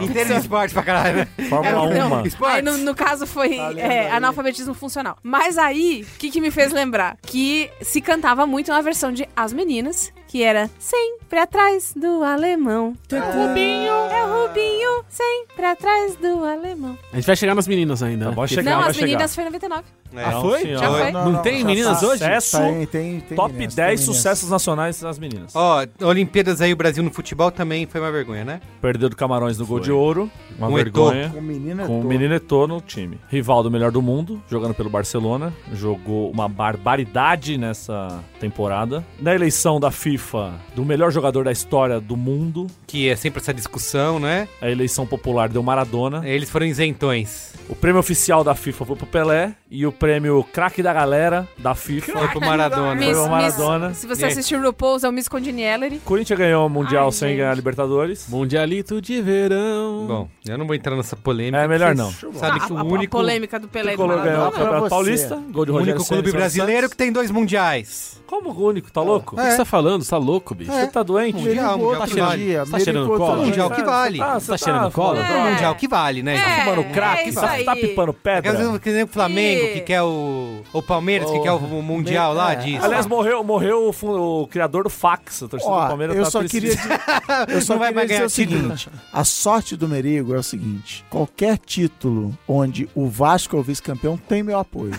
Speaker 2: Inteiro de esporte pra caralho, né?
Speaker 3: Fórmula
Speaker 1: É,
Speaker 3: 1,
Speaker 1: não.
Speaker 3: mano.
Speaker 1: Aí,
Speaker 2: Esporte.
Speaker 1: no, no caso, foi
Speaker 4: Tá lendo
Speaker 1: é,
Speaker 4: aí.
Speaker 1: analfabetismo funcional. Mas aí, o que, que me fez lembrar? Que se cantava muito uma versão de As Meninas, que era sempre atrás do alemão.
Speaker 4: Ah.
Speaker 1: Rubinho, é o Rubinho, sempre atrás do alemão.
Speaker 5: A gente vai chegar nas meninas ainda.
Speaker 3: Tá
Speaker 5: né?
Speaker 3: bom,
Speaker 5: Porque-
Speaker 3: chegar,
Speaker 1: Não,
Speaker 3: vai
Speaker 1: As
Speaker 3: chegar.
Speaker 1: Meninas foi em 99.
Speaker 2: É.
Speaker 5: Ah, foi?
Speaker 3: senhora.
Speaker 1: Já foi?
Speaker 5: Não tem meninas hoje?
Speaker 3: Sucesso.
Speaker 4: Tem, tem, tem
Speaker 3: Top
Speaker 4: meninas,
Speaker 3: 10
Speaker 4: tem meninas.
Speaker 3: sucessos nacionais das meninas.
Speaker 2: Ó, Olimpíadas aí, o Brasil no futebol também foi uma vergonha, né?
Speaker 3: Perdeu do Camarões no gol de ouro. Uma
Speaker 2: Com o
Speaker 3: vergonha.
Speaker 4: Com menina
Speaker 3: Com o
Speaker 4: toda.
Speaker 3: menino Eto'o no time. Rival do melhor do mundo, jogando pelo Barcelona. Jogou uma barbaridade nessa temporada. Na eleição da FIFA do melhor jogador da história do mundo,
Speaker 2: Que é sempre essa discussão, né?
Speaker 3: a eleição popular deu Maradona.
Speaker 2: Eles foram isentões.
Speaker 3: O prêmio oficial da FIFA foi pro Pelé. E o prêmio craque da galera da FIFA
Speaker 2: Foi pro Maradona.
Speaker 3: foi o Maradona.
Speaker 1: se você
Speaker 2: E aí?
Speaker 1: assistir RuPaul's, é o Miss Congeniality.
Speaker 3: O Corinthians ganhou o Mundial
Speaker 1: Ai,
Speaker 3: sem
Speaker 1: gente.
Speaker 3: ganhar a Libertadores.
Speaker 5: Mundialito de verão.
Speaker 2: Bom, eu não vou entrar nessa polêmica.
Speaker 3: É, melhor
Speaker 4: Tá
Speaker 3: não.
Speaker 2: Sabe que
Speaker 1: Ah, a,
Speaker 2: o
Speaker 1: a- a
Speaker 2: único,
Speaker 1: polêmica do Pelé e do
Speaker 3: Tricolor ganhou o
Speaker 1: Maradona.
Speaker 4: pra
Speaker 3: Campeonato
Speaker 4: você.
Speaker 3: Paulista. Gol de
Speaker 2: o
Speaker 3: Rogério
Speaker 2: único
Speaker 3: Ceni,
Speaker 2: clube
Speaker 3: Sérgio
Speaker 2: brasileiro que
Speaker 3: Santos.
Speaker 2: tem dois mundiais.
Speaker 3: Como o único? Tá louco?
Speaker 5: O que você tá falando? Você tá louco, bicho?
Speaker 3: Você tá doente?
Speaker 2: Mundial,
Speaker 4: Merigo
Speaker 2: mundial
Speaker 4: outro
Speaker 2: que vale.
Speaker 4: dia,
Speaker 5: Tá
Speaker 4: Merigo
Speaker 5: cheirando
Speaker 4: outro
Speaker 5: cola?
Speaker 4: dia.
Speaker 2: Mundial que vale.
Speaker 3: você tá
Speaker 5: cheirando cola?
Speaker 3: fora.
Speaker 1: É.
Speaker 2: Mundial que vale, né?
Speaker 1: É,
Speaker 3: Mano, craque,
Speaker 1: é isso
Speaker 3: tá,
Speaker 1: aí.
Speaker 3: tá pipando
Speaker 2: Às vezes
Speaker 3: pedra.
Speaker 2: que nem o
Speaker 1: E-
Speaker 2: Flamengo, que quer o. O Palmeiras, que quer o Mundial
Speaker 4: é.
Speaker 2: lá, diz.
Speaker 3: Aliás, morreu, morreu o, fun- o criador do fax. O torcedor do
Speaker 4: Ó,
Speaker 3: Palmeiras
Speaker 4: eu
Speaker 3: tá
Speaker 4: só
Speaker 3: triste.
Speaker 4: queria dizer, eu só
Speaker 2: Não vai
Speaker 4: queria dizer
Speaker 2: ganhar
Speaker 4: o seguinte, a sorte do Merigo é o seguinte, qualquer título onde o Vasco é o vice-campeão tem meu apoio.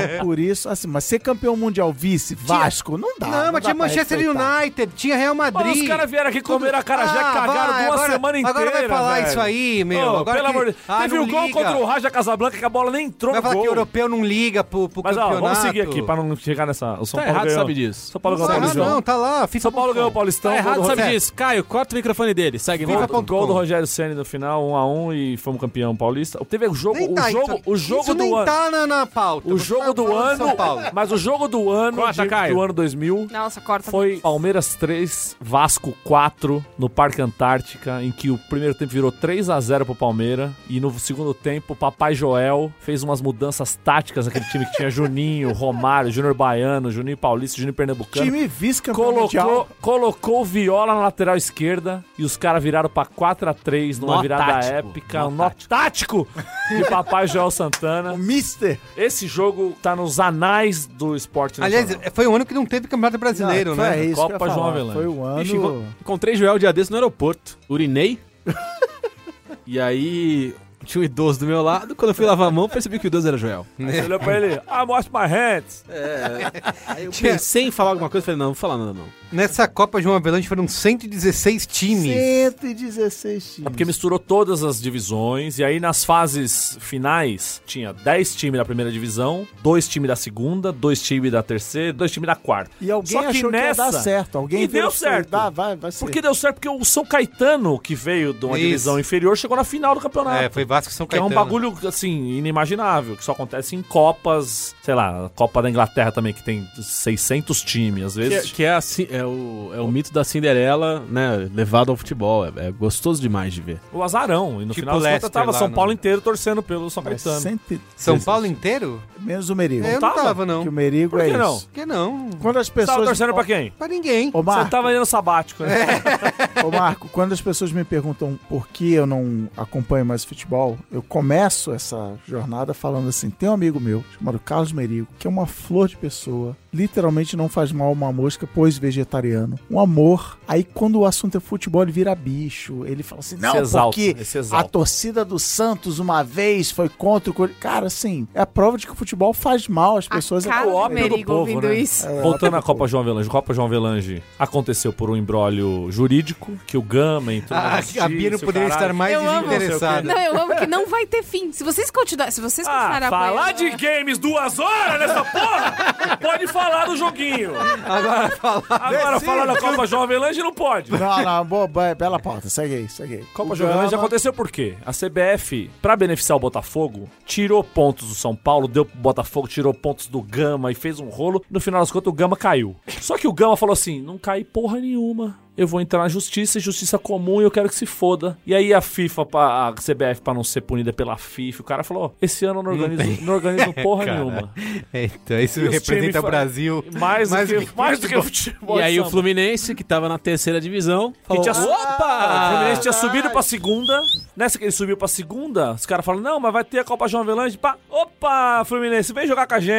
Speaker 4: É por isso, assim, mas ser campeão mundial vice, Vasco, não dá.
Speaker 2: não,
Speaker 4: dá
Speaker 2: mas tinha
Speaker 4: pra
Speaker 2: Manchester
Speaker 4: respeitar.
Speaker 2: United, tinha Real
Speaker 3: Mano,
Speaker 2: Madrid.
Speaker 3: os caras vieram aqui comer a cara já
Speaker 2: Ah,
Speaker 3: cagaram
Speaker 2: vai,
Speaker 3: uma
Speaker 2: agora-
Speaker 3: semana inteira.
Speaker 2: agora vai falar
Speaker 3: velho.
Speaker 2: isso aí, meu.
Speaker 3: Ô,
Speaker 2: Agora
Speaker 3: pelo
Speaker 2: que-
Speaker 3: amor de Deus.
Speaker 2: Ah,
Speaker 3: Teve
Speaker 2: não
Speaker 3: o gol
Speaker 2: liga.
Speaker 3: contra o Raja Casablanca que a bola nem entrou no
Speaker 2: Vai falar
Speaker 3: gol.
Speaker 2: que o europeu não liga pro, pro
Speaker 3: Mas ó,
Speaker 2: campeonato.
Speaker 3: vamos seguir aqui pra não chegar nessa. O São
Speaker 5: Tá
Speaker 3: Paulo
Speaker 5: errado,
Speaker 3: ganhou.
Speaker 5: sabe disso.
Speaker 3: São Paulo
Speaker 2: Não,
Speaker 3: ganhou o
Speaker 2: não,
Speaker 3: Paulistão.
Speaker 2: não, tá lá. FIFA
Speaker 3: São Paulo ganhou o Paulistão.
Speaker 5: Tá errado,
Speaker 3: gol do
Speaker 5: sabe
Speaker 3: Rogério-
Speaker 5: disso? Caio, corta o microfone dele. Segue,
Speaker 2: FIFA
Speaker 5: volta.
Speaker 2: ponto
Speaker 3: Gol do
Speaker 2: com.
Speaker 3: Rogério Ceni no final, 1x1 e fomos campeão paulista. Teve o jogo,
Speaker 2: Nem
Speaker 3: o
Speaker 2: tá
Speaker 3: jogo,
Speaker 2: isso,
Speaker 3: o jogo
Speaker 2: isso
Speaker 3: do
Speaker 2: nem
Speaker 3: ano.
Speaker 2: tá na, na pauta.
Speaker 3: O
Speaker 2: Você
Speaker 3: jogo
Speaker 2: tá
Speaker 3: do
Speaker 2: falando de
Speaker 3: ano,
Speaker 2: São Paulo.
Speaker 3: mas o jogo do ano
Speaker 5: Corta,
Speaker 3: de-
Speaker 5: Caio.
Speaker 3: do ano 2000
Speaker 1: Nossa, corta.
Speaker 3: foi Palmeiras 3, Vasco 4 no Parque Antártica, em que o primeiro tempo virou 3 a 0 pro Palmeiras e no segundo tempo o Papai Joel fez umas mudanças táticas naquele time que tinha Juninho, Romário, Júnior Baiano, Juninho Paulista, Juninho Pernambucano.
Speaker 4: Time vice-campeão mundial.
Speaker 3: Colocou, colocou o Viola na lateral esquerda e os caras viraram pra 4x3 numa
Speaker 5: Nó
Speaker 3: virada
Speaker 5: tático,
Speaker 3: épica.
Speaker 5: nó
Speaker 3: Um nó tático de Papai Joel Santana.
Speaker 4: O Mister.
Speaker 3: Esse jogo tá nos anais do esporte
Speaker 2: Aliás,
Speaker 3: nacional.
Speaker 2: foi um ano que não teve campeonato brasileiro,
Speaker 4: Não,
Speaker 2: né?
Speaker 4: foi isso que eu ia
Speaker 3: Copa João
Speaker 4: falar.
Speaker 3: Avelange.
Speaker 4: Foi o ano...
Speaker 5: Bicho, enco- encontrei Joel dia desse no aeroporto. Urinei. e aí tinha um idoso do meu lado. Quando eu fui lavar a mão, percebi que o idoso era Joel.
Speaker 3: Aí Você olhou
Speaker 2: é.
Speaker 3: pra ele, ah, mostra my hands. É
Speaker 5: Aí eu
Speaker 2: Tinha-
Speaker 5: pensei em falar alguma coisa, falei, não, não vou falar nada não.
Speaker 2: Nessa Copa João Avelange foram 116 times.
Speaker 4: 116 times.
Speaker 3: É porque misturou todas as divisões, e aí nas fases finais tinha 10 times da primeira divisão, 2 times da segunda, 2 times da terceira, 2 times da quarta.
Speaker 2: é
Speaker 4: E alguém
Speaker 3: Só que
Speaker 4: achou que ia
Speaker 3: nessa-
Speaker 4: dar certo. Alguém
Speaker 3: E deu
Speaker 4: viu que
Speaker 3: certo.
Speaker 4: Dá, vai, vai ser.
Speaker 3: Porque deu certo, porque o São Caetano, que veio de uma
Speaker 2: Isso.
Speaker 3: divisão inferior, chegou na final do campeonato.
Speaker 2: É, foi Vasco e São
Speaker 3: Que é um
Speaker 2: Caetano.
Speaker 3: bagulho, assim, inimaginável, que só acontece em Copas, sei lá, a Copa da Inglaterra também, que tem 600 times, às
Speaker 5: Que,
Speaker 3: vezes.
Speaker 5: que é, a ci- é o, é o mito da Cinderela, né, levado ao futebol. É, é gostoso demais de ver.
Speaker 3: O azarão. E no
Speaker 2: Tipo
Speaker 3: final das
Speaker 2: Leicester
Speaker 3: contas tava
Speaker 2: lá,
Speaker 3: São
Speaker 2: né?
Speaker 3: Paulo inteiro torcendo pelo São
Speaker 4: Mas
Speaker 3: Caetano.
Speaker 4: sempre-
Speaker 2: São Paulo inteiro?
Speaker 4: Menos o Merigo.
Speaker 2: eu não
Speaker 3: tava?
Speaker 2: tava, não.
Speaker 4: Que o Merigo
Speaker 3: Por que
Speaker 4: é
Speaker 3: não?
Speaker 4: isso.
Speaker 2: Por que não?
Speaker 4: Quando as
Speaker 3: Você tava
Speaker 4: pessoas...
Speaker 3: torcendo pra quem?
Speaker 2: Pra ninguém.
Speaker 4: Ô,
Speaker 3: Você
Speaker 4: Marco,
Speaker 3: tava indo sabático, né?
Speaker 4: Ô Marco, quando as pessoas me perguntam por que eu não acompanho mais futebol, eu começo essa jornada falando assim: tem um amigo meu chamado Carlos Merigo, que é uma flor de pessoa, literalmente não faz mal a uma mosca, pois vegetariano, um amor. Aí quando o assunto é futebol, ele vira bicho. Ele fala assim: não,
Speaker 3: Se exalta,
Speaker 4: porque
Speaker 3: ele se
Speaker 4: a
Speaker 3: exalta.
Speaker 4: torcida do Santos uma vez foi contra o. Cori-". Cara, assim, é a prova de que o futebol faz mal às
Speaker 1: a
Speaker 4: pessoas.
Speaker 1: cara do
Speaker 3: óbvio do
Speaker 1: Merigo
Speaker 3: povo,
Speaker 1: ouvindo
Speaker 3: né?
Speaker 1: isso.
Speaker 3: Voltando à Copa João Avelange. Copa João Avelange aconteceu por um embrólio jurídico, que o Gama entrou na
Speaker 2: A,
Speaker 3: justiça,
Speaker 2: a Bia não
Speaker 3: o
Speaker 2: poderia
Speaker 3: caralho.
Speaker 2: estar mais
Speaker 1: Eu amo.
Speaker 2: desinteressada.
Speaker 1: Não, eu amo que não vai ter fim. Se vocês continuarem, se vocês continuarem
Speaker 3: Ah, falar
Speaker 1: apoiando-
Speaker 3: de games duas horas nessa porra? Pode falar do joguinho.
Speaker 2: Agora falar.
Speaker 3: Agora, falar da Copa João Avelange não pode.
Speaker 4: Não, não, boa, boa, bela pauta, segue aí, segue aí.
Speaker 3: Copa
Speaker 4: O
Speaker 3: João Avelange
Speaker 4: Gama-
Speaker 3: aconteceu por quê? A CBF, pra beneficiar o Botafogo, tirou pontos do São Paulo, deu pro Botafogo, tirou pontos do Gama e fez um rolo. No final das contas, o Gama caiu. Só que o Gama falou assim: não cai porra nenhuma. Eu vou entrar na justiça, é justiça comum e eu quero que se foda. E aí a FIFA, pra- a CBF, pra não ser punida pela FIFA, o cara falou: ó, esse ano eu não organizo, não organizo porra
Speaker 2: Cara,
Speaker 3: nenhuma.
Speaker 2: Então, isso
Speaker 3: E os times
Speaker 2: representa o
Speaker 3: fa-
Speaker 2: Brasil.
Speaker 3: Mais, do que, mais do que o
Speaker 2: futebol.
Speaker 3: futebol.
Speaker 5: e aí
Speaker 3: samba.
Speaker 5: o Fluminense, que tava na terceira divisão,
Speaker 3: Que
Speaker 5: falou,
Speaker 3: tinha su-
Speaker 5: opa!
Speaker 2: Ah,
Speaker 3: O Fluminense tinha subido pra segunda Nessa que ele subiu pra segunda, os caras falam: não, mas vai ter a Copa João Avelange. Pá, opa, Fluminense, vem jogar com a gente.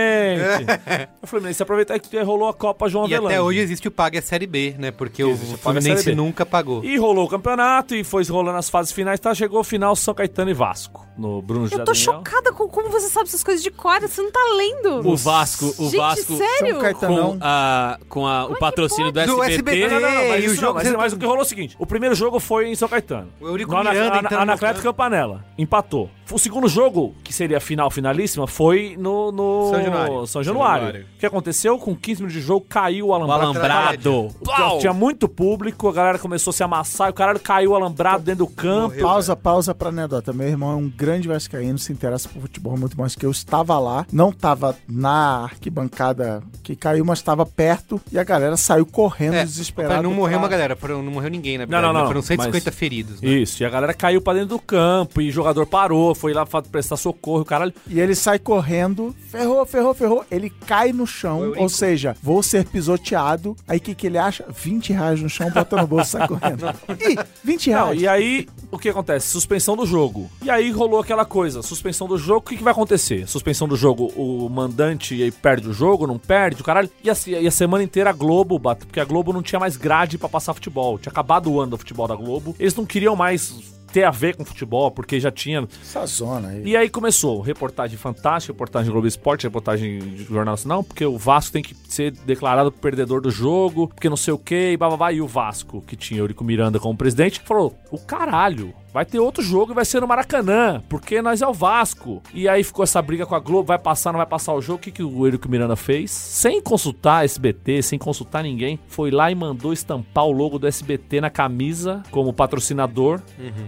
Speaker 3: o Fluminense aproveitar que rolou a Copa João
Speaker 2: E
Speaker 3: Avelange.
Speaker 2: até hoje existe o Pague a Série B, né? Porque
Speaker 3: Existe o
Speaker 2: o
Speaker 3: Pague a
Speaker 2: Fluminense
Speaker 3: Série B.
Speaker 2: nunca pagou.
Speaker 3: E rolou o campeonato e foi rolando as fases finais, tá? Chegou o final São Caetano e Vasco. No Bruno José
Speaker 6: Eu tô
Speaker 3: Daniel.
Speaker 6: chocada com como você sabe essas coisas de cor, você não tá lendo.
Speaker 5: O Vasco, o
Speaker 6: Gente,
Speaker 5: Vasco
Speaker 6: sério?
Speaker 4: São
Speaker 5: com,
Speaker 4: Caetanão.
Speaker 5: a, com a- o patrocínio do
Speaker 2: Do
Speaker 5: SBT.
Speaker 2: SBT.
Speaker 3: Não, não, não, mas isso
Speaker 2: E o
Speaker 3: não,
Speaker 2: jogo
Speaker 3: mas,
Speaker 2: você-
Speaker 3: mas o que rolou é o seguinte: o primeiro jogo foi em São Caetano.
Speaker 2: O Eurico
Speaker 3: No Ana-
Speaker 2: Miranda
Speaker 3: Ana-
Speaker 2: entrando no
Speaker 3: Anacleto
Speaker 2: campo.
Speaker 3: Campanella. Empatou. O segundo jogo, que seria a final finalíssima, foi no. no-
Speaker 2: São Januário.
Speaker 3: São Januário.
Speaker 7: São Januário.
Speaker 3: O que aconteceu? Com 15 minutos de jogo, caiu o alambrado.
Speaker 5: Alambrado.
Speaker 3: Pau! Tinha muito público, a galera começou a se amassar, e o caralho caiu o alambrado dentro do campo.
Speaker 2: né?
Speaker 4: Pausa, pausa pra anedota. Meu irmão é um grande vascaíno, se interessa por futebol muito mais que eu. Estava lá, não estava na arquibancada que caiu, mas estava perto e a galera saiu correndo
Speaker 2: É,
Speaker 4: desesperada.
Speaker 2: pra não morrer
Speaker 4: pra-
Speaker 2: uma galera, pra não morreu ninguém, na
Speaker 3: tá. Não, não,
Speaker 2: verdade. né?
Speaker 3: não,
Speaker 2: Foram 150
Speaker 3: mas-
Speaker 2: feridos, né?
Speaker 3: Isso, e a galera caiu pra dentro do campo, e o jogador parou, foi lá pra prestar socorro, o caralho.
Speaker 4: E ele sai correndo, ferrou, ferrou, ferrou. Ele cai no chão, ou seja, vou ser pisoteado. Aí o que, que ele acha? 20 reais no chão, bota no bolso e sai correndo. Ih, 20
Speaker 3: Não,
Speaker 4: reais.
Speaker 3: e aí, o que acontece? Suspensão do jogo. E aí rolou aquela coisa, suspensão do jogo, o que, que vai acontecer? Suspensão do jogo, o mandante aí perde o jogo, não perde, o caralho. E a, se- e a semana inteira a Globo, bate- porque a Globo não tinha mais grade pra passar futebol. Tinha acabado o ano do futebol da Globo. Eles não queriam mais ter a ver com futebol, porque já tinha
Speaker 4: Essa zona aí.
Speaker 3: e aí começou reportagem fantástica, reportagem Globo Esporte, reportagem de Jornal Nacional, porque o Vasco tem que ser declarado perdedor do jogo, porque não sei o que, e bababá. E o Vasco, que tinha Eurico Miranda como presidente, falou: o caralho. Vai ter outro jogo e vai ser no Maracanã, porque nós é o Vasco. E aí ficou essa briga com a Globo, vai passar, não vai passar o jogo. O que, que o Eurico Miranda fez? Sem consultar a SBT, sem consultar ninguém, foi lá e mandou estampar o logo do SBT na camisa como patrocinador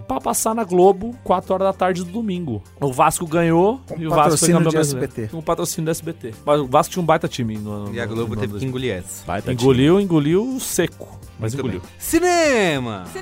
Speaker 3: pra passar na Globo 4 horas da tarde do domingo. O Vasco ganhou
Speaker 4: Com
Speaker 3: e o Vasco foi
Speaker 4: patrocínio
Speaker 3: campeão
Speaker 4: de
Speaker 3: brasileiro.
Speaker 4: SBT.
Speaker 3: Com patrocínio do SBT. Mas o Vasco tinha um baita time. No, no-
Speaker 2: E a Globo
Speaker 3: no-
Speaker 2: teve que
Speaker 3: no-
Speaker 2: engolir essa.
Speaker 3: Engoliu, engoliu seco. Mas
Speaker 2: Muito
Speaker 3: engoliu.
Speaker 2: bem. Cinema!
Speaker 6: é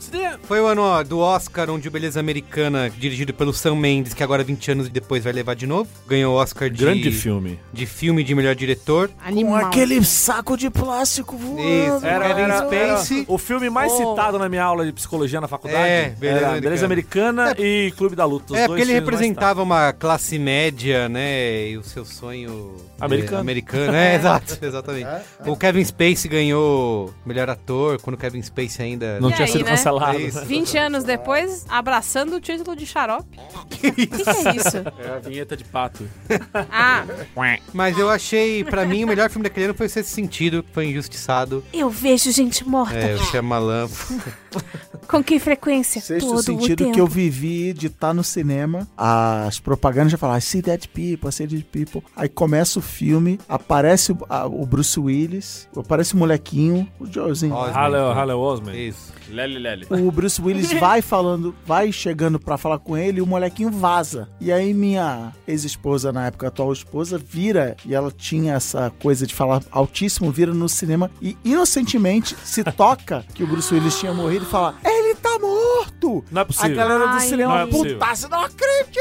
Speaker 3: Cinema.
Speaker 2: Foi o ano ó, do Oscar, onde o Beleza Americana, dirigido pelo Sam Mendes, que agora 20 anos depois vai levar de novo, ganhou o Oscar de,
Speaker 3: Grande filme.
Speaker 2: de filme de melhor diretor.
Speaker 4: Com
Speaker 1: Animal.
Speaker 4: aquele saco de plástico voando.
Speaker 2: Isso,
Speaker 4: cara.
Speaker 2: Kevin Spacey.
Speaker 3: o filme mais citado na minha aula de psicologia na faculdade.
Speaker 2: É, Beleza
Speaker 3: era Beleza Americana e Clube da Luta. os dois
Speaker 2: é, porque ele
Speaker 3: filmes mais
Speaker 2: representava uma classe média, né? E o seu sonho é,
Speaker 3: Americano.
Speaker 2: americano. É, exato, exatamente.
Speaker 6: É,
Speaker 2: O Kevin Spacey ganhou melhor ator quando o Kevin Spacey ainda.
Speaker 3: citados. Não
Speaker 6: E
Speaker 3: tinha
Speaker 6: aí,
Speaker 3: sido
Speaker 6: né?
Speaker 3: cancelado.
Speaker 2: É isso.
Speaker 6: 20 anos depois, abraçando o título de xarope. O que, que é isso?
Speaker 5: É a vinheta de pato.
Speaker 6: Ah,
Speaker 2: Mas eu achei, pra mim, o melhor filme daquele ano foi o Sexto Sentido, que foi injustiçado.
Speaker 6: eu vejo gente morta.
Speaker 2: É, o Shyamalan.
Speaker 6: Com que frequência?
Speaker 4: É. Sexto
Speaker 6: é Todo o
Speaker 4: sentido
Speaker 6: tempo.
Speaker 4: que eu vivi de estar no cinema, as propagandas já falam I see dead people, I see dead people. Aí começa o filme, aparece o, a- o Bruce Willis, aparece o molequinho, o Joezinho.
Speaker 2: Osman.
Speaker 3: Hallel, Hallel Osman.
Speaker 2: Isso.
Speaker 7: Lele, lele.
Speaker 4: O Bruce Willis vai falando, vai chegando pra falar com ele e o molequinho vaza. E aí minha ex-esposa, na época atual esposa, vira, e ela tinha essa coisa de falar altíssimo, vira no cinema e inocentemente se toca que o Bruce Willis tinha morrido e fala: "Ele tá morto!"
Speaker 3: Não é
Speaker 4: A
Speaker 3: possível.
Speaker 4: galera do
Speaker 6: Ai,
Speaker 4: cinema
Speaker 3: não é possível.
Speaker 4: putaça, não acredito!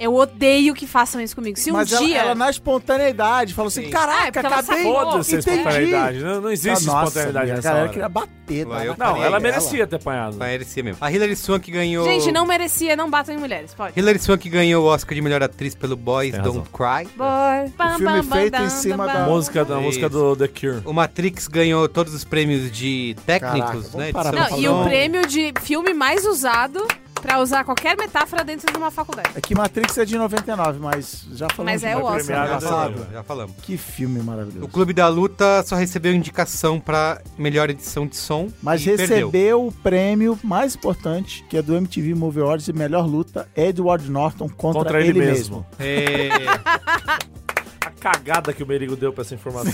Speaker 6: Eu odeio que façam isso comigo. Se um
Speaker 4: Mas ela-
Speaker 6: dia.
Speaker 4: ela, na espontaneidade falou assim:
Speaker 2: Sim.
Speaker 6: Ah, é
Speaker 4: caraca,
Speaker 6: porque ela
Speaker 4: acabei.
Speaker 6: sacou.
Speaker 3: Foda-se a
Speaker 4: Entendi.
Speaker 3: espontaneidade. Não, não existe
Speaker 4: Ah, nossa,
Speaker 3: espontaneidade
Speaker 4: a
Speaker 3: nessa
Speaker 4: galera
Speaker 3: hora.
Speaker 4: queria bater.
Speaker 2: Lá
Speaker 4: dar
Speaker 2: eu
Speaker 4: na
Speaker 3: Não,
Speaker 4: cara
Speaker 3: ela
Speaker 4: dela.
Speaker 3: merecia ter apanhado.
Speaker 2: Mas merecia mesmo. A Hilary Swank ganhou.
Speaker 6: Gente, não merecia, não batam em mulheres, pode.
Speaker 2: Hilary Swank ganhou o Oscar de melhor atriz pelo Boys
Speaker 3: Tem
Speaker 2: Don't Cry.
Speaker 6: Boy. Bam,
Speaker 4: filme
Speaker 6: bam, bam,
Speaker 4: feito em
Speaker 6: dam,
Speaker 4: cima
Speaker 6: dam,
Speaker 1: Ah.
Speaker 4: da-
Speaker 6: bam.
Speaker 3: Música da
Speaker 2: Isso.
Speaker 3: música do The Cure.
Speaker 2: O Matrix ganhou todos os prêmios de
Speaker 4: Caraca,
Speaker 2: técnicos,
Speaker 4: vamos
Speaker 2: né? de
Speaker 4: parar
Speaker 2: som,
Speaker 4: pra
Speaker 6: Não, e o
Speaker 2: som.
Speaker 6: prêmio de filme mais usado pra usar qualquer metáfora dentro de uma faculdade.
Speaker 4: É que Matrix é de 99, mas já falamos
Speaker 6: Mas é
Speaker 4: de
Speaker 6: o
Speaker 4: Matrix
Speaker 6: Oscar.
Speaker 4: ano
Speaker 2: Já
Speaker 4: passado.
Speaker 2: falamos, já falamos.
Speaker 4: Que filme
Speaker 2: O
Speaker 4: maravilhoso.
Speaker 2: Clube da Luta só recebeu indicação pra melhor edição de som.
Speaker 4: Mas
Speaker 2: e
Speaker 4: recebeu
Speaker 2: Perdeu.
Speaker 4: o prêmio mais importante, que é do MTV Movie Awards de melhor luta, Edward Norton contra,
Speaker 3: Contra ele
Speaker 4: ele,
Speaker 3: mesmo.
Speaker 4: mesmo.
Speaker 2: É,
Speaker 3: A cagada que o Merigo deu pra essa informação.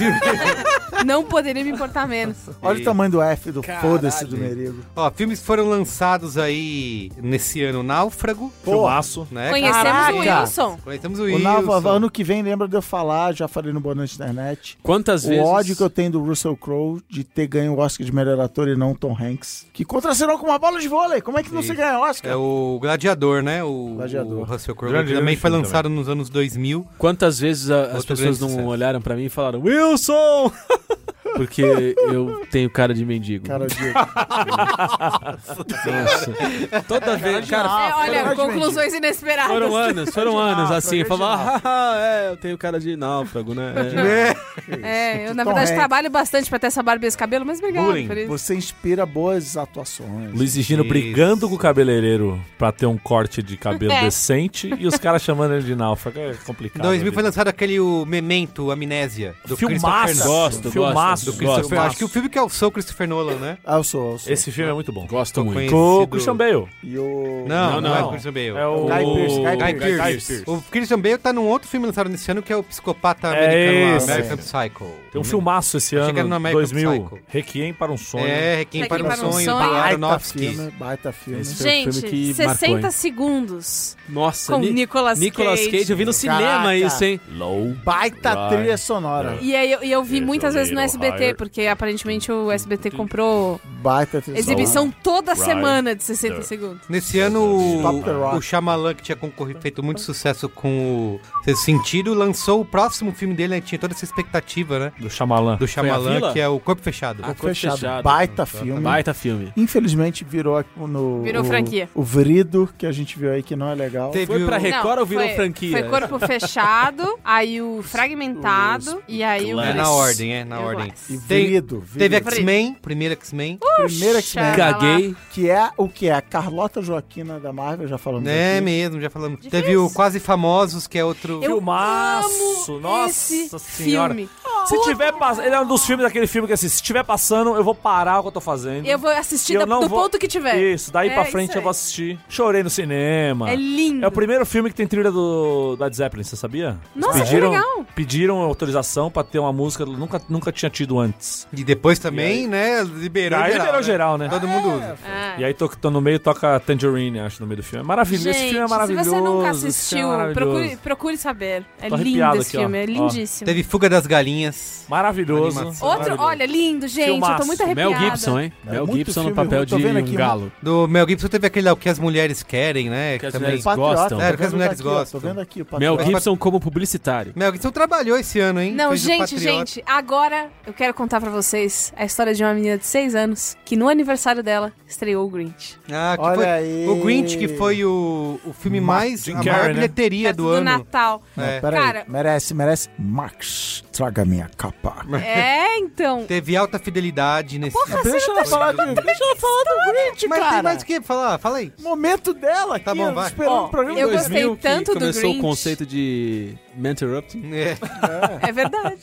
Speaker 6: Não poderia me importar menos.
Speaker 4: Olha
Speaker 2: E-
Speaker 4: o tamanho do F do foda-se do Merigo.
Speaker 2: ó, filmes que foram lançados aí nesse ano: Náufrago,
Speaker 3: Filmaço.
Speaker 2: né?
Speaker 6: Conhecemos
Speaker 4: caraca.
Speaker 6: o Wilson.
Speaker 2: Conhecemos o
Speaker 4: O
Speaker 2: Wilson.
Speaker 4: Nava, ano que vem, lembra de eu falar, já falei no Boa Noite Internet,
Speaker 5: Quantas
Speaker 4: o
Speaker 5: vezes...
Speaker 4: ódio que eu tenho do Russell Crowe de ter ganho o Oscar de melhor ator e não o Tom Hanks, que contracenou com uma bola de vôlei. Como é que não
Speaker 2: Sim.
Speaker 4: se ganha Oscar?
Speaker 2: É o Gladiador, né? O,
Speaker 4: Gladiador.
Speaker 2: o Russell Crowe.
Speaker 3: Grande
Speaker 2: que também
Speaker 3: filme
Speaker 2: foi lançado nos anos 2000.
Speaker 5: Quantas vezes a- as
Speaker 2: Outro
Speaker 5: pessoas
Speaker 2: grande
Speaker 5: não
Speaker 2: sucesso.
Speaker 5: olharam pra mim e falaram Wilson! Porque eu tenho cara de mendigo.
Speaker 4: Cara de.
Speaker 5: Nossa. Toda vez. Cara,
Speaker 1: É, olha,
Speaker 4: verdade,
Speaker 1: conclusões inesperadas.
Speaker 5: foram anos, foram anos assim. Eu
Speaker 4: náufrago,
Speaker 5: falava, ah, é, eu tenho cara de náufrago, né? É.
Speaker 1: É, eu na
Speaker 4: Tom
Speaker 1: verdade
Speaker 4: Hanks.
Speaker 1: trabalho bastante pra ter essa barba e esse cabelo, mas obrigado
Speaker 3: Bullying.
Speaker 1: por isso.
Speaker 4: Você inspira boas atuações.
Speaker 3: Luiz e Gino
Speaker 2: Isso.
Speaker 3: brigando com o cabeleireiro pra ter um corte de cabelo
Speaker 1: É.
Speaker 3: decente e os caras chamando ele de náufrago. É complicado.
Speaker 2: 2000
Speaker 3: né?
Speaker 2: foi lançado aquele o Memento, Amnésia. Do Christopher
Speaker 3: Filmaço.
Speaker 2: Nolan.
Speaker 5: Gosto, gosto.
Speaker 3: Filmaço.
Speaker 5: Do
Speaker 2: Christopher-
Speaker 3: gosto.
Speaker 2: Acho que o filme que alçou o Christopher Nolan, né?
Speaker 4: Ah, eu sou, eu sou.
Speaker 3: Esse filme é muito bom.
Speaker 5: Gosto muito.
Speaker 2: Conhecido-
Speaker 3: Com o Christian Bale.
Speaker 4: E o.
Speaker 2: Não, não,
Speaker 5: Não,
Speaker 2: é
Speaker 5: não.
Speaker 2: o Christian Bale.
Speaker 3: É o...
Speaker 4: Guy Pearce, Guy
Speaker 2: Guy
Speaker 4: Pearce.
Speaker 2: Pearce.
Speaker 3: um
Speaker 2: O Christian Bale tá num outro filme lançado nesse ano que é o Psicopata
Speaker 3: É
Speaker 2: Americano,
Speaker 3: esse.
Speaker 2: lá, American Psycho.
Speaker 3: Tem um filmaço esse
Speaker 2: Achei que era no
Speaker 3: ano,
Speaker 2: American
Speaker 3: 2000.
Speaker 2: Psycho.
Speaker 3: Requiem para um sonho.
Speaker 2: É, Requiem para um
Speaker 1: Requiem para um
Speaker 2: Sonho,
Speaker 1: Sonho.
Speaker 2: do
Speaker 4: Baita
Speaker 2: Aronofsky.
Speaker 4: filme, baita filme.
Speaker 5: Esse foi um
Speaker 1: Gente,
Speaker 5: filme que
Speaker 1: 60
Speaker 5: marcou, hein?
Speaker 1: segundos
Speaker 5: Nossa,
Speaker 1: com
Speaker 5: Ni-
Speaker 1: Nicolas,
Speaker 5: Nicolas Cage. eu vi no cinema
Speaker 4: Caraca.
Speaker 5: isso, hein?
Speaker 3: Low.
Speaker 4: Baita
Speaker 3: Right.
Speaker 4: trilha sonora.
Speaker 2: É.
Speaker 1: E aí eu, e eu vi
Speaker 3: Here's
Speaker 1: muitas
Speaker 3: a
Speaker 1: vezes no
Speaker 3: little
Speaker 1: SBT,
Speaker 3: higher.
Speaker 1: porque aparentemente o SBT comprou
Speaker 4: Baita trilha
Speaker 1: exibição toda
Speaker 3: Right.
Speaker 1: semana de 60
Speaker 3: There.
Speaker 1: segundos.
Speaker 2: Nesse ano,
Speaker 4: Top the
Speaker 2: o,
Speaker 4: Rock.
Speaker 2: o Shyamalan, que tinha concorrido, feito muito sucesso com o Sexto Sentido, lançou o próximo filme dele, né? Tinha toda essa expectativa, né?
Speaker 3: Do Xamalã.
Speaker 5: Foi
Speaker 2: Do
Speaker 5: a
Speaker 2: Shyamalan,
Speaker 5: Vila?
Speaker 2: que é o Corpo Fechado.
Speaker 5: Ah,
Speaker 4: sonora. Fechado.
Speaker 5: Fechado.
Speaker 2: Tá,
Speaker 4: Baita filme.
Speaker 5: Baita filme.
Speaker 4: Infelizmente virou aqui no.
Speaker 1: Virou
Speaker 4: o-
Speaker 1: franquia.
Speaker 4: O Vrido, que a gente viu aí que não é legal.
Speaker 2: Teve
Speaker 5: Foi
Speaker 2: o-
Speaker 5: pra Record
Speaker 1: Não,
Speaker 5: ou virou
Speaker 1: foi-
Speaker 5: franquia?
Speaker 1: Foi corpo fechado, aí o fragmentado e aí o.
Speaker 2: É na ordem, é, na
Speaker 1: Eu
Speaker 2: ordem.
Speaker 1: gosto.
Speaker 4: E
Speaker 2: Tem-
Speaker 4: Vrido. Vrido.
Speaker 2: Teve X-Men, primeiro X-Men.
Speaker 4: Primeira X-Men,
Speaker 5: Caguei.
Speaker 4: que é o que é? A Carlota Joaquina da Marvel, já falamos.
Speaker 2: É
Speaker 4: aqui.
Speaker 2: mesmo, já falamos. Teve o Quase Famosos, que é outro.
Speaker 1: Eu
Speaker 3: Filmaço,
Speaker 1: amo
Speaker 3: nossa
Speaker 1: esse
Speaker 3: senhora.
Speaker 1: filme.
Speaker 3: Se tiver passando. Ele é um dos filmes daquele filme que assim, se tiver passando, eu vou parar o que eu tô fazendo.
Speaker 1: Eu vou assistir
Speaker 3: Eu
Speaker 1: da-
Speaker 3: não
Speaker 1: do
Speaker 3: vou-
Speaker 1: ponto que tiver.
Speaker 3: Isso, daí
Speaker 1: É
Speaker 3: pra
Speaker 1: isso
Speaker 3: frente eu
Speaker 1: aí.
Speaker 3: vou assistir. Chorei no cinema.
Speaker 1: É lindo.
Speaker 3: É o primeiro filme que tem trilha do da Led Zeppelin, você sabia? Eles
Speaker 1: Nossa, que
Speaker 3: pediram,
Speaker 1: legal.
Speaker 3: Pediram autorização pra ter uma música que nunca, nunca tinha tido antes.
Speaker 2: E depois também, né? Liberou
Speaker 3: aí
Speaker 2: geral.
Speaker 3: liberou
Speaker 2: né?
Speaker 3: geral, né?
Speaker 2: Todo mundo usa.
Speaker 1: É.
Speaker 3: E aí tô, tô no meio toca Tangerine, acho, no meio do filme. É maravilhoso. esse
Speaker 1: Gente,
Speaker 3: filme é maravilhoso.
Speaker 1: Se você nunca
Speaker 3: esse filme
Speaker 1: assistiu,
Speaker 3: é maravilhoso.
Speaker 1: procure, procure saber. É
Speaker 3: Tô
Speaker 1: lindo
Speaker 3: arrepiado
Speaker 1: esse
Speaker 3: aqui, ó.
Speaker 1: filme, é
Speaker 3: Ó.
Speaker 1: lindíssimo.
Speaker 2: Teve Fuga das Galinhas.
Speaker 3: Maravilhoso.
Speaker 2: Animação.
Speaker 1: Outro,
Speaker 3: Maravilhoso.
Speaker 1: olha, lindo, gente. Eu tô
Speaker 3: Filmaço.
Speaker 1: muito arrepiada.
Speaker 5: Mel Gibson, hein? Mel
Speaker 4: É muito
Speaker 5: Gibson no
Speaker 4: filme
Speaker 5: papel
Speaker 4: ruim,
Speaker 5: de
Speaker 4: tô vendo
Speaker 5: um
Speaker 4: aqui, né?
Speaker 5: galo.
Speaker 2: Do Mel Gibson teve aquele lá, O que as mulheres querem, né?
Speaker 5: Que as
Speaker 2: também-
Speaker 5: mulheres-
Speaker 4: Patriota,
Speaker 5: Gostam.
Speaker 4: tô
Speaker 2: É, porque as
Speaker 4: vendo
Speaker 2: mulheres
Speaker 4: daqui, ó,
Speaker 2: gostam.
Speaker 4: Tô vendo aqui o
Speaker 5: Mel
Speaker 4: Patriota.
Speaker 5: Gibson como publicitário.
Speaker 2: Mel Gibson trabalhou esse ano, hein?
Speaker 1: Não,
Speaker 2: Fez o
Speaker 1: gente,
Speaker 2: Patriota.
Speaker 1: gente, agora eu quero contar pra vocês a história de uma menina de 6 anos que no aniversário dela estreou o Grinch.
Speaker 2: Ah, que
Speaker 4: Olha
Speaker 2: foi-
Speaker 4: aí.
Speaker 2: O Grinch, que foi o, o filme mais.
Speaker 3: Jim
Speaker 2: a
Speaker 3: Carrey,
Speaker 2: maior
Speaker 3: né?
Speaker 2: bilheteria
Speaker 1: Perto
Speaker 2: do ano.
Speaker 1: Natal.
Speaker 2: É.
Speaker 4: Peraí,
Speaker 1: Cara-
Speaker 4: merece, merece. Max, traga minha capa.
Speaker 1: É, então.
Speaker 2: Teve alta fidelidade nesse.
Speaker 1: é
Speaker 4: Deixa ela
Speaker 1: tá
Speaker 4: falar do, deixa ela falar do Grinch,
Speaker 2: Mas
Speaker 4: cara.
Speaker 2: tem mais o que falar? Fala aí.
Speaker 4: Momento dela aqui,
Speaker 2: Tá bom, vai.
Speaker 4: esperando
Speaker 1: Ó,
Speaker 4: o programa.
Speaker 1: eu
Speaker 4: dois mil.
Speaker 1: gostei tanto do
Speaker 5: começou
Speaker 1: Grinch.
Speaker 5: o conceito de Man Interrupting.
Speaker 2: É.
Speaker 1: É verdade.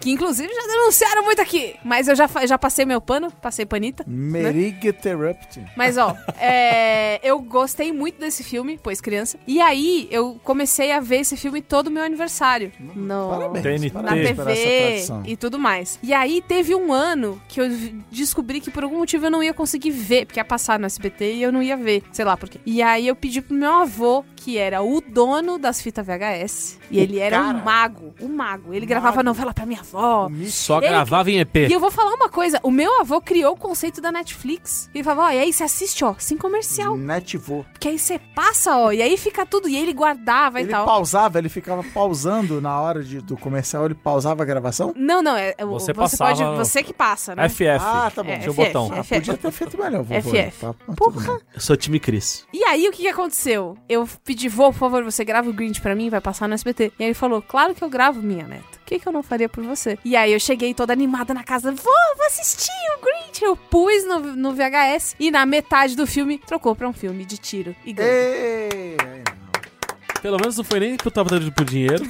Speaker 1: que inclusive já denunciaram muito aqui. Mas eu já, fa- já passei meu pano, passei panita.
Speaker 4: Merig Interrupt.
Speaker 1: Mas ó, é, eu gostei muito desse filme, pois criança. E aí eu comecei a ver esse filme todo meu aniversário. No...
Speaker 4: Parabéns.
Speaker 3: TNT.
Speaker 1: Na
Speaker 4: parabéns por essa
Speaker 1: TV
Speaker 4: tradição.
Speaker 1: e tudo mais. E aí teve um ano que eu vi- descobri que por algum motivo eu não ia conseguir ver, porque ia passar no SBT e eu não ia ver, sei lá por quê. E aí eu pedi pro meu avô, que era o dono das fitas VHS, e ele era um
Speaker 4: cara. Um
Speaker 1: mago, um mago. Ele gravava novela pra minha avó,
Speaker 5: Só
Speaker 1: Ele-
Speaker 5: gravava em
Speaker 1: e
Speaker 5: EP.
Speaker 1: eu vou falar uma coisa: o meu avô criou o conceito da Netflix. Ele falava, ó, e aí você assiste, ó, sem
Speaker 4: Hum.
Speaker 1: comercial.
Speaker 4: Netivô.
Speaker 1: Porque aí você passa, ó, e aí fica tudo. E aí ele guardava
Speaker 4: Ele
Speaker 1: e tal.
Speaker 4: pausava, ele ficava pausando na hora de- do comercial, ele pausava a gravação?
Speaker 1: Não, não, é, é o-
Speaker 3: Você
Speaker 1: você,
Speaker 3: passava
Speaker 1: pode.
Speaker 3: no-
Speaker 1: Você que passa, né?
Speaker 3: FF.
Speaker 4: Ah, tá bom.
Speaker 1: É,
Speaker 3: Tinha um
Speaker 1: FF.
Speaker 3: botão.
Speaker 4: Ah, podia ter feito melhor, vovô.
Speaker 1: FF.
Speaker 4: Tá, mas tudo
Speaker 1: Porra!
Speaker 4: bem.
Speaker 5: Eu sou time Cris.
Speaker 1: E aí, o que, que aconteceu? Eu pedi, vô, por favor, você grava o Grinch pra mim, vai passar no SBT. E aí ele falou, claro que eu gravo, minha neta. O que, que eu não faria por você? E aí eu cheguei toda animada na casa, vô, vou assistir o Grinch. Eu pus no, no VHS e na metade do filme trocou pra um filme de tiro e ganho.
Speaker 4: Ei!
Speaker 5: Pelo menos não foi nem pro Top Dando por dinheiro.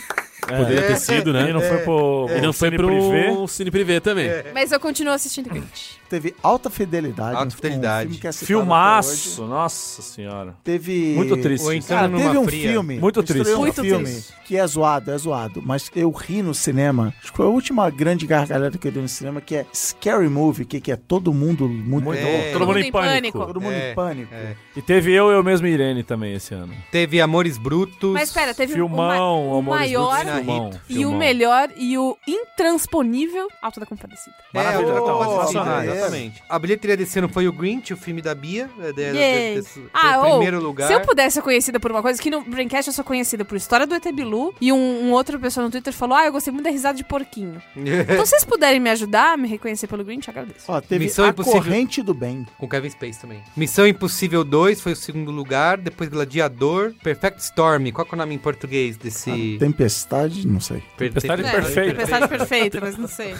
Speaker 5: Poderia ter sido, né?
Speaker 3: Ele não foi pro.
Speaker 5: Ele não foi
Speaker 3: cine
Speaker 5: pro
Speaker 3: privê.
Speaker 5: Cine Privé também.
Speaker 3: É.
Speaker 1: Mas eu continuo assistindo Grinch.
Speaker 4: Teve alta fidelidade.
Speaker 2: Alta Fidelidade.
Speaker 4: filme que é citado até hoje.
Speaker 3: Filmaço, nossa senhora.
Speaker 4: Teve.
Speaker 3: Muito
Speaker 2: Ou
Speaker 3: triste.
Speaker 2: então-
Speaker 4: Cara,
Speaker 2: Entrando
Speaker 4: teve
Speaker 2: numa
Speaker 4: um
Speaker 2: fria.
Speaker 4: filme.
Speaker 3: Muito
Speaker 4: estreou
Speaker 3: triste.
Speaker 4: um
Speaker 1: Muito
Speaker 4: filme
Speaker 1: triste.
Speaker 4: Que é zoado, é zoado. Mas eu ri no cinema. Acho que foi a última grande gargalhada que eu dei no cinema, que é Scary Movie, que, que é todo mundo muito
Speaker 2: É.
Speaker 3: Todo mundo em pânico.
Speaker 4: Todo mundo
Speaker 2: É,
Speaker 4: em pânico.
Speaker 2: é.
Speaker 3: E teve eu, eu mesmo e Irene também esse ano.
Speaker 2: Teve Amores Brutos.
Speaker 1: Mas pera, teve um
Speaker 3: Filmão,
Speaker 1: ma- o
Speaker 3: Amores
Speaker 1: maior
Speaker 3: Filmão,
Speaker 2: Brutos. Rito.
Speaker 1: E o
Speaker 3: filmão.
Speaker 1: melhor e o intransponível Alto da Compadecida.
Speaker 3: Maravilha,
Speaker 2: o-
Speaker 3: tá,
Speaker 7: Então,
Speaker 2: o-
Speaker 3: tá,
Speaker 2: sim,
Speaker 3: tá,
Speaker 2: é.
Speaker 3: exatamente.
Speaker 2: A bilheteria desse ano foi o Grinch, o filme da Bia. É, de-
Speaker 1: Yay.
Speaker 2: desse- foi
Speaker 1: Ah,
Speaker 2: o
Speaker 1: ou,
Speaker 2: primeiro lugar.
Speaker 1: se eu pudesse ser conhecida por uma coisa, que no Braincast eu sou conhecida por história do ET Bilu, e um, um outro pessoa no Twitter falou, ah, eu gostei muito da risada de porquinho. Então, se vocês puderem me ajudar, me reconhecer pelo Grinch, eu agradeço.
Speaker 4: Ó, teve
Speaker 2: Missão
Speaker 4: a
Speaker 2: Impossível.
Speaker 4: corrente do bem.
Speaker 2: Com Kevin Space também. Missão Impossível 2 foi o segundo lugar. Depois Gladiador. Perfect Storm. Qual que é o nome em português
Speaker 7: Ah,
Speaker 2: desse...
Speaker 4: Tempestade, não sei.
Speaker 2: Per-
Speaker 3: Tempestade
Speaker 1: É,
Speaker 3: perfeito.
Speaker 1: Tempestade perfeita, mas não sei.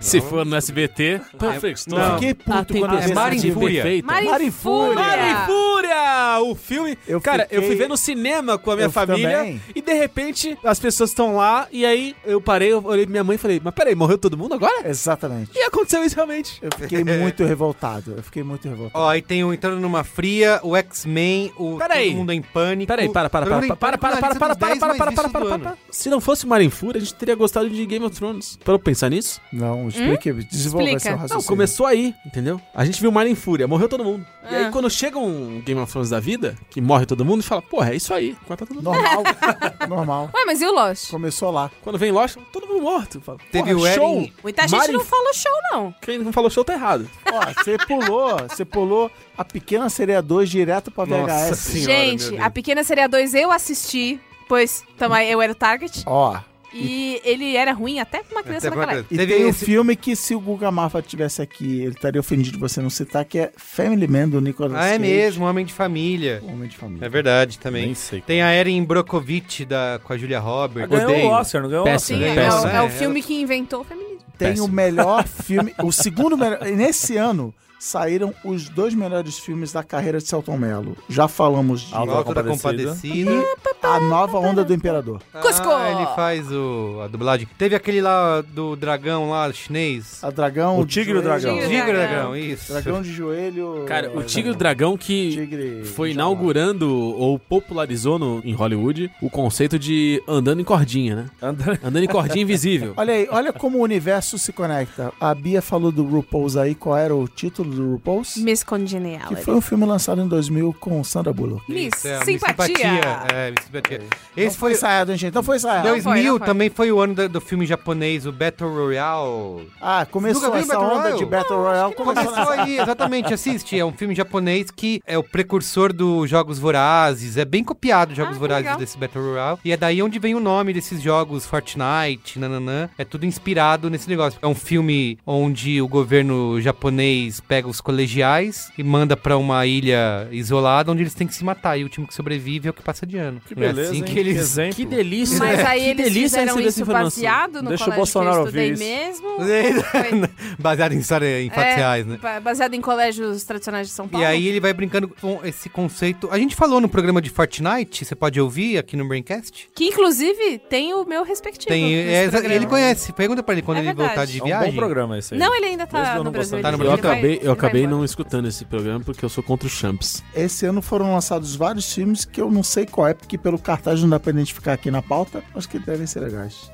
Speaker 5: Se for no SBT, perfect.
Speaker 4: Eu Fiquei
Speaker 5: Ah,
Speaker 4: puto
Speaker 5: tem
Speaker 4: quando
Speaker 5: que-
Speaker 4: eu vi
Speaker 5: é
Speaker 4: essa
Speaker 5: Mar em
Speaker 4: notícia.
Speaker 5: Fúria.
Speaker 4: Marifúria.
Speaker 7: Marifúria! O filme.
Speaker 4: Eu
Speaker 7: cara, eu fui
Speaker 4: fiquei-
Speaker 7: ver no cinema com a minha
Speaker 4: Eu
Speaker 7: família
Speaker 4: também.
Speaker 7: e de repente as pessoas estão lá e aí eu parei, eu olhei pra minha mãe e falei: Mas peraí, morreu todo mundo agora?
Speaker 4: Exatamente.
Speaker 7: E aconteceu isso realmente.
Speaker 4: Eu fiquei muito revoltado. Eu fiquei muito revoltado.
Speaker 2: Ó, aí tem o Entrando Numa Fria, o X-Men, o
Speaker 7: Peraí.
Speaker 2: Todo Mundo em Pânico.
Speaker 7: Peraí, para, para,
Speaker 2: Todo Mundo
Speaker 7: para, para, para,
Speaker 2: em Pânico na
Speaker 7: para, para,
Speaker 2: lista
Speaker 7: para,
Speaker 2: dos 10
Speaker 7: para,
Speaker 2: mais
Speaker 7: para, para,
Speaker 2: vistos do
Speaker 7: para,
Speaker 2: ano.
Speaker 7: para. Se não fosse Mar em Fúria, a gente teria gostado de Game of Thrones. Para eu pensar nisso?
Speaker 4: Não, explique, desenvolva
Speaker 1: Explica.
Speaker 4: seu
Speaker 1: Não,
Speaker 4: raciocínio.
Speaker 7: Não, começou aí, entendeu? A gente viu Mar em Fúria, morreu todo mundo. E
Speaker 1: Ah.
Speaker 7: aí quando chega um Game of Thrones da vida, que morre todo mundo, fala: Porra, é isso aí, mata todo mundo.
Speaker 4: Normal. normal.
Speaker 1: Ué, mas e o Lost?
Speaker 4: Começou lá.
Speaker 7: Quando vem Lost, todo mundo morto. Fala,
Speaker 2: Teve
Speaker 7: "Porra,
Speaker 2: o
Speaker 7: show.
Speaker 2: Eren-
Speaker 1: Muita gente
Speaker 7: Mari-
Speaker 1: não falou show, não.
Speaker 7: Quem não falou show tá errado.
Speaker 4: Ó, você pulou, você pulou a pequena sereia 2 direto pra VHS.
Speaker 2: Nossa senhora, meu
Speaker 1: gente,
Speaker 2: Deus.
Speaker 1: a Pequena Sereia 2 eu assisti, pois tamo aí, eu era o target,
Speaker 4: Ó,
Speaker 1: e ele era ruim até pra uma criança
Speaker 2: Até
Speaker 1: naquela
Speaker 2: pra-
Speaker 1: época.
Speaker 4: e
Speaker 2: Teve
Speaker 4: tem um
Speaker 2: esse-
Speaker 4: filme que se o Guga Mafra tivesse aqui, ele estaria ofendido de você não citar, que é Family Man, do Nicolas
Speaker 2: Ah, é
Speaker 4: Cage.
Speaker 2: mesmo, Homem de Família.
Speaker 4: Homem de família.
Speaker 2: É verdade
Speaker 3: Nem
Speaker 2: também.
Speaker 3: sei.
Speaker 2: Tem a Erin Brokovich da, com a Julia Roberts.
Speaker 3: Ganhou o Oscar, não ganhou o Oscar.
Speaker 5: Péssimo.
Speaker 1: Sim, é,
Speaker 5: Péssimo.
Speaker 1: o, é o
Speaker 2: É,
Speaker 1: filme que inventou o feminismo.
Speaker 4: Tem
Speaker 5: Péssimo.
Speaker 4: o melhor filme, o segundo melhor. e Nesse ano saíram os dois melhores filmes da carreira de Celton Mello. Já falamos de
Speaker 3: Alto
Speaker 2: Alto da
Speaker 3: Compadecida.
Speaker 2: Compadecida.
Speaker 4: A Nova Onda do Imperador.
Speaker 1: Cusco!
Speaker 2: Ah, ele faz o, a dublagem. Teve aquele lá do dragão lá chinês.
Speaker 4: A Dragão.
Speaker 3: O
Speaker 4: de
Speaker 3: Tigre e o
Speaker 4: joelho-
Speaker 3: Dragão.
Speaker 2: Tigre
Speaker 1: dragão.
Speaker 2: dragão, isso.
Speaker 4: Dragão de joelho.
Speaker 5: Cara, o
Speaker 4: é,
Speaker 5: Tigre e o Dragão que
Speaker 4: Tigre
Speaker 5: foi
Speaker 4: de
Speaker 5: inaugurando ou popularizou no, em Hollywood o conceito de andando em cordinha, né?
Speaker 3: Andando-
Speaker 5: Andando em cordinha invisível.
Speaker 4: Olha aí, olha como o universo se conecta. A Bia falou do RuPaul's aí, qual era o título do RuPaul's?
Speaker 1: Miss
Speaker 4: Que
Speaker 1: Congeniality.
Speaker 4: foi um filme lançado em 2000 com Sandra Bullock.
Speaker 1: Miss
Speaker 2: Isso, é,
Speaker 1: Simpatia.
Speaker 2: É, Miss Simpatia.
Speaker 4: Não
Speaker 2: Esse foi...
Speaker 4: ensaiado, hein, gente? Não foi ensaiado.
Speaker 1: Não foi,
Speaker 2: 2000
Speaker 1: não foi.
Speaker 2: também foi o ano da- do filme japonês, o Battle Royale.
Speaker 4: Ah,
Speaker 2: Nunca
Speaker 4: começou
Speaker 2: viu
Speaker 4: essa
Speaker 2: Battle
Speaker 4: onda
Speaker 2: Royale?
Speaker 4: de Battle Royale. Começou
Speaker 2: Começou é aí, exatamente, assiste. É um filme japonês que é o precursor dos Jogos Vorazes. É bem copiado os Jogos
Speaker 1: Ah, que
Speaker 2: Vorazes
Speaker 1: legal.
Speaker 2: desse Battle Royale. E é daí onde vem o nome desses jogos, Fortnite, nananã. É tudo inspirado nesse negócio. É um filme onde o governo japonês pega os colegiais e manda pra uma ilha isolada onde eles têm que se matar. E o time que sobrevive é o que passa de ano.
Speaker 3: Que
Speaker 2: É
Speaker 3: beleza,
Speaker 2: assim
Speaker 3: hein?
Speaker 2: que eles...
Speaker 3: exemplo.
Speaker 5: Que delícia.
Speaker 1: Mas aí
Speaker 5: É, que
Speaker 1: eles
Speaker 5: delícia
Speaker 1: fizeram
Speaker 5: receber essa
Speaker 1: isso
Speaker 5: informação.
Speaker 1: baseado no
Speaker 3: Deixa o
Speaker 1: colégio
Speaker 3: Bolsonaro
Speaker 1: que eu
Speaker 3: ouvir
Speaker 1: estudei
Speaker 3: isso.
Speaker 1: mesmo.
Speaker 2: é. Baseado em, história- em fatos
Speaker 1: É,
Speaker 2: reais, né?
Speaker 1: ba- Baseado em colégios tradicionais de São Paulo.
Speaker 2: E aí ele vai brincando com esse conceito. A gente falou no programa de Fortnite, você pode ouvir aqui no Braincast.
Speaker 1: Que inclusive tem o meu respectivo.
Speaker 2: Tem,
Speaker 1: nesse
Speaker 2: é, exa-
Speaker 1: programa.
Speaker 2: ele conhece, pergunta pra ele quando
Speaker 1: É
Speaker 2: ele
Speaker 1: verdade.
Speaker 2: voltar de
Speaker 3: É um bom
Speaker 2: viagem.
Speaker 3: programa esse aí.
Speaker 1: Não, ele ainda tá
Speaker 3: Mesmo eu não
Speaker 1: no Brasil.
Speaker 3: gostando, tá no
Speaker 1: ele
Speaker 5: Eu
Speaker 2: Brasil.
Speaker 1: vai-
Speaker 5: acabei,
Speaker 1: ele
Speaker 5: eu
Speaker 1: vai
Speaker 5: acabei
Speaker 1: embora.
Speaker 5: não escutando esse programa porque eu sou contra o Champs.
Speaker 4: Esse ano foram lançados vários filmes que eu não sei qual é, porque pelo cartaz não dá pra identificar aqui na pauta, mas que devem ser legais.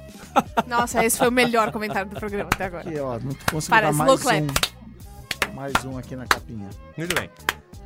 Speaker 1: Nossa, esse foi o melhor comentário do programa até agora.
Speaker 4: Que, ó, não consigo
Speaker 1: Parece
Speaker 4: dar
Speaker 1: low
Speaker 4: mais
Speaker 1: clap.
Speaker 4: um. Mais um aqui na capinha.
Speaker 2: Muito bem.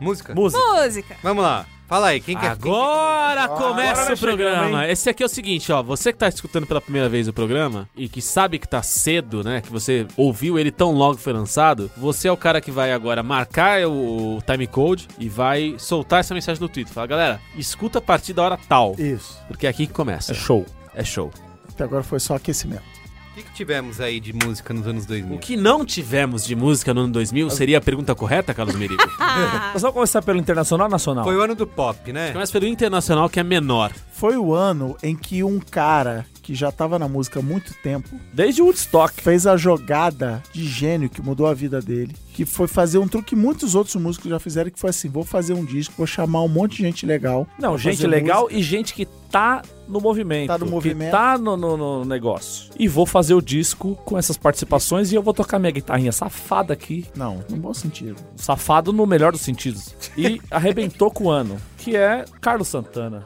Speaker 2: Música?
Speaker 3: Música.
Speaker 1: Música.
Speaker 2: Vamos lá. Fala aí, quem é- quer.
Speaker 5: Agora começa
Speaker 3: Agora
Speaker 5: o programa. Esse aqui é o seguinte, ó. Você que tá escutando pela primeira vez o programa e que sabe que tá cedo, né? Que você ouviu ele tão logo que foi lançado, você é o cara que vai agora marcar o time code e vai soltar essa mensagem no Twitter. Fala, galera, escuta a partir da hora tal.
Speaker 4: Isso.
Speaker 5: Porque é aqui que começa.
Speaker 3: É show.
Speaker 5: É show.
Speaker 4: Até agora foi só aquecimento.
Speaker 2: O que, que tivemos aí de música nos anos
Speaker 3: É.
Speaker 2: 2000?
Speaker 5: O que não tivemos de música no ano 2000 seria a pergunta correta, Carlos Merigo?
Speaker 1: Ah.
Speaker 3: Nós vamos começar pelo internacional ou nacional?
Speaker 2: Foi o ano do pop, né?
Speaker 5: Começa pelo internacional, que é menor.
Speaker 4: Foi o ano em que um cara que já tava na música há muito tempo
Speaker 3: Desde o Woodstock.
Speaker 4: fez a jogada de gênio que mudou a vida dele, que foi fazer um truque que muitos outros músicos já fizeram, que foi assim, vou fazer um disco, vou chamar um monte de gente legal.
Speaker 3: Não,
Speaker 4: pra
Speaker 3: gente
Speaker 4: fazer
Speaker 3: legal e gente que tá no movimento.
Speaker 4: Tá no movimento.
Speaker 3: Que tá no, no- no negócio. E vou fazer o disco com essas participações e eu vou tocar minha guitarrinha safada aqui.
Speaker 4: Não, no bom sentido.
Speaker 3: Safado no melhor dos sentidos. E arrebentou com o ano, que é Carlos Santana.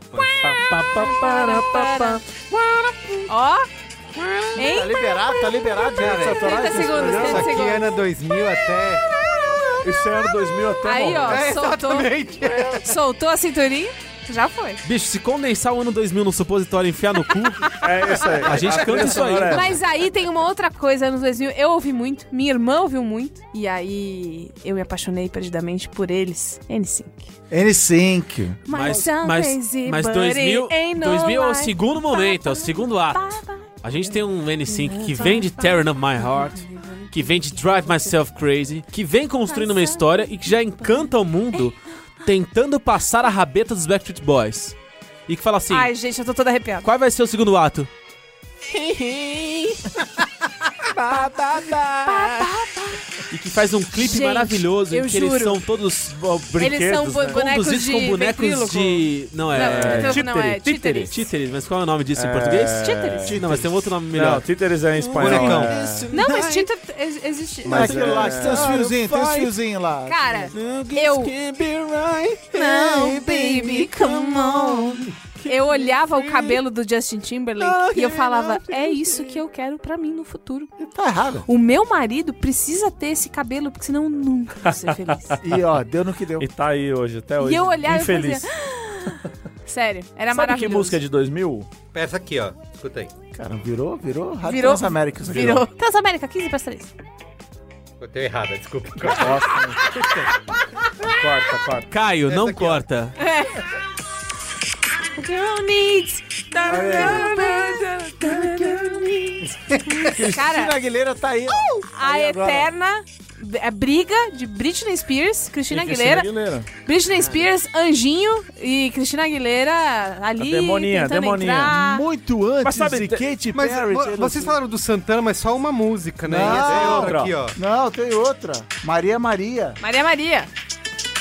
Speaker 1: Ó, hein?
Speaker 4: liberado, tá liberado.
Speaker 2: Cara,
Speaker 4: direitos autorais,
Speaker 1: 30
Speaker 4: essas
Speaker 1: segundos,
Speaker 4: coisas.
Speaker 1: 30
Speaker 2: isso aqui é
Speaker 5: né?
Speaker 1: segundos.
Speaker 2: ano 2000 até.
Speaker 3: Esse ano 2000 até
Speaker 1: Aí, ó,
Speaker 2: É,
Speaker 1: Ah, soltou,
Speaker 2: exatamente.
Speaker 1: soltou a cinturinha. Já foi.
Speaker 5: Bicho, se condensar o ano 2000 no supositório e enfiar no cu,
Speaker 3: É isso aí.
Speaker 5: a gente canta isso aí.
Speaker 3: É.
Speaker 1: Mas aí tem uma outra coisa, anos 2000, eu ouvi muito, minha irmã ouviu muito, e aí eu me apaixonei perdidamente por eles. NSYNC.
Speaker 4: N5.
Speaker 5: Mas,
Speaker 1: don't
Speaker 5: mas,
Speaker 1: crazy,
Speaker 5: mas
Speaker 1: buddy,
Speaker 5: 2000,
Speaker 1: ain't no
Speaker 5: 2000 é o
Speaker 1: life.
Speaker 5: segundo momento, é o segundo ato. A gente tem um N5 que vem de Tearing Up My Heart, que vem de Drive Myself Crazy, que vem construindo uma história e que já encanta o mundo tentando passar a rabeta dos Backstreet Boys. E que fala assim,
Speaker 1: Ai, gente, eu tô toda arrepiada.
Speaker 5: qual vai ser o segundo ato? E que faz um clipe
Speaker 1: Gente,
Speaker 5: maravilhoso em
Speaker 1: eu
Speaker 5: que eles
Speaker 1: juro.
Speaker 5: são todos ó, brinquedos,
Speaker 1: Eles são bo-
Speaker 5: né?
Speaker 1: É. bonecos
Speaker 5: conduzidos
Speaker 1: de
Speaker 5: com bonecos
Speaker 1: ventríloco.
Speaker 5: de... Não,
Speaker 1: Não,
Speaker 5: é...
Speaker 1: ventríloco não, é títeres.
Speaker 5: Títeres, mas qual é o nome disso em português?
Speaker 1: Títeres.
Speaker 5: Não, mas tem um outro nome melhor.
Speaker 3: Não, Títeres é em espanhol.
Speaker 2: Bonecão.
Speaker 3: é.
Speaker 1: Não, mas Tinder existe.
Speaker 4: Mas
Speaker 3: Mas
Speaker 4: aquilo
Speaker 3: é-
Speaker 4: lá, que tem os fiozinhos, tem os fiozinhos lá.
Speaker 1: Cara,
Speaker 5: Eu...
Speaker 1: eu... Não, baby, come on. Eu olhava o cabelo do Justin Timberlake e eu falava, é isso que eu quero pra mim no futuro.
Speaker 4: Tá errado.
Speaker 1: O meu marido precisa ter esse cabelo, porque senão eu nunca vou ser feliz.
Speaker 4: E ó, deu no que deu.
Speaker 3: E tá aí hoje, até hoje.
Speaker 1: eu olhava e
Speaker 3: Infeliz.
Speaker 1: Sério, era
Speaker 3: Sabe que
Speaker 1: maravilhoso.
Speaker 3: música é de 2000?
Speaker 2: Essa aqui, ó. Escuta aí.
Speaker 4: Cara, virou, virou Rádio
Speaker 1: Virou.
Speaker 4: Transamérica isso aqui.
Speaker 1: Virou. Transamérica, 15 para 3.
Speaker 2: Botei errada, desculpa.
Speaker 3: Corta, corta.
Speaker 5: Caio, não
Speaker 2: aqui, ó.
Speaker 5: corta.
Speaker 1: Girl needs.
Speaker 4: Cristina
Speaker 1: Cara,
Speaker 4: Aguilera tá aí. ó.
Speaker 1: a eterna a briga de Britney Spears, Cristina Aguilera. Britney Spears, Anjinho e Cristina Aguilera ali.
Speaker 3: A demoninha,
Speaker 1: tentando
Speaker 3: demoninha.
Speaker 1: entrar.
Speaker 4: Muito antes
Speaker 3: Mas sabe,
Speaker 4: de
Speaker 3: te-
Speaker 4: Katy
Speaker 2: Mas
Speaker 4: Perry.
Speaker 2: vo-
Speaker 4: Taylor
Speaker 2: vocês
Speaker 4: Swift.
Speaker 2: falaram do Santana, mas só uma música, né?
Speaker 4: Não.
Speaker 2: E essa é
Speaker 3: Outra,
Speaker 2: outra aqui, ó.
Speaker 4: Não, tem outra. Maria Maria.
Speaker 1: Maria Maria.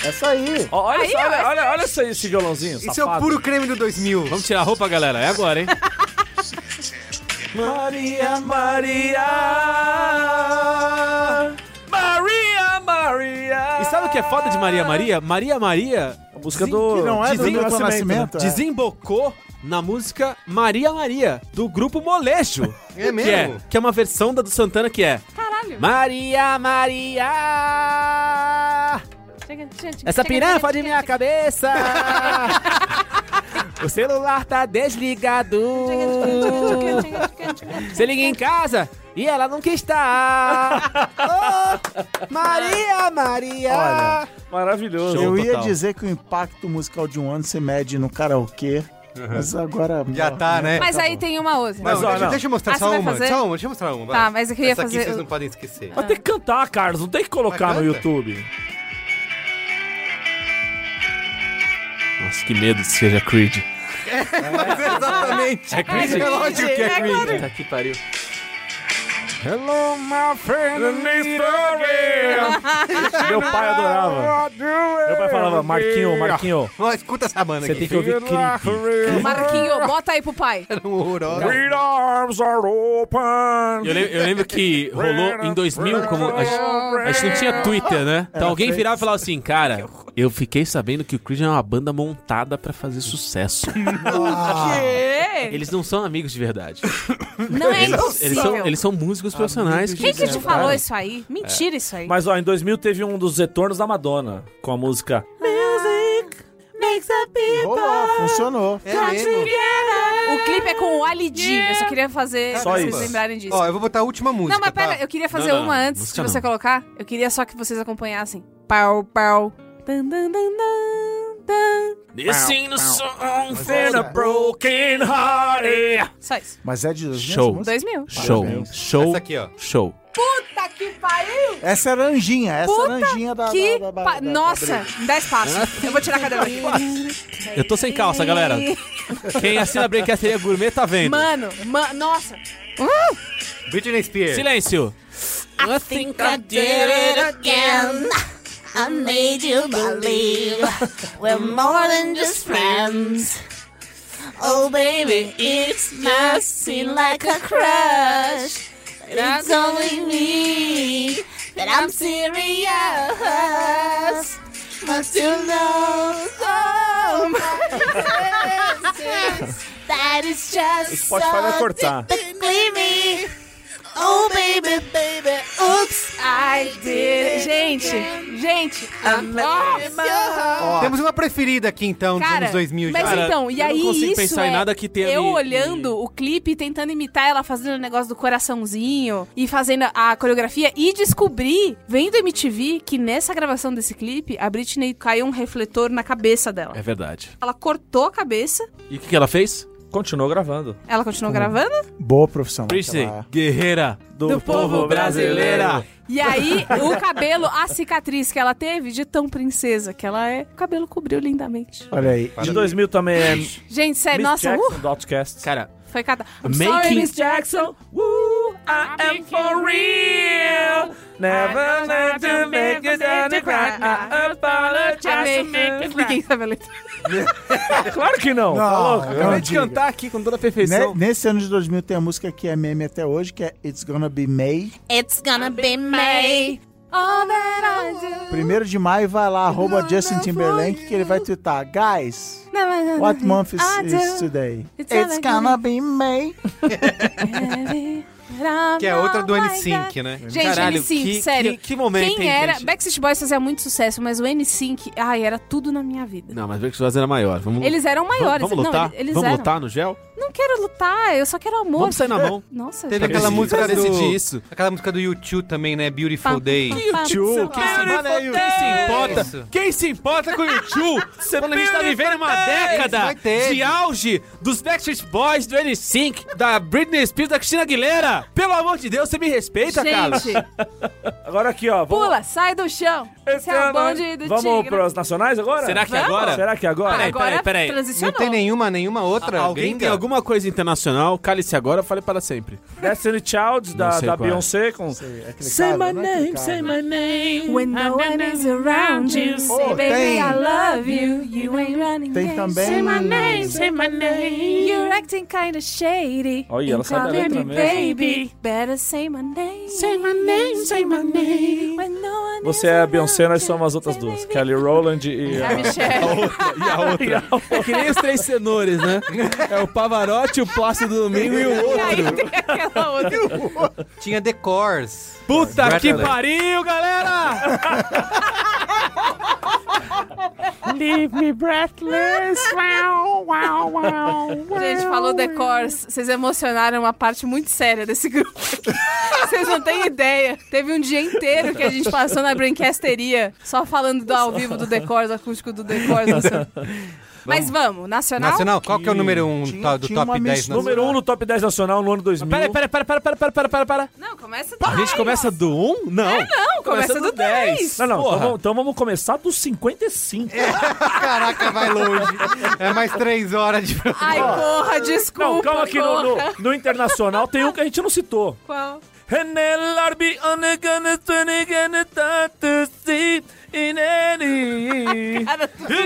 Speaker 4: Essa aí.
Speaker 3: Ó, Olha,
Speaker 1: Aí,
Speaker 3: só,
Speaker 1: ó,
Speaker 3: olha,
Speaker 1: essa-
Speaker 3: olha, olha só esse violãozinho. tá
Speaker 2: Isso é o
Speaker 3: safado.
Speaker 2: puro creme do 2000.
Speaker 5: Vamos tirar a roupa, galera. É agora, hein?
Speaker 3: Maria, Maria. Maria, Maria.
Speaker 5: E sabe o que é foda de Maria Maria? Maria Maria
Speaker 3: A música do.
Speaker 4: que não é do
Speaker 3: Dizem-
Speaker 4: Milton Nascimento. é.
Speaker 5: desembocou na música Maria Maria, do grupo Molejo.
Speaker 2: É
Speaker 5: que, é,
Speaker 2: mesmo?
Speaker 5: que é uma versão da do Santana que é.
Speaker 1: Caralho.
Speaker 5: Maria Maria!
Speaker 1: Chega, chega, chega,
Speaker 5: Essa
Speaker 1: chega,
Speaker 5: piranha
Speaker 1: chega,
Speaker 5: fode
Speaker 1: chega,
Speaker 5: minha
Speaker 1: chega.
Speaker 5: cabeça! o celular tá desligado! Você liga em casa e ela nunca está! Oh, Maria Maria!
Speaker 4: Olha,
Speaker 3: Maravilhoso.
Speaker 4: eu ia
Speaker 5: total.
Speaker 4: dizer que o impacto musical de um ano se mede no karaokê, mas agora...
Speaker 2: Já tá, né?
Speaker 1: Mas aí tem uma outra.
Speaker 2: Não,
Speaker 3: ó,
Speaker 2: deixa,
Speaker 3: não.
Speaker 2: deixa eu mostrar
Speaker 1: Ah, você
Speaker 2: só
Speaker 1: vai
Speaker 2: uma.
Speaker 1: fazer?
Speaker 2: Só uma, deixa eu mostrar uma. vai.
Speaker 1: Tá, mas é que eu ia
Speaker 2: Essa aqui
Speaker 1: fazer-
Speaker 2: vocês não podem esquecer.
Speaker 3: Mas tem que cantar, Carlos. Não tem que colocar
Speaker 2: Mas
Speaker 3: no
Speaker 2: canta.
Speaker 3: YouTube.
Speaker 5: Nossa, que medo que seja Creed.
Speaker 1: É.
Speaker 2: Mas exatamente. É
Speaker 5: Creed?
Speaker 2: É lógico que é Creed.
Speaker 5: Tá que pariu.
Speaker 3: Hello, my friend. é Meu pai adorava. Meu pai falava, Marquinho, Marquinho.
Speaker 2: Ó, escuta essa banda
Speaker 5: Você
Speaker 2: aqui.
Speaker 5: tem que ouvir Creed.
Speaker 1: Marquinho, bota aí pro pai.
Speaker 2: Era um horroroso.
Speaker 3: arms are open.
Speaker 5: Eu lem- eu lembro, que rolou em 2000, como a gente, a gente não tinha Twitter, né? Então alguém virava e falava assim, cara, eu fiquei sabendo que o Creed é uma banda montada pra fazer sucesso.
Speaker 1: Quê?
Speaker 5: Eles não são amigos de verdade.
Speaker 1: Não é
Speaker 5: Eles são,
Speaker 1: impossível.
Speaker 5: eles são músicos profissionais.
Speaker 1: Quem que te falou isso aí? Mentira isso aí.
Speaker 3: Mas ó, em 2000 teve um dos retornos da Madonna com a música.
Speaker 4: Rolou, funcionou.
Speaker 2: É mesmo.
Speaker 1: O clipe é com o Ali D. Eu só queria fazer
Speaker 2: Só
Speaker 1: vocês
Speaker 2: isso.
Speaker 1: lembrarem disso.
Speaker 2: Ó, eu vou botar a última música,
Speaker 1: não, mas pera,
Speaker 2: tá?
Speaker 1: eu queria fazer
Speaker 5: Não, não,
Speaker 1: uma
Speaker 5: não.
Speaker 1: antes de
Speaker 5: Música
Speaker 1: você
Speaker 5: não.
Speaker 1: colocar. Eu queria só que vocês acompanhassem. Pau, pau. Dan, dan, dan, dan, dan.
Speaker 5: Missing the song
Speaker 4: in
Speaker 5: for
Speaker 4: a
Speaker 3: é
Speaker 5: broken heart.
Speaker 1: Só isso.
Speaker 4: Mas é de 2000 essa
Speaker 5: Show.
Speaker 4: música?
Speaker 1: 2000.
Speaker 5: Show, show,
Speaker 2: Essa aqui, ó.
Speaker 5: show.
Speaker 1: Puta que pariu!
Speaker 4: Essa era a Anjinha, essa era
Speaker 1: Puta
Speaker 4: a Anjinha da...
Speaker 1: Que
Speaker 4: da- da- da-
Speaker 1: pa-
Speaker 4: da-
Speaker 1: Nossa,
Speaker 4: da-
Speaker 1: 10 passos. Eu vou tirar a cadeira.
Speaker 5: Eu tô sem calça, galera. Quem assina a Brincadeira Gourmet tá vendo.
Speaker 1: Mano, ma- nossa.
Speaker 2: Britney Spears.
Speaker 5: Silêncio. I think I did it
Speaker 8: again. I made you believe we're more than just friends. Oh, baby, it's not seem like a crush. It's only me that I'm serious. Must you know oh, my senses, that is just
Speaker 3: Spotify vai cortar.
Speaker 8: typically me. Oh, baby, baby, oops, I did it.
Speaker 1: Gente, Gente,
Speaker 5: Ah,
Speaker 1: ah,
Speaker 2: Ó, Temos uma preferida aqui, então, dos
Speaker 1: Cara,
Speaker 2: anos 2000 já.
Speaker 1: mas então, e
Speaker 5: eu
Speaker 1: aí
Speaker 5: não consigo
Speaker 1: isso
Speaker 5: pensar
Speaker 1: é
Speaker 5: em nada que tenha
Speaker 1: eu
Speaker 5: me-
Speaker 1: olhando o clipe e tentando imitar ela fazendo o negócio do coraçãozinho e fazendo a coreografia e descobri, vendo MTV, que nessa gravação desse clipe, a Britney caiu um refletor na cabeça dela.
Speaker 5: É verdade.
Speaker 1: Ela cortou a cabeça,
Speaker 5: E o que, que ela fez?
Speaker 3: Continuou gravando.
Speaker 1: ela continuou
Speaker 5: Hum.
Speaker 1: gravando,
Speaker 4: Boa profissão.
Speaker 5: Britney,
Speaker 3: É.
Speaker 4: aquela-
Speaker 5: guerreira do,
Speaker 1: Do
Speaker 5: povo
Speaker 1: povo
Speaker 5: brasileira.
Speaker 1: e aí o cabelo, a cicatriz que ela teve de tão princesa que ela é, o cabelo cobriu lindamente.
Speaker 4: Olha aí.
Speaker 3: De 2000 também é Miss
Speaker 1: Gente, sério, nossa, uh,
Speaker 3: Jackson do Outcast.
Speaker 5: Cara,
Speaker 1: foi cada... I'm
Speaker 5: Making-
Speaker 1: sorry, Miss Jackson.
Speaker 3: Woo, I am for real. Never meant to make you down and cry. I
Speaker 1: Amei.
Speaker 3: apologize.
Speaker 1: Ninguém sabe a letra.
Speaker 3: Claro que não.
Speaker 4: Não,
Speaker 3: Tá louco?
Speaker 4: eu não
Speaker 5: acabei de
Speaker 4: digo.
Speaker 5: cantar aqui com toda a
Speaker 4: Ne-
Speaker 5: perfeição.
Speaker 4: nesse ano de 2000 tem a música que é meme até hoje, que é It's Gonna Be May.
Speaker 8: It's gonna be May.
Speaker 1: All that I do.
Speaker 4: Primeiro de maio vai lá, arroba Justin Timberlake, que ele vai twittar. Guys, what month is, is today?
Speaker 1: It's
Speaker 4: It's
Speaker 1: gonna
Speaker 4: gonna be May.
Speaker 2: Que é outra do N5, né?
Speaker 1: Gente,
Speaker 5: Caralho,
Speaker 1: N5,
Speaker 5: que-
Speaker 1: sério.
Speaker 5: que- que momento,
Speaker 1: Quem
Speaker 5: hein,
Speaker 1: era?
Speaker 5: gente?
Speaker 1: Backstreet Boys fazia muito sucesso, mas o N5, ai, era tudo na minha vida.
Speaker 5: Não, mas Backstreet Boys era maior. Vamos,
Speaker 1: Eles eram maiores.
Speaker 5: vamos
Speaker 1: é não,
Speaker 5: lutar?
Speaker 1: eles
Speaker 5: vamos
Speaker 1: eram.
Speaker 5: lutar no gel?
Speaker 1: Não quero lutar, eu só quero amor.
Speaker 5: Vamos sair na mão.
Speaker 1: Nossa,
Speaker 2: Teve
Speaker 1: gente.
Speaker 2: aquela
Speaker 5: Decidi-
Speaker 2: música do...
Speaker 5: decidi isso.
Speaker 2: Aquela música do YouTube também, né? Beautiful Day.
Speaker 5: Tio, quem se,
Speaker 1: Beautiful
Speaker 5: mano, quem se importa?
Speaker 2: é Isso.
Speaker 5: Quem se importa com o YouTube? Quando a gente tá vivendo uma década
Speaker 2: Vai ter.
Speaker 5: de auge dos Backstreet Boys, do N5, da Britney Spears, da Christina Aguilera. Pelo amor de Deus, você me respeita, cara.
Speaker 1: Gente,
Speaker 3: Agora aqui, ó. Vamos...
Speaker 1: pula, sai do chão. Esse é o bonde do
Speaker 3: Vamos
Speaker 1: tigre.
Speaker 3: pros nacionais agora?
Speaker 5: Será que é
Speaker 1: Vamos?
Speaker 5: agora?
Speaker 3: Será que é agora?
Speaker 5: Peraí,
Speaker 1: Agora
Speaker 5: peraí, peraí.
Speaker 2: Não
Speaker 1: transicionou.
Speaker 2: tem nenhuma, nenhuma outra?
Speaker 5: Alguém
Speaker 2: gringa?
Speaker 5: tem alguma coisa internacional? Cale-se agora, fale para sempre.
Speaker 3: Destiny Child da,
Speaker 5: sei
Speaker 3: da
Speaker 5: qual é.
Speaker 3: Beyoncé com...
Speaker 4: Say my name, say my
Speaker 1: When no one is around you, say
Speaker 4: Oh,
Speaker 1: baby
Speaker 4: tem.
Speaker 1: I love you, you ain't running games.
Speaker 4: Tem também-
Speaker 1: Say my name, say my name. You're acting kinda shady.
Speaker 3: Olha, ela
Speaker 1: And
Speaker 3: sabe a
Speaker 1: calling
Speaker 3: letra
Speaker 1: me
Speaker 3: mesmo.
Speaker 1: Baby, better say my name. Say my name, say my name. When no one
Speaker 3: Você
Speaker 1: is
Speaker 3: é a
Speaker 1: around
Speaker 3: Beyoncé, nós
Speaker 1: you,
Speaker 3: somos as outras
Speaker 1: say
Speaker 3: duas.
Speaker 1: baby. É
Speaker 3: Kelly Rowland e...
Speaker 1: A Michelle.
Speaker 5: É que nem os três cenores, né? É o Pavarotti, o Plácido Domingo e o
Speaker 1: e
Speaker 5: outro.
Speaker 1: aí tem aquela outra.
Speaker 2: Tinha The é Course.
Speaker 5: Puta que
Speaker 2: Bradley.
Speaker 5: pariu, galera!
Speaker 9: Leave me breathless. Wow, wow, wow.
Speaker 1: Gente, falou The Course. Vocês emocionaram uma parte muito séria desse grupo. Vocês não têm ideia. Teve um dia inteiro que a gente passou na Brinquesteria só falando do ao vivo do The Course, acústico do The Course. não sei. Mas vamos, nacional?
Speaker 2: Nacional? Qual que é o número 1 um
Speaker 4: Tinha-
Speaker 2: to- do
Speaker 4: tinha uma
Speaker 2: top 10
Speaker 4: mistura.
Speaker 2: nacional?
Speaker 3: Número 1 um no Top 10 Nacional no ano 2000.
Speaker 5: Pera, pera, pera, pera, pera, pera, pera, pera.
Speaker 1: Não, começa do
Speaker 5: A gente começa do 1? Um? Não.
Speaker 1: Não, começa, do 10.
Speaker 3: Não, não, então
Speaker 5: Porra.
Speaker 3: vamos, então vamos começar dos 55.
Speaker 2: Caraca, vai longe. É mais 3 horas de...
Speaker 1: Ai, porra, desculpa.
Speaker 3: não, calma que no,
Speaker 1: porra.
Speaker 3: no, no Internacional tem um que a gente não citou.
Speaker 1: Qual?
Speaker 3: And they'll all be on the gonna turn gonna start to see in any-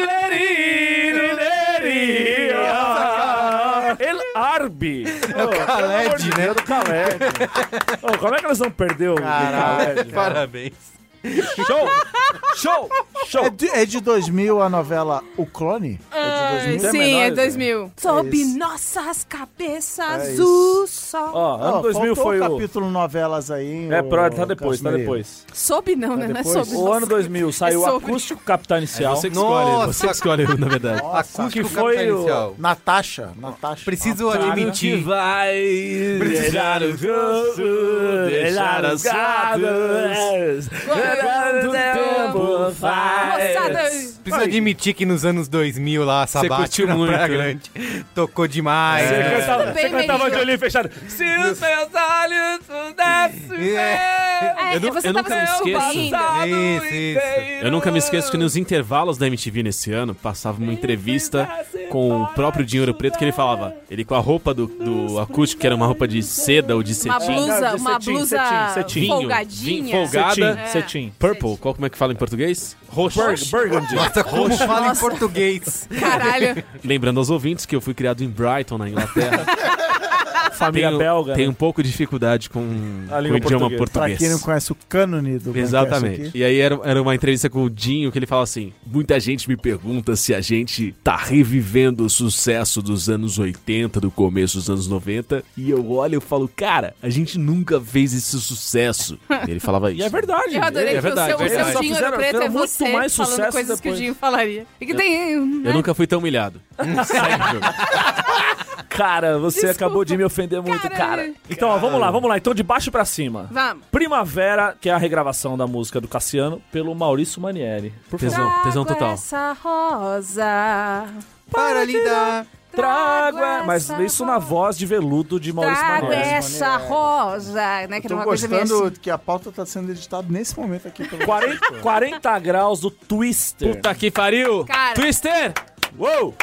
Speaker 3: Lady, lady, ah, El Arbi. É o
Speaker 2: Khaled, né?
Speaker 3: Do Khaled. Ô, como é que nós vamos perder o Khaled?
Speaker 2: Parabéns.
Speaker 3: Show! Show! Show!
Speaker 4: É de, é de 2000 a novela O Clone?
Speaker 1: Ai,
Speaker 3: Até
Speaker 1: sim, é
Speaker 3: menores,
Speaker 1: 2000. Sob
Speaker 4: isso.
Speaker 1: nossas
Speaker 4: É
Speaker 1: cabeças,
Speaker 4: isso.
Speaker 1: o sol.
Speaker 3: Ó, ano
Speaker 4: Ó,
Speaker 3: 2000
Speaker 4: faltou
Speaker 3: foi
Speaker 4: um
Speaker 3: o...
Speaker 4: capítulo novelas aí.
Speaker 3: É,
Speaker 4: ô,
Speaker 3: pra, tá depois, tá
Speaker 4: Casimiro.
Speaker 3: depois.
Speaker 1: Sob não, né? Não é
Speaker 4: depois?
Speaker 1: sob.
Speaker 3: O ano 2000 saiu o
Speaker 1: É sobre.
Speaker 3: Acústico Capital Inicial.
Speaker 5: Você que escolhe,
Speaker 2: Nossa.
Speaker 5: você que escolhe, na verdade.
Speaker 4: Nossa,
Speaker 3: que
Speaker 2: Acústico
Speaker 3: foi
Speaker 2: Capital
Speaker 3: o-
Speaker 2: Inicial.
Speaker 4: Natasha, Natasha.
Speaker 2: Preciso admitir.
Speaker 5: vai
Speaker 2: deixar
Speaker 5: os gosto,
Speaker 3: deixar É as gatas,
Speaker 1: quanto tempo Moçada,
Speaker 2: Preciso admitir que nos anos 2000 lá, a Sabate
Speaker 5: curtiu
Speaker 2: na
Speaker 5: muito,
Speaker 2: Praia
Speaker 5: né?
Speaker 2: Grande, tocou demais. É,
Speaker 3: Você cantava, você
Speaker 1: Bem
Speaker 3: cantava
Speaker 1: melhor.
Speaker 3: de olhinho fechado. Se os meus olhos pudessem ver.
Speaker 1: é,
Speaker 5: Eu nu-
Speaker 1: você
Speaker 5: eu
Speaker 1: tava
Speaker 5: nunca me
Speaker 1: sendo
Speaker 5: esqueço.
Speaker 1: lindo.
Speaker 2: Isso, isso.
Speaker 5: Eu nunca me esqueço que nos intervalos da MTV nesse ano passava uma entrevista com o próprio Dinheiro Preto que ele falava. Ele com a roupa do, do acústico, que era uma roupa de seda ou de
Speaker 1: Uma
Speaker 5: cetim.
Speaker 1: blusa,
Speaker 3: Não, de
Speaker 1: uma
Speaker 3: cetim,
Speaker 1: blusa
Speaker 3: cetim, cetim.
Speaker 1: folgadinha.
Speaker 5: Vinho, folgado.
Speaker 3: Cetim,
Speaker 5: É.
Speaker 3: cetim.
Speaker 5: Purple, qual como é que fala em português? Roxo.
Speaker 3: Bur- Burgundy.
Speaker 2: Nossa, como fala em português.
Speaker 1: Caralho.
Speaker 5: É Lembrando aos ouvintes que eu fui criado em Brighton, na Inglaterra. família
Speaker 3: Tem o- belga,
Speaker 5: tem
Speaker 3: né?
Speaker 5: um pouco de dificuldade com,
Speaker 3: A
Speaker 5: com o
Speaker 3: língua portuguesa.
Speaker 5: idioma
Speaker 4: Pra
Speaker 5: português.
Speaker 4: quem não conhece o cânone do Braincast
Speaker 5: Exatamente.
Speaker 4: é aqui.
Speaker 5: E aí era, era uma entrevista com o Dinho que ele fala assim: muita gente me pergunta se a gente tá revivendo o sucesso dos anos 80, do começo dos anos 90. E eu olho e falo, cara, a gente nunca fez esse sucesso. E ele falava isso.
Speaker 3: E é verdade.
Speaker 1: Eu adorei
Speaker 5: É
Speaker 1: que
Speaker 5: verdade,
Speaker 1: o seu, o seu
Speaker 5: verdade.
Speaker 1: Dinho
Speaker 3: Fizeram-
Speaker 1: Ouro Preto é
Speaker 3: fizeram muito
Speaker 1: você
Speaker 3: mais
Speaker 1: falando
Speaker 3: sucesso
Speaker 1: coisas que o
Speaker 3: depois.
Speaker 1: Dinho falaria. E que tem...
Speaker 5: Eu nunca fui tão humilhado. Sério.
Speaker 3: Cara, você
Speaker 1: Desculpa.
Speaker 3: acabou de me ofender muito,
Speaker 1: Cara,
Speaker 3: cara.
Speaker 1: eu-
Speaker 3: Então, ó, vamos lá, vamos lá. Então, de baixo pra cima.
Speaker 1: Vamos.
Speaker 3: Primavera, que é a regravação da música do Cassiano, pelo Maurício Manieri. Por favor.
Speaker 5: Tesão, tesão
Speaker 1: Trago
Speaker 5: total.
Speaker 1: essa rosa...
Speaker 2: Para lidar.
Speaker 3: Trago. é- Mas
Speaker 1: essa
Speaker 3: isso na
Speaker 1: rosa.
Speaker 3: voz de veludo de Maurício
Speaker 1: Trago
Speaker 3: Manieri.
Speaker 1: essa rosa, né? Que era
Speaker 4: Tô
Speaker 1: uma coisa meio
Speaker 4: gostando
Speaker 1: assim.
Speaker 4: que a pauta tá sendo editada nesse momento aqui. Pelo...
Speaker 3: 40, 40 graus do Twister.
Speaker 5: Puta que Tá pariu!
Speaker 1: Cara.
Speaker 5: Twister! Uou!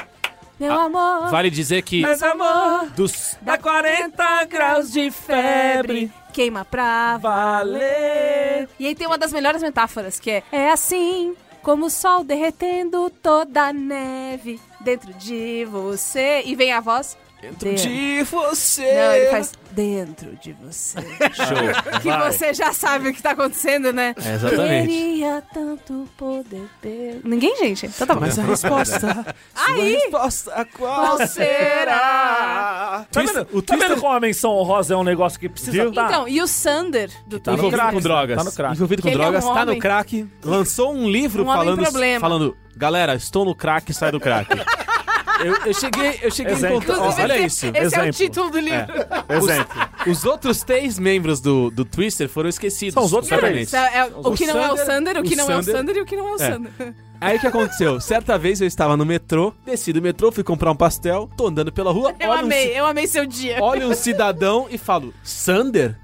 Speaker 1: Meu amor,
Speaker 5: Ah, Vale dizer que
Speaker 3: Mas amor,
Speaker 5: dos
Speaker 3: dá 40 graus de febre.
Speaker 1: queima pra
Speaker 3: Valer.
Speaker 1: E aí tem uma das melhores metáforas, que é É assim como o sol derretendo toda a neve dentro de você. E vem a voz. Dentro
Speaker 5: de você.
Speaker 1: Não, ele faz dentro de você.
Speaker 5: Show.
Speaker 1: Que
Speaker 5: Vai.
Speaker 1: você já sabe o que tá acontecendo, né?
Speaker 5: É, exatamente.
Speaker 1: Queria tanto poder ter. Ninguém, gente. Então tá bom.
Speaker 10: Mas a resposta.
Speaker 1: Aí.
Speaker 10: A resposta qual
Speaker 1: Qual será?
Speaker 3: Tá
Speaker 5: Twister-
Speaker 3: vendo,
Speaker 5: o
Speaker 3: tá vendo
Speaker 5: Twister-
Speaker 3: como a menção honrosa é um negócio que precisa
Speaker 5: Viu?
Speaker 3: estar...
Speaker 1: Então, e o Sander do
Speaker 3: Tá no
Speaker 1: Twitter?
Speaker 5: Envolvido
Speaker 3: crack,
Speaker 5: com drogas.
Speaker 3: tá no crack.
Speaker 5: Envolvido com
Speaker 1: Ele é um
Speaker 5: drogas, tá no
Speaker 1: homem.
Speaker 5: crack.
Speaker 10: Lançou um livro
Speaker 1: Um homem
Speaker 10: falando,
Speaker 1: problema.
Speaker 10: falando, galera, estou no crack, sai do crack. eu, eu cheguei, eu cheguei
Speaker 3: Exemplo.
Speaker 10: em contato.
Speaker 1: Inclusive,
Speaker 10: Olha
Speaker 1: esse,
Speaker 10: isso.
Speaker 1: esse é o
Speaker 3: exemplo.
Speaker 1: título do livro.
Speaker 3: Exemplo.
Speaker 5: Os outros três membros do, do Twister foram esquecidos.
Speaker 3: São os outros
Speaker 5: Exatamente.
Speaker 1: Isso é- é o que não é o Sander, o que
Speaker 5: o
Speaker 1: não é o
Speaker 5: Sander-
Speaker 1: Sander e o que não é o Sander.
Speaker 5: Aí o que aconteceu? Certa vez eu estava no metrô, desci do metrô, fui comprar um pastel, tô andando pela rua,
Speaker 1: Eu
Speaker 5: olha, Um,
Speaker 1: amei,
Speaker 5: ci-
Speaker 1: eu amei seu dia.
Speaker 5: olha um cidadão e falo, Sander?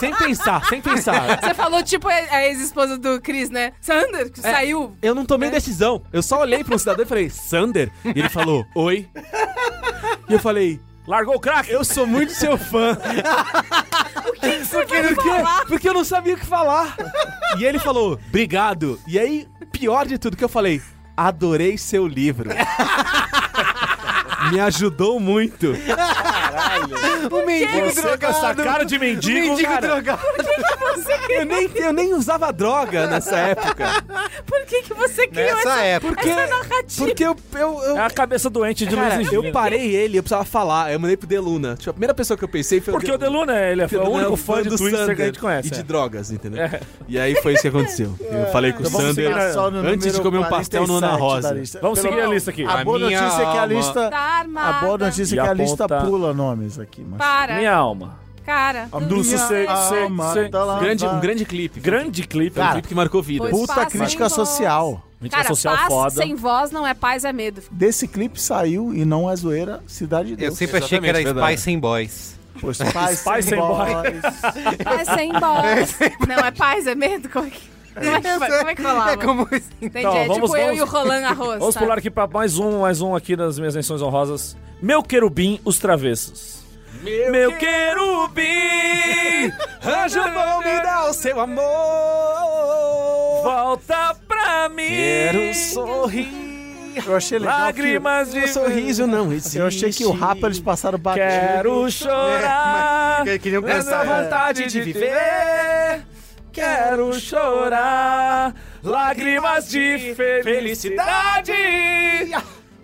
Speaker 5: sem pensar, sem pensar.
Speaker 1: Você falou tipo a- a ex-esposa do Chris, né? Sander,
Speaker 3: É.
Speaker 1: que saiu.
Speaker 5: Eu não tomei decisão. Eu só olhei para um cidadão e falei, Sander? E ele falou, oi. E eu falei,
Speaker 3: Largou o crack.
Speaker 5: eu sou muito seu fã. porque, porque, porque eu não sabia o que falar. E ele falou, obrigado. E aí, pior de tudo, que eu falei, adorei seu livro. Me ajudou muito. Tipo,
Speaker 2: O mendigo
Speaker 3: Você com essa cara de mendigo,
Speaker 2: mendigo
Speaker 3: cara.
Speaker 2: drogado.
Speaker 5: Eu nem, eu nem usava droga nessa época.
Speaker 1: Por que, que você criou
Speaker 2: Nessa
Speaker 1: essa,
Speaker 2: época.
Speaker 5: Porque,
Speaker 1: essa narrativa?
Speaker 5: porque eu, eu, eu-
Speaker 3: É a cabeça doente de
Speaker 5: cara,
Speaker 3: Luiz
Speaker 5: eu
Speaker 3: Henrique.
Speaker 5: parei ele, eu precisava falar. Eu mandei pro Deluna. Tipo, a primeira pessoa que eu pensei foi
Speaker 3: Porque o
Speaker 5: Deluna.
Speaker 3: Deluna é, ele é
Speaker 5: Porque
Speaker 3: o
Speaker 5: Deluna é
Speaker 3: único fã de Twister que a gente
Speaker 5: E de
Speaker 3: conhece. É.
Speaker 5: drogas, entendeu? E aí foi isso que aconteceu. Eu falei
Speaker 4: Tá
Speaker 5: com o
Speaker 3: vamos
Speaker 5: Sander.
Speaker 3: seguir na-
Speaker 4: Só no
Speaker 5: Antes de
Speaker 4: número
Speaker 5: comer um pastel no Ana
Speaker 4: 47
Speaker 5: Rosa.
Speaker 4: da lista.
Speaker 3: Vamos
Speaker 4: Pelo-
Speaker 3: seguir a lista aqui.
Speaker 4: A boa
Speaker 2: A minha
Speaker 4: notícia é que a
Speaker 2: alma.
Speaker 4: lista.
Speaker 1: Tá
Speaker 4: A
Speaker 1: armada.
Speaker 4: boa notícia
Speaker 3: E
Speaker 4: é que a
Speaker 3: aponta-
Speaker 4: lista pula nomes aqui, mas.
Speaker 1: Para,
Speaker 3: Minha alma.
Speaker 1: cara.
Speaker 4: A
Speaker 3: do
Speaker 4: minha
Speaker 3: sei- sei-
Speaker 4: alma
Speaker 3: sei-
Speaker 4: tá lá,
Speaker 5: Grande,
Speaker 4: vai.
Speaker 5: um grande clipe.
Speaker 3: Grande clipe.
Speaker 5: Um
Speaker 3: Cara,
Speaker 5: clipe que marcou vida.
Speaker 1: Pois
Speaker 4: Puta
Speaker 1: paz
Speaker 4: crítica
Speaker 1: sem voz.
Speaker 4: social.
Speaker 3: Mídia
Speaker 1: Cara,
Speaker 3: é social
Speaker 1: paz
Speaker 3: foda.
Speaker 1: sem voz não é paz, é medo.
Speaker 4: Desse clipe saiu, e não é zoeira, Cidade de
Speaker 2: Eu
Speaker 4: Deus.
Speaker 2: sempre achei que era
Speaker 5: Exatamente, verdade.
Speaker 2: Spice and Boys.
Speaker 4: Pois pais
Speaker 3: Pais sem boy.
Speaker 1: Paz sem voz. não é paz, é medo? Como é que, como é que, como é que falava?
Speaker 2: É como assim?
Speaker 1: Entendi,
Speaker 3: Então,
Speaker 1: é tipo
Speaker 3: vamos-
Speaker 1: eu
Speaker 3: vamos-
Speaker 1: e o Roland tá? Arroz.
Speaker 3: Vamos
Speaker 1: sabe?
Speaker 3: pular aqui pra mais um, mais um aqui nas minhas menções honrosas. Meu querubim, os travessos. Meu, querubim,
Speaker 5: Anjo bom me dá o seu amor.
Speaker 3: volta pra mim.
Speaker 5: Quero sorrir.
Speaker 4: Eu achei legal.
Speaker 3: Lágrimas de
Speaker 5: Meu sorriso não existe.
Speaker 4: Que, eu achei que o rapa eles passaram batido.
Speaker 3: Quero chorar.
Speaker 2: Que nem eu
Speaker 3: Mas a
Speaker 2: pensava.
Speaker 3: vontade de viver. Quero chorar. Lágrimas de fe- felicidade.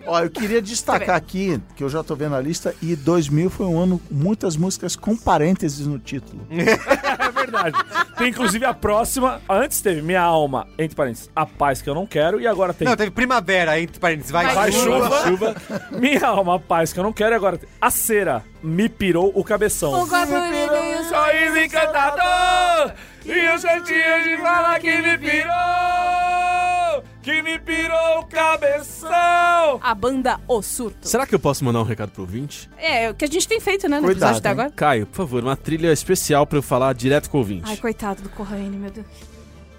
Speaker 4: Ó, eu queria
Speaker 1: Tá
Speaker 4: destacar aqui, que eu já tô vendo a lista, e 2000 foi um ano com muitas músicas com parênteses no título.
Speaker 3: É verdade. Tem inclusive a próxima. Antes teve Minha Alma, entre parênteses, A Paz Que Eu Não Quero. E agora tem
Speaker 2: Não, teve primavera, entre parênteses, vai,
Speaker 3: Vai
Speaker 2: chuva.
Speaker 3: Chuva. Minha Alma, A Paz Que Eu Não Quero. E agora tem A Cera, Me Pirou o Cabeção.
Speaker 1: O Guadalupe e o sol-
Speaker 3: Sorriso encantador E o jeitinho de falar que me pirou Que me pirou o cabeção
Speaker 1: A banda O Surto.
Speaker 5: Será que eu posso mandar um recado pro ouvinte?
Speaker 1: É, o que a gente tem feito, né, no
Speaker 4: Cuidado,
Speaker 1: episódio até
Speaker 4: hein?
Speaker 1: agora.
Speaker 5: Caio, por favor, uma trilha especial pra eu falar direto com o
Speaker 1: Ai,
Speaker 5: ouvinte.
Speaker 1: coitado do Corraine, meu Deus.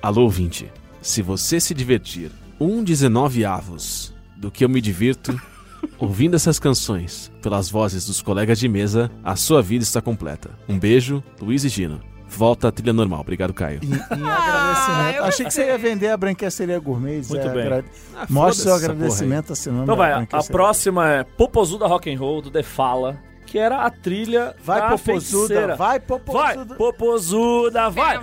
Speaker 5: Alô, ouvinte. Se você se divertir um 19 avos do que eu me divirto ouvindo essas canções pelas vozes dos colegas de mesa, a sua vida está completa. Um beijo, Luiz e Gino. Volta à trilha normal. Obrigado, Caio.
Speaker 4: Em, em agradecimento.
Speaker 1: Ah, eu
Speaker 4: achei que você ia vender a Branquesteria Gourmet.
Speaker 3: Muito
Speaker 4: é,
Speaker 3: bem.
Speaker 4: agra-
Speaker 5: Ah, foda-se
Speaker 4: Mostra seu
Speaker 5: essa porra aí.
Speaker 4: agradecimento assinando
Speaker 3: Então vai, Então a
Speaker 4: Branquesteria.
Speaker 3: próxima é Popozuda Rock and Roll do The Fala que era a trilha
Speaker 4: Vai,
Speaker 3: da feiticeira.
Speaker 4: popozuda. Vai,
Speaker 3: Vai,
Speaker 4: popozuda.
Speaker 3: popozuda, vai,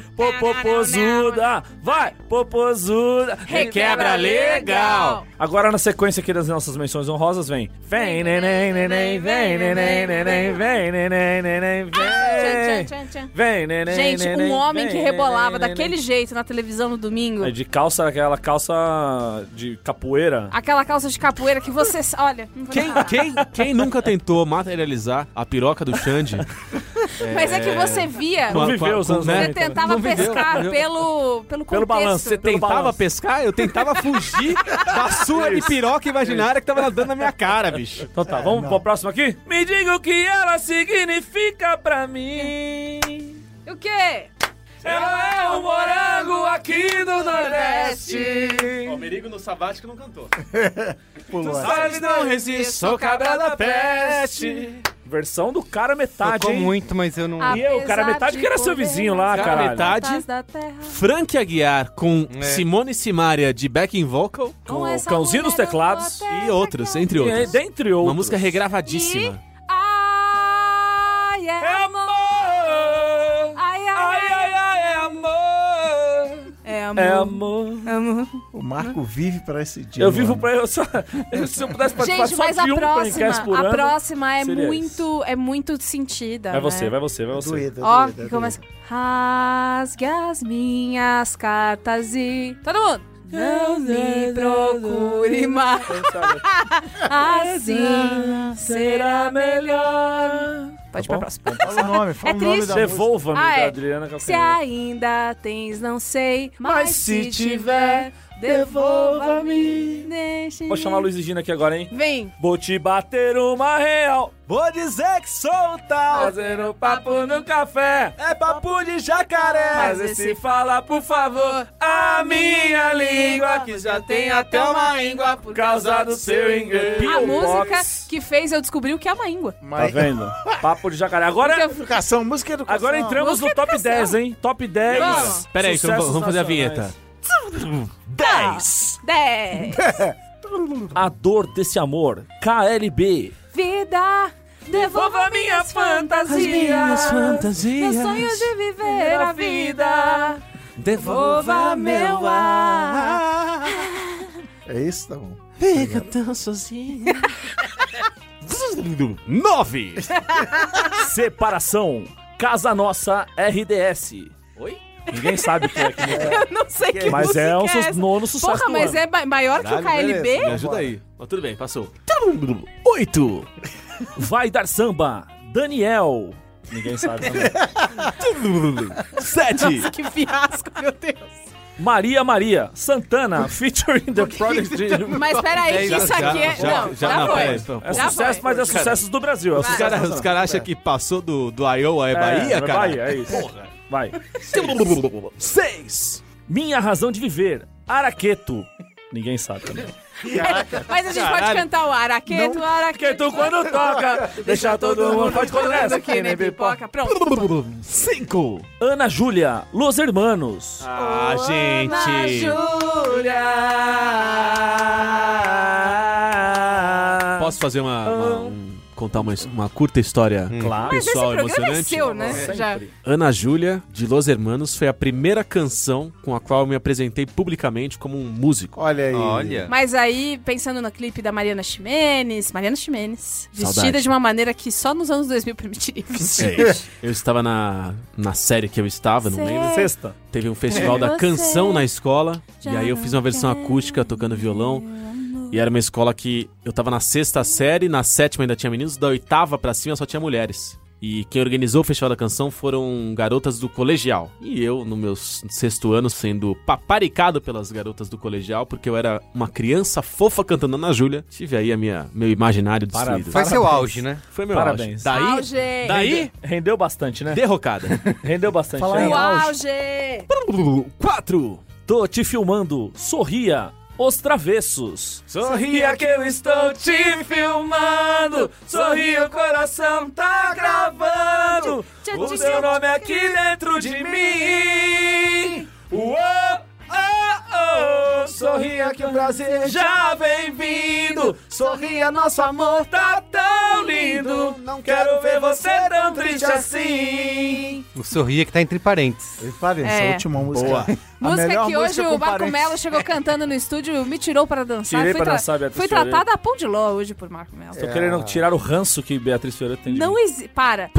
Speaker 3: popozuda, vai, popozuda, requebra legal. Agora na sequência aqui das nossas menções honrosas vem. Vem, neném, neném, vem, neném, neném, vem, neném, neném,
Speaker 1: Tchan,
Speaker 3: vem.
Speaker 1: tchan, tchan, tchan.
Speaker 3: Vem, neném,
Speaker 1: Gente,
Speaker 3: neném,
Speaker 1: um homem
Speaker 3: vem,
Speaker 1: que rebolava
Speaker 3: neném,
Speaker 1: daquele jeito na televisão no domingo.
Speaker 3: É de calça, aquela calça de capoeira.
Speaker 1: Aquela calça de capoeira que você. Olha, não vou nem
Speaker 5: Quem,
Speaker 1: falar.
Speaker 5: quem, quem nunca tentou materializar a piroca do Xande?
Speaker 1: Mas é que você via.
Speaker 5: Com a-
Speaker 3: viveu
Speaker 5: com a-
Speaker 3: os anos
Speaker 5: com- né?
Speaker 1: Você tentava
Speaker 5: Não viveu,
Speaker 1: pescar
Speaker 5: não viveu.
Speaker 1: pelo pelo contexto.
Speaker 3: Pelo balanço, você tem-
Speaker 5: Tentava
Speaker 3: balanço.
Speaker 5: pescar, eu tentava fugir da sua de piroca imaginária que tava nadando na minha cara, bicho.
Speaker 3: Então tá, vamos pro próximo aqui? Me diga o que ela significa pra mim.
Speaker 1: O quê?
Speaker 3: Ela é o morango aqui do Nordeste.
Speaker 5: O Merigo no sabático não cantou.
Speaker 3: Sabe, não resisto, sou cabra da peste. Versão do cara metade,
Speaker 2: Tocou
Speaker 3: hein?
Speaker 2: muito, mas eu não.
Speaker 1: Ah,
Speaker 3: E eu, cara
Speaker 1: Apesar
Speaker 3: metade,
Speaker 1: de
Speaker 3: que era seu
Speaker 1: poder
Speaker 3: vizinho lá,
Speaker 5: Cara
Speaker 3: caralho.
Speaker 5: metade.
Speaker 1: Paz da terra.
Speaker 5: Frank Aguiar com
Speaker 2: É.
Speaker 5: Simone Simaria de backing vocal
Speaker 3: Com o
Speaker 1: essa
Speaker 3: cãozinho
Speaker 1: mulher
Speaker 3: nos teclados
Speaker 1: eu vou até
Speaker 5: e outros, entre
Speaker 3: É, E aí,
Speaker 5: outros.
Speaker 3: dentre outros.
Speaker 5: Uma música regravadíssima.
Speaker 1: Ai, é
Speaker 3: É
Speaker 1: amor.
Speaker 3: amor. Ai,
Speaker 1: Ai, ai,
Speaker 3: ai, ai, é amor.
Speaker 1: é
Speaker 3: É
Speaker 1: amor.
Speaker 3: amor.
Speaker 1: amor.
Speaker 4: O Marco vive pra esse dia.
Speaker 3: Eu
Speaker 4: mano.
Speaker 3: vivo pra eu só. eu- se eu pudesse participar
Speaker 1: Gente,
Speaker 3: só
Speaker 1: mas
Speaker 3: de
Speaker 1: a
Speaker 3: um
Speaker 1: próxima,
Speaker 3: Pancast por ano.
Speaker 1: a próxima é
Speaker 3: seria
Speaker 1: muito, é muito sentida.
Speaker 3: Vai você,
Speaker 1: né?
Speaker 3: vai você, vai você.
Speaker 4: Doída,
Speaker 1: Ó,
Speaker 4: doída,
Speaker 1: que
Speaker 4: doída.
Speaker 1: começa. Rasgue as minhas cartas e. Todo mundo! Não me procure mais. Assim será melhor. Pode ir pra
Speaker 3: Tá bom? Tá
Speaker 1: próxima.
Speaker 4: Fala o nome, fala
Speaker 1: É
Speaker 4: o nome
Speaker 1: triste.
Speaker 4: da música.
Speaker 3: Devolva-me
Speaker 1: Ah, é.
Speaker 3: da Adriana
Speaker 1: Se
Speaker 3: Calcanhar.
Speaker 1: ainda tens, não sei. Mas,
Speaker 3: Mas
Speaker 1: se
Speaker 3: se
Speaker 1: tiver, devolva-me. Deixe.
Speaker 3: Vou chamar a Luiz Regina aqui agora, hein?
Speaker 1: Vem!
Speaker 3: Vou te bater uma real.
Speaker 5: Vou dizer que
Speaker 3: um
Speaker 5: sou tal.
Speaker 3: Fazendo papo no café.
Speaker 5: É papo de jacaré.
Speaker 3: Mas esse fala, por favor, a minha língua. Que já tem até uma língua por causa do seu inglês.
Speaker 1: A
Speaker 3: P.O.
Speaker 1: música
Speaker 3: Box.
Speaker 1: que fez eu descobrir o que é uma língua.
Speaker 3: Tá
Speaker 4: Mas...
Speaker 3: vendo? Papo de jacaré. Agora,
Speaker 4: Educação, música educação.
Speaker 3: agora entramos no top 10, hein? Top 10.
Speaker 1: Vamos.
Speaker 5: Pera aí, que eu vou-
Speaker 3: sucessos
Speaker 5: vamos fazer a
Speaker 3: nacionais.
Speaker 5: vinheta.
Speaker 3: 10.
Speaker 1: 10.
Speaker 3: A dor desse amor. KLB.
Speaker 1: Vida, devolva minhas fantasias. Meu
Speaker 5: fantasias.
Speaker 1: sonho de viver a vida. Devolva meu ar.
Speaker 4: É isso, tá bom.
Speaker 5: Fica tão sozinho. 9.
Speaker 3: Separação. Casa Nossa RDS. Oi? Ninguém sabe o que é aqui.
Speaker 1: Eu não sei que
Speaker 3: Mas
Speaker 1: música
Speaker 3: é o
Speaker 1: essa.
Speaker 3: sus- nono sucesso
Speaker 1: Porra,
Speaker 3: do
Speaker 1: mas
Speaker 3: ano.
Speaker 1: é ma- maior que o KLB?
Speaker 5: Me ajuda aí. Mas tudo bem, passou. 8.
Speaker 3: Vai dar samba. Daniel. Ninguém sabe também.
Speaker 5: 7.
Speaker 1: Que fiasco, meu Deus.
Speaker 3: Maria Maria. Santana. Featuring The Prodigy.
Speaker 5: tá
Speaker 1: Mas peraí, que isso aqui é.
Speaker 5: já,
Speaker 1: não,
Speaker 5: já,
Speaker 1: já,
Speaker 5: não,
Speaker 1: foi.
Speaker 5: peraí, então,
Speaker 3: É
Speaker 5: pô.
Speaker 1: Já
Speaker 3: sucesso,
Speaker 1: foi.
Speaker 3: mas é sucesso do Brasil. É
Speaker 5: Os
Speaker 3: sucesso
Speaker 5: caras os cara acham que passou do, do Iowa é Bahia,
Speaker 3: é,
Speaker 5: cara?
Speaker 3: Bahia, é isso. Vai.
Speaker 5: 6.
Speaker 3: Minha razão de viver. Araqueto. Ninguém sabe também.
Speaker 1: Mas a gente pode
Speaker 5: Caralho.
Speaker 1: cantar o Araqueto, Araqueto.
Speaker 3: Araqueto quando toca, deixa todo mundo. é Pode
Speaker 1: Colando
Speaker 3: começar.
Speaker 1: aqui, né? Pipoca. Pronto.
Speaker 5: 5.
Speaker 3: Ana Júlia. Los Hermanos.
Speaker 5: Ah,
Speaker 1: Ana
Speaker 5: gente.
Speaker 1: Ah.
Speaker 3: Júlia.
Speaker 5: Posso fazer uma. uma- um- contar uma, uma curta história
Speaker 3: Claro.
Speaker 1: Mas esse
Speaker 5: pessoal
Speaker 1: programa é
Speaker 5: emocionante?
Speaker 1: seu, né? Já.
Speaker 5: Ana Júlia, de Los Hermanos, foi a primeira canção com a qual eu me apresentei publicamente como um músico.
Speaker 4: Olha aí.
Speaker 2: Olha.
Speaker 1: Mas aí, pensando no clipe da Mariana Ximenes, Mariana Ximenes, vestida
Speaker 5: Saudade.
Speaker 1: de uma maneira que só nos anos 2000 permitiria vestir.
Speaker 5: Eu estava na, na série que eu estava, não
Speaker 1: Sei.
Speaker 5: lembro.
Speaker 3: Sexta.
Speaker 5: Teve um festival da
Speaker 1: É. Você
Speaker 5: canção na escola.
Speaker 1: já
Speaker 5: E aí eu fiz uma versão
Speaker 1: quer
Speaker 5: acústica tocando violão. E era uma escola que eu tava na sexta série, na sétima ainda tinha meninos, da oitava pra cima só tinha mulheres. E quem organizou o Festival da Canção foram garotas do colegial. E eu, no meu s- sexto ano, sendo paparicado pelas garotas do colegial, porque eu era uma criança fofa cantando Ana Júlia, tive aí a minha, meu imaginário destruído.
Speaker 2: Foi seu auge, né?
Speaker 5: Foi meu
Speaker 3: Parabéns.
Speaker 5: auge. Daí,
Speaker 1: auge!
Speaker 5: daí
Speaker 3: Rendeu bastante, né?
Speaker 5: derrocada.
Speaker 3: Rendeu bastante.
Speaker 4: Fala
Speaker 3: né?
Speaker 4: aí.
Speaker 1: O
Speaker 4: auge.
Speaker 1: auge!
Speaker 5: 4.
Speaker 3: Tô te filmando. Sorria. Os travessos. Sorria que eu estou te filmando. Sorria, o coração tá gravando. O seu nome é aqui dentro de mim. Uou, oh, oh. Sorria que o prazer já vem vindo. Sorria, nosso amor tá tão lindo. rindo. Não quero ver você tão triste assim.
Speaker 2: O sorria que tá entre parênteses.
Speaker 4: E Parece,
Speaker 1: É.
Speaker 4: a última música.
Speaker 3: Boa.
Speaker 4: A
Speaker 1: Música
Speaker 4: melhor
Speaker 1: que hoje
Speaker 4: música com
Speaker 1: o Marco
Speaker 4: parênteses.
Speaker 1: Melo chegou cantando no estúdio, me tirou para dançar.
Speaker 3: Tirei É.
Speaker 1: fui
Speaker 3: pra dançar, Beatriz
Speaker 1: Fui
Speaker 3: Fiorello.
Speaker 1: tratada a pão de ló hoje por Marco Melo.
Speaker 3: Tô querendo tirar o ranço que Beatriz Fioretta tem de
Speaker 1: Não
Speaker 3: mim.
Speaker 1: existe. Para.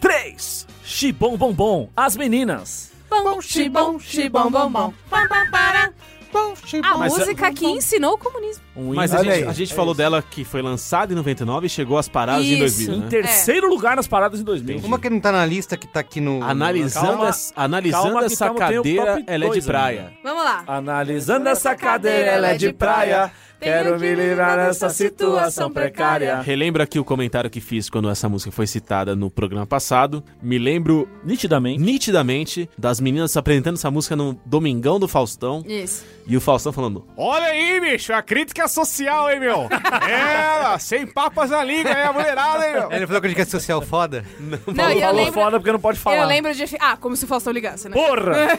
Speaker 3: 3. Xibom Bom Bom. As meninas.
Speaker 1: Bom, xibom, xibom, bom, bom. Pam, pam, para. A
Speaker 4: é-
Speaker 3: Mas,
Speaker 1: Ah, música que ensinou o comunismo.
Speaker 3: Um
Speaker 5: Mas
Speaker 3: hino.
Speaker 5: a
Speaker 4: Olha
Speaker 5: gente,
Speaker 4: aí,
Speaker 5: a gente
Speaker 4: é
Speaker 5: falou dela que foi lançada em 99 e chegou às paradas em
Speaker 1: Isso.
Speaker 5: 2000, né?
Speaker 3: Terceiro lugar nas paradas em 2000.
Speaker 2: Uma que não tá na lista que tá aqui no.
Speaker 5: Analisando,
Speaker 3: Calma.
Speaker 5: as- analisando
Speaker 3: Calma que
Speaker 5: essa
Speaker 3: tamo- tem o
Speaker 5: cadeira,
Speaker 3: top
Speaker 5: ela é de
Speaker 3: dois
Speaker 5: praia.
Speaker 3: ainda.
Speaker 1: Vamos lá.
Speaker 3: Analisando essa cadeira, ela é de praia. Quero me livrar dessa situação precária.
Speaker 5: Relembro aqui o comentário que fiz quando essa música foi citada no programa passado. Me lembro
Speaker 3: Nitidamente.
Speaker 5: nitidamente das meninas apresentando essa música no Domingão do Faustão
Speaker 1: Isso.
Speaker 5: e o Faustão falando:
Speaker 11: Olha aí, bicho, a crítica social, hein, meu? É, sem papas na língua,
Speaker 5: né?
Speaker 11: hein, a mulherada, hein, meu?
Speaker 2: Ele falou que a gente quer social foda?
Speaker 1: Não, e eu
Speaker 3: falou
Speaker 1: lembro.
Speaker 3: foda porque não pode falar.
Speaker 1: Eu lembro de. fi- Ah, como se o Faustão ligasse, né?
Speaker 3: Porra!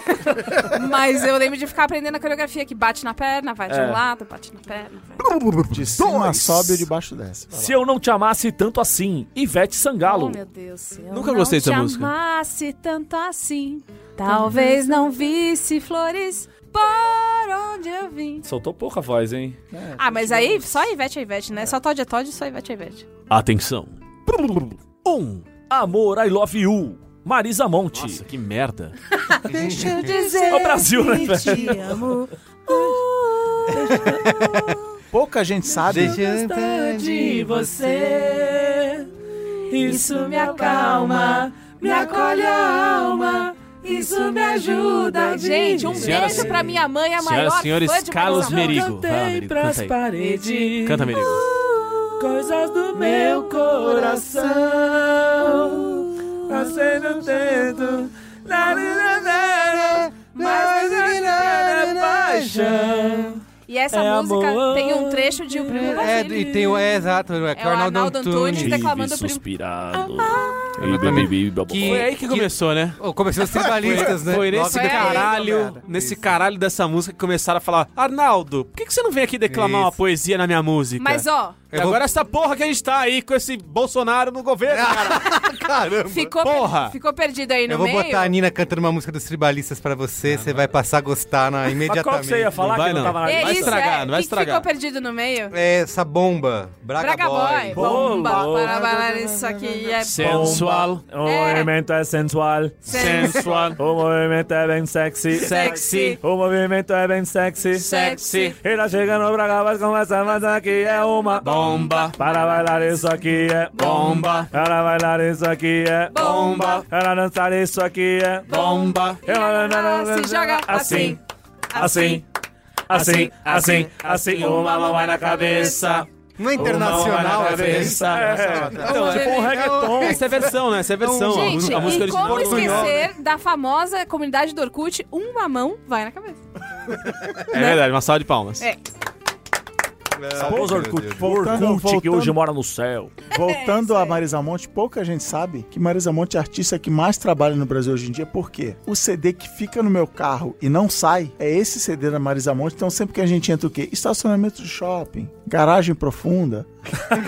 Speaker 1: Mas eu lembro de ficar aprendendo a coreografia que bate na perna, vai de
Speaker 3: É.
Speaker 1: um lado, bate na perna. vai- um
Speaker 4: De cima
Speaker 11: Dois.
Speaker 4: sobe e de baixo desce.
Speaker 3: Se eu não te amasse tanto assim, Ivete Sangalo.
Speaker 1: Oh, meu Deus. Se eu
Speaker 5: Nunca gostei dessa
Speaker 1: não te
Speaker 5: música.
Speaker 1: amasse tanto assim, talvez não visse flores por onde eu vim.
Speaker 3: Soltou pouca voz, hein?
Speaker 5: Tá
Speaker 1: Ah, mas aí só a Ivete é Ivete, né? Só Todd é Todd, só Ivete é Ivete.
Speaker 5: Atenção!
Speaker 3: 1. Amor, I love you. Marisa Monte.
Speaker 5: Nossa, que merda!
Speaker 1: Deixa eu dizer
Speaker 3: É o Brasil, né, que
Speaker 1: te amo.
Speaker 4: Pouca gente sabe.
Speaker 2: Deixa eu entrar de
Speaker 1: você, isso me acalma, me acolhe a alma. Isso me ajuda, gente. Um
Speaker 5: Senhoras-
Speaker 1: beijo pra minha mãe, a
Speaker 5: Senhoras
Speaker 1: maior
Speaker 5: e senhores,
Speaker 1: fã de
Speaker 5: Carlos
Speaker 1: Marisa Monte.
Speaker 5: Merigo. Vai lá, Merigo, canta aí.
Speaker 1: paredes.
Speaker 5: Canta, Merigo.
Speaker 1: Coisas do meu coração.
Speaker 3: um
Speaker 1: Acendo dentro. E essa
Speaker 3: É
Speaker 1: música
Speaker 3: amor.
Speaker 1: tem um trecho de O Primo
Speaker 2: É,
Speaker 1: Basílio.
Speaker 2: e tem o. É, exato, é,
Speaker 1: É o Arnaldo Antunes declamando o
Speaker 3: Vive
Speaker 1: Primo...
Speaker 3: suspirado.
Speaker 1: Ah,
Speaker 2: Exatamente. Que-
Speaker 5: Foi aí que, começou, né?
Speaker 2: Oh, começou os tribalistas, né? É.
Speaker 5: Foi nesse
Speaker 1: Foi aí.
Speaker 5: caralho, nesse caralho dessa música que começaram a falar: Arnaldo, por que, que você não vem aqui declamar
Speaker 2: Isso.
Speaker 5: uma poesia na minha música?
Speaker 1: Mas, ó,
Speaker 5: E agora essa porra que a gente tá aí com esse Bolsonaro no governo,
Speaker 2: Ah,
Speaker 5: né? cara.
Speaker 2: Caramba!
Speaker 1: ficou, per-
Speaker 5: Porra.
Speaker 1: ficou perdido aí no
Speaker 2: Eu vou
Speaker 1: meio.
Speaker 2: botar a Nina cantando uma música dos tribalistas pra você, você vai passar a gostar na,
Speaker 3: Mas qual que
Speaker 2: imediatamente.
Speaker 3: você ia falar
Speaker 5: Não vai,
Speaker 3: que não
Speaker 5: não.
Speaker 3: tava na
Speaker 1: É
Speaker 5: Vai
Speaker 1: isso,
Speaker 5: estragar,
Speaker 1: é.
Speaker 5: não vai
Speaker 1: Que
Speaker 5: estragar.
Speaker 1: Ficou perdido no meio.
Speaker 2: É, essa bomba, Braga,
Speaker 1: Braga Boy.
Speaker 2: Boy.
Speaker 1: Bomba.
Speaker 3: Boy.
Speaker 1: Para bailar isso aqui é
Speaker 5: Sensual,
Speaker 3: O movimento é sensual.
Speaker 5: sensual,
Speaker 3: O movimento é bem sexy.
Speaker 1: Sexy.
Speaker 3: O movimento é bem sexy. tá
Speaker 1: Sexy.
Speaker 3: Ela chega no Braga, mas começa, mas aqui é uma
Speaker 5: bomba,
Speaker 3: Para bailar isso aqui é
Speaker 5: Bomba.
Speaker 3: Para bailar isso aqui é
Speaker 1: Bomba.
Speaker 3: Para dançar isso aqui é
Speaker 5: bomba.
Speaker 1: Se joga assim.
Speaker 3: Assim, assim, assim, assim, uma mão vai na cabeça.
Speaker 2: Não é internacional,
Speaker 3: Uma mão vai na
Speaker 2: essa
Speaker 3: cabeça.
Speaker 2: aí?
Speaker 3: É, não, é tipo um reggaeton.
Speaker 5: Essa é a versão, né? Essa é a versão. a
Speaker 1: Gente,
Speaker 5: música- a música
Speaker 1: e como
Speaker 5: original.
Speaker 1: esquecer da famosa comunidade do Orkut, uma mão vai na cabeça. né?
Speaker 5: É verdade, uma salva de palmas.
Speaker 1: É.
Speaker 3: Pouso Orkut,
Speaker 4: Voltando,
Speaker 3: Orkut que
Speaker 4: voltando.
Speaker 3: hoje mora no céu.
Speaker 4: Voltando a Marisa Monte, pouca gente sabe que Marisa Monte é a artista que mais trabalha no Brasil hoje em dia, por quê? O CD que fica no meu carro e não sai é esse CD da Marisa Monte, então sempre que a gente entra o quê? Estacionamento de shopping, garagem profunda,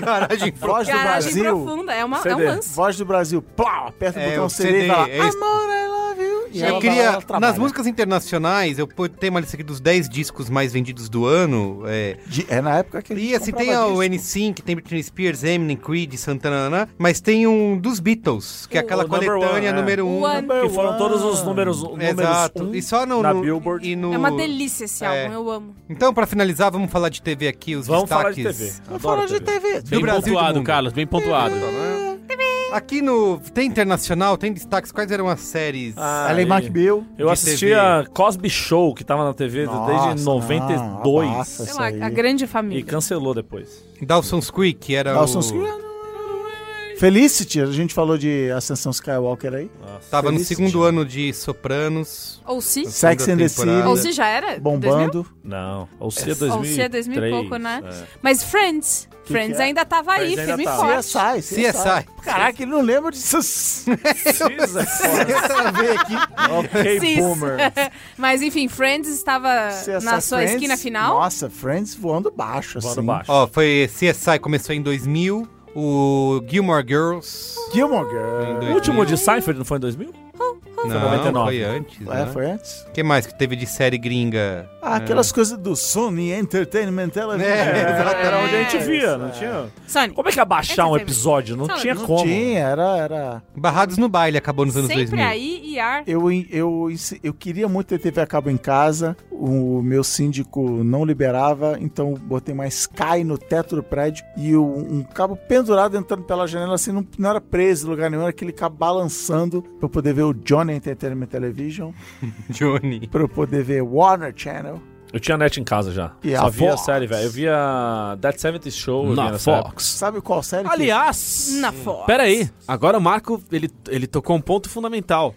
Speaker 2: Garagem
Speaker 4: voz do
Speaker 1: Garagem
Speaker 4: Brasil,
Speaker 1: profunda, é, uma, é um
Speaker 3: CD.
Speaker 1: lance.
Speaker 4: voz do Brasil, plá, aperta
Speaker 2: É,
Speaker 4: o botão
Speaker 2: o
Speaker 4: CD, e vai lá,
Speaker 2: CD, é isso.
Speaker 4: Amor, I love you. E
Speaker 2: Eu
Speaker 4: ela vai lá,
Speaker 2: queria,
Speaker 4: ela trabalha.
Speaker 2: nas músicas internacionais, eu pô- tenho uma lista aqui dos 10 discos mais vendidos do ano. É,
Speaker 4: De- é na época que a gente
Speaker 2: e assim, tem
Speaker 4: comprava
Speaker 2: o
Speaker 4: disco.
Speaker 2: NSYNC, tem Britney Spears, Eminem, Creed, Santana, né? mas tem um dos Beatles, que é
Speaker 3: O-
Speaker 2: aquela
Speaker 3: o number
Speaker 2: coletânea
Speaker 3: one, é.
Speaker 2: número 1. Um,
Speaker 1: One.
Speaker 3: Que foram todos os números, números
Speaker 2: Exato.
Speaker 3: um
Speaker 2: e só no,
Speaker 3: na
Speaker 2: no-
Speaker 3: Billboard.
Speaker 2: e no-
Speaker 1: É uma delícia esse álbum, eu amo.
Speaker 2: Então, pra finalizar, vamos falar de TV aqui, os
Speaker 3: Vamos falar de
Speaker 2: destaques.
Speaker 3: TV. Adoro
Speaker 4: Fora de TV.
Speaker 5: Bem
Speaker 2: Brasil e do
Speaker 5: pontuado,
Speaker 2: mundo.
Speaker 5: Carlos, bem pontuado.
Speaker 2: Aqui no. Tem internacional, tem destaques. Quais eram as séries?
Speaker 3: Ah,
Speaker 4: Ellen
Speaker 3: e-
Speaker 4: McBeal.
Speaker 3: Eu
Speaker 2: de
Speaker 3: assistia Cosby Show, que tava na TV desde
Speaker 4: Nossa,
Speaker 3: 92.
Speaker 4: não, abaixa
Speaker 1: Sei
Speaker 4: isso
Speaker 1: lá,
Speaker 4: aí.
Speaker 1: a grande
Speaker 3: e
Speaker 1: família.
Speaker 3: cancelou depois.
Speaker 2: Dawson's Creek
Speaker 4: É
Speaker 2: era o.
Speaker 4: Dawson's Creek. Felicity, a gente falou de Ascensão Skywalker aí.
Speaker 2: Tava no
Speaker 4: Felicity.
Speaker 2: segundo ano de Sopranos.
Speaker 1: Ou se.
Speaker 4: Sex and the
Speaker 2: Segunda
Speaker 4: City.
Speaker 1: Ou se já era? 2000?
Speaker 4: Bombando.
Speaker 3: Não. Ou se é
Speaker 1: Ou se é 2000 e
Speaker 3: 2003,
Speaker 1: pouco, né?
Speaker 3: é.
Speaker 1: Mas Friends.
Speaker 4: que
Speaker 1: Friends
Speaker 4: é?
Speaker 1: ainda tava aí,
Speaker 3: Friends ainda
Speaker 1: firme e
Speaker 3: tava.
Speaker 1: forte.
Speaker 4: CSI,
Speaker 2: CSI.
Speaker 4: Caraca, ele não lembra disso.
Speaker 3: ok,
Speaker 1: Cis.
Speaker 3: boomer.
Speaker 1: Mas enfim, Friends estava
Speaker 4: CSI
Speaker 1: na sua
Speaker 4: Friends,
Speaker 1: esquina final.
Speaker 4: Nossa, Friends voando baixo,
Speaker 3: Bora
Speaker 4: assim.
Speaker 3: baixo.
Speaker 2: Ó, foi CSI começou em 2000, o o Gilmore Girls.
Speaker 4: Gilmore Girl.
Speaker 3: O último de Seinfeld não foi em 2000?
Speaker 2: Não,
Speaker 3: 99.
Speaker 2: foi antes,
Speaker 4: É,
Speaker 2: né?
Speaker 4: foi antes?
Speaker 2: O que mais que teve de série gringa?
Speaker 4: Ah, aquelas coisas do Sony Entertainment Television.
Speaker 2: É, exatamente.
Speaker 3: Era onde a gente via, não tinha.
Speaker 1: Sony.
Speaker 3: Como é que ia baixar um
Speaker 1: Entertainment.
Speaker 3: episódio? Não
Speaker 1: Sabe,
Speaker 3: tinha
Speaker 4: Não
Speaker 3: como.
Speaker 4: tinha, era... era...
Speaker 2: Barrados no Baile acabou nos anos
Speaker 1: Sempre
Speaker 2: 2000.
Speaker 1: aí e ar.
Speaker 4: Eu, eu, eu queria muito ter TV a cabo em casa, o meu síndico não liberava, então botei mais Sky no teto do prédio e o- um cabo pendurado entrando pela janela, assim, não, não era preso em lugar nenhum, era aquele cabo balançando pra eu poder ver o Johnny Entertainment Television,
Speaker 2: Johnny.
Speaker 4: pra eu poder ver Warner Channel.
Speaker 3: Eu tinha net em casa já.
Speaker 4: E
Speaker 3: Só
Speaker 4: a
Speaker 3: via
Speaker 4: Fox?
Speaker 3: série, velho. Eu via That 70 Show.
Speaker 2: Uhum.
Speaker 3: eu via
Speaker 5: Na
Speaker 3: nessa época.
Speaker 5: Fox.
Speaker 4: Sabe qual série? que-
Speaker 5: Aliás,
Speaker 1: Na Fox.
Speaker 5: peraí. Agora o Marco, ele, ele tocou um ponto fundamental.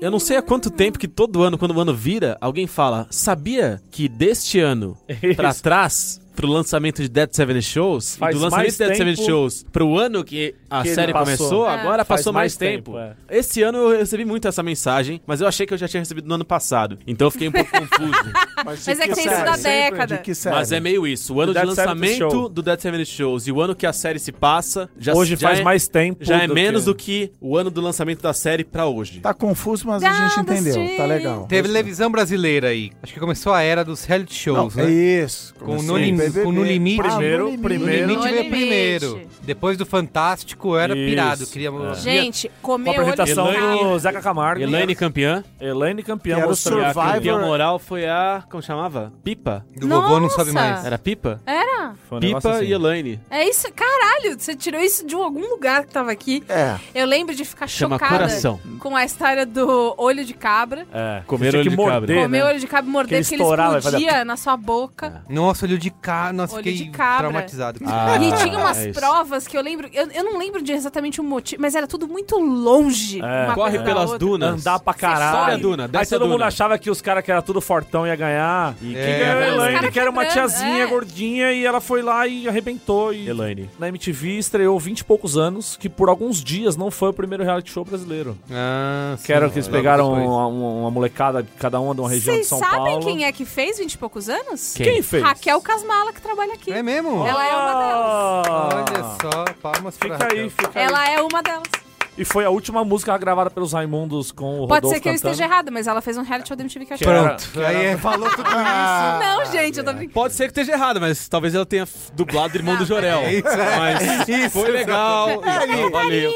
Speaker 5: Eu não sei há quanto tempo que todo ano, quando o ano vira, alguém fala, sabia que deste ano pra trás, pro lançamento de Dead Seven Shows,
Speaker 3: Faz
Speaker 5: e do lançamento
Speaker 3: mais
Speaker 5: de Dead Seven
Speaker 3: tempo
Speaker 5: Shows pro ano que a
Speaker 3: que
Speaker 5: série
Speaker 3: passou.
Speaker 5: começou,
Speaker 3: É.
Speaker 5: agora
Speaker 3: Faz
Speaker 5: passou
Speaker 3: mais
Speaker 5: mais,
Speaker 3: tempo,
Speaker 5: tempo.
Speaker 3: é.
Speaker 5: Esse ano eu recebi muito essa mensagem, mas eu achei que eu já tinha recebido no ano passado. Então eu fiquei um pouco confuso.
Speaker 4: Mas,
Speaker 1: Mas é que tem isso
Speaker 4: série?
Speaker 1: da
Speaker 4: Sempre,
Speaker 1: década.
Speaker 4: De que série?
Speaker 5: Mas é meio isso. O ano
Speaker 3: Do
Speaker 5: de
Speaker 3: Dead Seventh Show.
Speaker 5: lançamento do Dead Seven Shows e o ano que a série se passa, já
Speaker 3: Hoje
Speaker 5: já
Speaker 3: faz
Speaker 5: é-
Speaker 3: mais tempo.
Speaker 5: já é menos do que o ano do lançamento da série pra hoje.
Speaker 4: Tá confuso, mas a gente
Speaker 1: Down the
Speaker 4: entendeu. Tá
Speaker 1: street.
Speaker 4: legal.
Speaker 2: Televisão brasileira aí. Acho que começou a era dos reality
Speaker 4: Não,
Speaker 2: shows,
Speaker 4: é
Speaker 2: né?
Speaker 4: isso.
Speaker 2: Com o
Speaker 4: Começou
Speaker 2: No Lim-
Speaker 4: BBB.
Speaker 2: com o No Limite.
Speaker 4: Ah,
Speaker 3: Primeiro-
Speaker 2: No
Speaker 3: primeiro-
Speaker 2: Limite veio
Speaker 1: Limite.
Speaker 2: primeiro. Depois do Fantástico era
Speaker 3: Isso.
Speaker 2: pirado. Queria... É.
Speaker 1: Gente,
Speaker 3: Com a
Speaker 1: comer olho de
Speaker 3: apresentação do
Speaker 1: carne.
Speaker 3: Zeca Camargo.
Speaker 5: Elaine campeã.
Speaker 3: Elaine campeã.
Speaker 4: Que era o
Speaker 3: mostrando a
Speaker 4: Survivor.
Speaker 5: Campeã moral foi a. Como chamava? Pipa.
Speaker 2: Do vovô não sobe
Speaker 1: Nossa.
Speaker 2: mais.
Speaker 5: Era Pipa?
Speaker 1: Era?
Speaker 3: Foi um negócio
Speaker 5: Pipa
Speaker 3: assim.
Speaker 5: e Elaine.
Speaker 1: É isso? Caralho, você tirou isso de algum lugar que tava aqui.
Speaker 4: É.
Speaker 1: Eu lembro de ficar
Speaker 5: Chama
Speaker 1: chocada
Speaker 5: coração.
Speaker 1: com a história do olho de cabra.
Speaker 3: É.
Speaker 5: Comer
Speaker 3: Tinha
Speaker 5: olho
Speaker 3: que
Speaker 5: de
Speaker 3: morder,
Speaker 5: cabra.
Speaker 3: né?
Speaker 1: Comer olho de cabra e morder
Speaker 3: ele
Speaker 1: porque ele
Speaker 3: estourava,
Speaker 1: explodia
Speaker 3: ele fazia-
Speaker 1: na sua boca.
Speaker 2: Nossa, olho de cara. Nossa,
Speaker 1: Olho
Speaker 2: fiquei
Speaker 1: de cabra.
Speaker 2: traumatizado. com
Speaker 5: Ah,
Speaker 1: e tinha umas
Speaker 5: é isso.
Speaker 1: provas que eu lembro. Eu, eu não lembro de exatamente o motivo, mas era tudo muito longe.
Speaker 3: É.
Speaker 1: uma
Speaker 5: Corre
Speaker 1: coisa da
Speaker 5: pelas
Speaker 1: Ah, outra.
Speaker 5: dunas.
Speaker 3: Andar pra
Speaker 1: sobe
Speaker 3: caralho.
Speaker 1: a
Speaker 5: duna,
Speaker 3: Aí
Speaker 5: desce a
Speaker 3: todo mundo
Speaker 5: duna.
Speaker 3: achava que os caras que era tudo fortão ia ganhar. E quem
Speaker 2: É.
Speaker 3: ganhou a
Speaker 2: Os
Speaker 3: Elaine,
Speaker 1: caras
Speaker 3: que era uma
Speaker 1: quebrando,
Speaker 3: tiazinha
Speaker 1: é.
Speaker 3: gordinha, e ela foi lá e arrebentou. E
Speaker 5: Elaine.
Speaker 3: na MTV estreou 20 e poucos anos, que por alguns dias não foi o primeiro reality show brasileiro.
Speaker 2: Ah, sim.
Speaker 3: Que era que eles
Speaker 2: Logo
Speaker 3: pegaram
Speaker 2: depois.
Speaker 3: uma, uma- uma molecada, de cada uma de uma região
Speaker 1: Vocês
Speaker 3: de São
Speaker 1: sabem
Speaker 3: Paulo.
Speaker 1: quem é que fez 20 e poucos anos?
Speaker 3: Quem fez?
Speaker 1: Raquel Casmala, que trabalha aqui.
Speaker 2: É mesmo?
Speaker 1: Ela é uma delas.
Speaker 2: Olha só, palmas
Speaker 3: Ah!
Speaker 2: pra
Speaker 3: Fica aí,
Speaker 2: Raquel.
Speaker 3: fica aí.
Speaker 1: Ela é uma delas.
Speaker 3: E foi a última música gravada pelos Raimundos com o
Speaker 1: Pode
Speaker 3: Rodolfo
Speaker 1: ser que eu
Speaker 3: cantando.
Speaker 1: esteja errada, mas ela fez um reality show da MTV que eu achei.
Speaker 2: Pronto. aí é- falou tudo
Speaker 1: Não, gente, eu tô brincando.
Speaker 5: Pode ser que esteja errado, mas talvez ela tenha f- dublado Irmão do Jorel.
Speaker 2: É
Speaker 5: Mas foi legal. Então, valeu.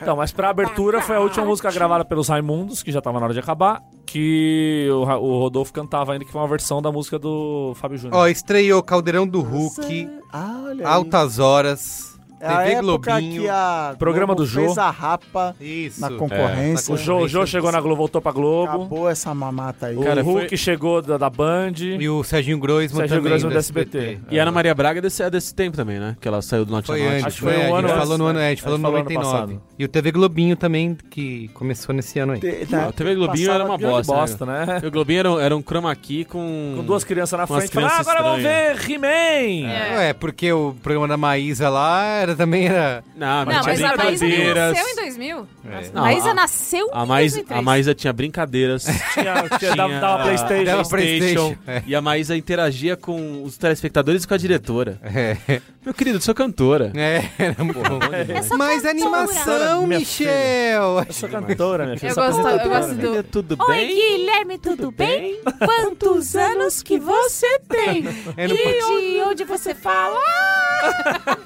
Speaker 3: Então, mas pra abertura foi a última música gravada pelos Raimundos, que já tava na hora de acabar, que o, Ra- o Rodolfo cantava ainda, que foi uma versão da música do Fábio Júnior.
Speaker 2: Ó, estreou Caldeirão do Hulk,
Speaker 4: Ah, olha aí.
Speaker 2: Altas Horas,
Speaker 4: É a
Speaker 2: TV
Speaker 4: época
Speaker 2: Globinho.
Speaker 4: que a
Speaker 3: Programa
Speaker 4: Globo
Speaker 3: do Jô.
Speaker 4: fez a rapa
Speaker 2: Isso. é, tá
Speaker 4: na concorrência.
Speaker 3: o Jô, o Jô chegou na Globo, voltou pra Globo.
Speaker 4: Acabou essa mamata aí.
Speaker 3: O
Speaker 5: Cara,
Speaker 3: Hulk
Speaker 5: foi-
Speaker 3: chegou da, da Band.
Speaker 2: E o Serginho Groisman
Speaker 3: Serginho
Speaker 2: também,
Speaker 3: Groisman
Speaker 2: do
Speaker 3: do SBT.
Speaker 5: E Ana Maria Braga desse, é desse tempo também, né? Que ela saiu do Norte
Speaker 2: Foi
Speaker 5: ao Norte.
Speaker 2: antes,
Speaker 3: Acho que
Speaker 2: foi,
Speaker 3: foi um
Speaker 2: antes.
Speaker 3: ano
Speaker 2: a gente
Speaker 3: antes,
Speaker 2: falou no ano, é, a gente
Speaker 3: né?
Speaker 2: falou
Speaker 3: A
Speaker 2: no
Speaker 3: gente falou ano
Speaker 2: 99.
Speaker 3: passado.
Speaker 2: E o TV Globinho também, que começou nesse ano aí.
Speaker 4: Te- tá,
Speaker 5: Não,
Speaker 4: na-
Speaker 5: a TV Globinho
Speaker 4: passava
Speaker 5: era uma
Speaker 3: Que
Speaker 5: bosta.
Speaker 3: bosta, né?
Speaker 5: né? O Globinho era, um- era um chroma key com...
Speaker 3: Com duas crianças na
Speaker 5: Com as
Speaker 3: frente. Falaram, ah,
Speaker 5: crianças
Speaker 3: agora vamos
Speaker 5: estranhas.
Speaker 3: ver He-Man!
Speaker 2: É, porque o programa da Maísa lá era, também era...
Speaker 5: Não,
Speaker 1: Não,
Speaker 5: mas
Speaker 1: mas
Speaker 5: tinha
Speaker 1: a Maísa não
Speaker 5: brincadeiras.
Speaker 1: nasceu em 2000.
Speaker 2: É.
Speaker 5: Não,
Speaker 1: Maísa
Speaker 5: a-
Speaker 1: nasceu
Speaker 5: A
Speaker 1: em
Speaker 5: Maísa,
Speaker 1: 2003.
Speaker 5: a Maísa tinha brincadeiras,
Speaker 3: Tinha, tinha, dava,
Speaker 5: Tinha-
Speaker 3: dava Playstation.
Speaker 2: Dava
Speaker 5: PlayStation,
Speaker 2: PlayStation, é.
Speaker 5: e a Maísa interagia com os telespectadores e com a diretora.
Speaker 2: É,
Speaker 5: Meu querido, eu sou cantora.
Speaker 2: é, era muito bom.
Speaker 1: Essa
Speaker 2: Mas
Speaker 1: cantora.
Speaker 2: animação,
Speaker 3: Minha
Speaker 2: Michel!
Speaker 3: Eu sou cantora, minha filha.
Speaker 1: Eu
Speaker 3: sou
Speaker 1: gosto, eu
Speaker 3: apresentadora,
Speaker 1: gosto
Speaker 3: né?
Speaker 1: do...
Speaker 5: Filha, Tudo
Speaker 1: Oi,
Speaker 5: bem?
Speaker 1: Guilherme, tudo, bem? Quantos anos que você tem?
Speaker 2: Eu não, posso,
Speaker 1: E de onde você fala?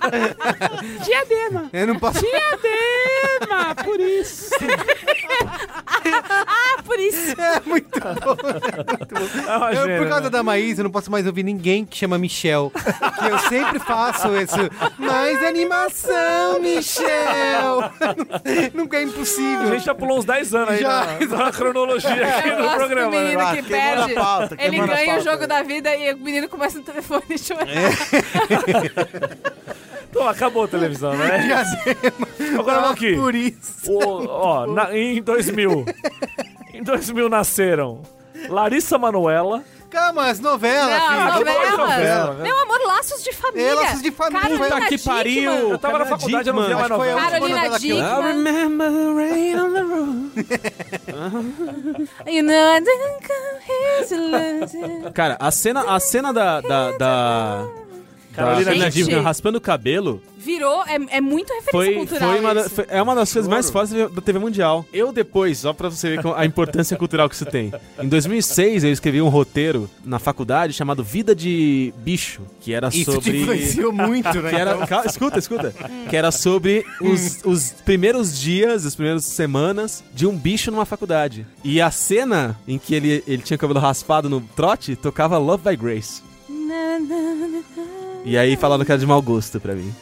Speaker 1: Diadema.
Speaker 2: eu não posso-
Speaker 1: Diadema, por isso. ah, por isso.
Speaker 2: É muito bom.
Speaker 3: É uma
Speaker 2: Eu,
Speaker 3: gênia,
Speaker 2: por causa
Speaker 3: né?
Speaker 2: da Maísa, eu não posso mais ouvir ninguém que chama Michel. que eu sempre faço esse. Mais animação, Michel! Nunca é
Speaker 3: A
Speaker 2: impossível.
Speaker 3: gente já pulou uns 10 anos aí
Speaker 2: Já,
Speaker 3: na- na, cronologia aqui
Speaker 1: Eu
Speaker 3: do
Speaker 1: gosto do
Speaker 3: programa. né?
Speaker 1: menino
Speaker 4: Ah,
Speaker 1: que
Speaker 4: queimou na
Speaker 1: perde.
Speaker 4: pauta,
Speaker 1: Ele
Speaker 4: queimou na
Speaker 1: ganha o
Speaker 4: pauta.
Speaker 1: jogo da vida e o menino começa no telefone a chorar.
Speaker 3: Então, acabou a televisão, né? Agora vamos aqui.
Speaker 2: Ah, Por isso.
Speaker 3: O- ó, na- em 2000. Em 2000 nasceram Larissa Manoela.
Speaker 2: Calma, as novelas,
Speaker 1: Não,
Speaker 2: filho.
Speaker 1: novelas.
Speaker 3: novela, né?
Speaker 1: Meu amor, laços de família.
Speaker 2: É, Laços de Família.
Speaker 1: Carolina
Speaker 2: Puta
Speaker 5: que
Speaker 1: Dickmann.
Speaker 5: pariu.
Speaker 3: Eu tava na
Speaker 5: Carolina
Speaker 3: faculdade, eu não via mais
Speaker 2: Acho que foi a
Speaker 3: É novela.
Speaker 1: Carolina
Speaker 2: última novela que eu-
Speaker 5: I
Speaker 1: Dickman.
Speaker 5: remember the rain on the road.
Speaker 1: You know I didn't come here to lose you.
Speaker 5: Cara, a cena, a cena da, da, da,
Speaker 3: Carolina
Speaker 5: Carolina
Speaker 6: Gente.
Speaker 5: Dívida raspando o cabelo
Speaker 6: Virou, é, é muito referência
Speaker 5: foi,
Speaker 6: cultural.
Speaker 5: foi uma da-
Speaker 6: isso.
Speaker 5: foi- é uma das coisas mais
Speaker 3: Ouro.
Speaker 5: fortes da da TV Mundial. Eu depois, só pra você ver com- a importância cultural que isso tem. Em 2006, eu escrevi um roteiro na faculdade chamado Vida de Bicho, que era
Speaker 2: Isso te
Speaker 5: sobre...
Speaker 2: influenciou muito, né?
Speaker 5: Que era, Calma, escuta, escuta. Que era sobre os, os primeiros dias, as primeiras semanas de um bicho numa faculdade. E a cena em que ele, ele tinha o cabelo raspado no trote tocava Love by Grace. E aí falaram que era de mau gosto pra mim.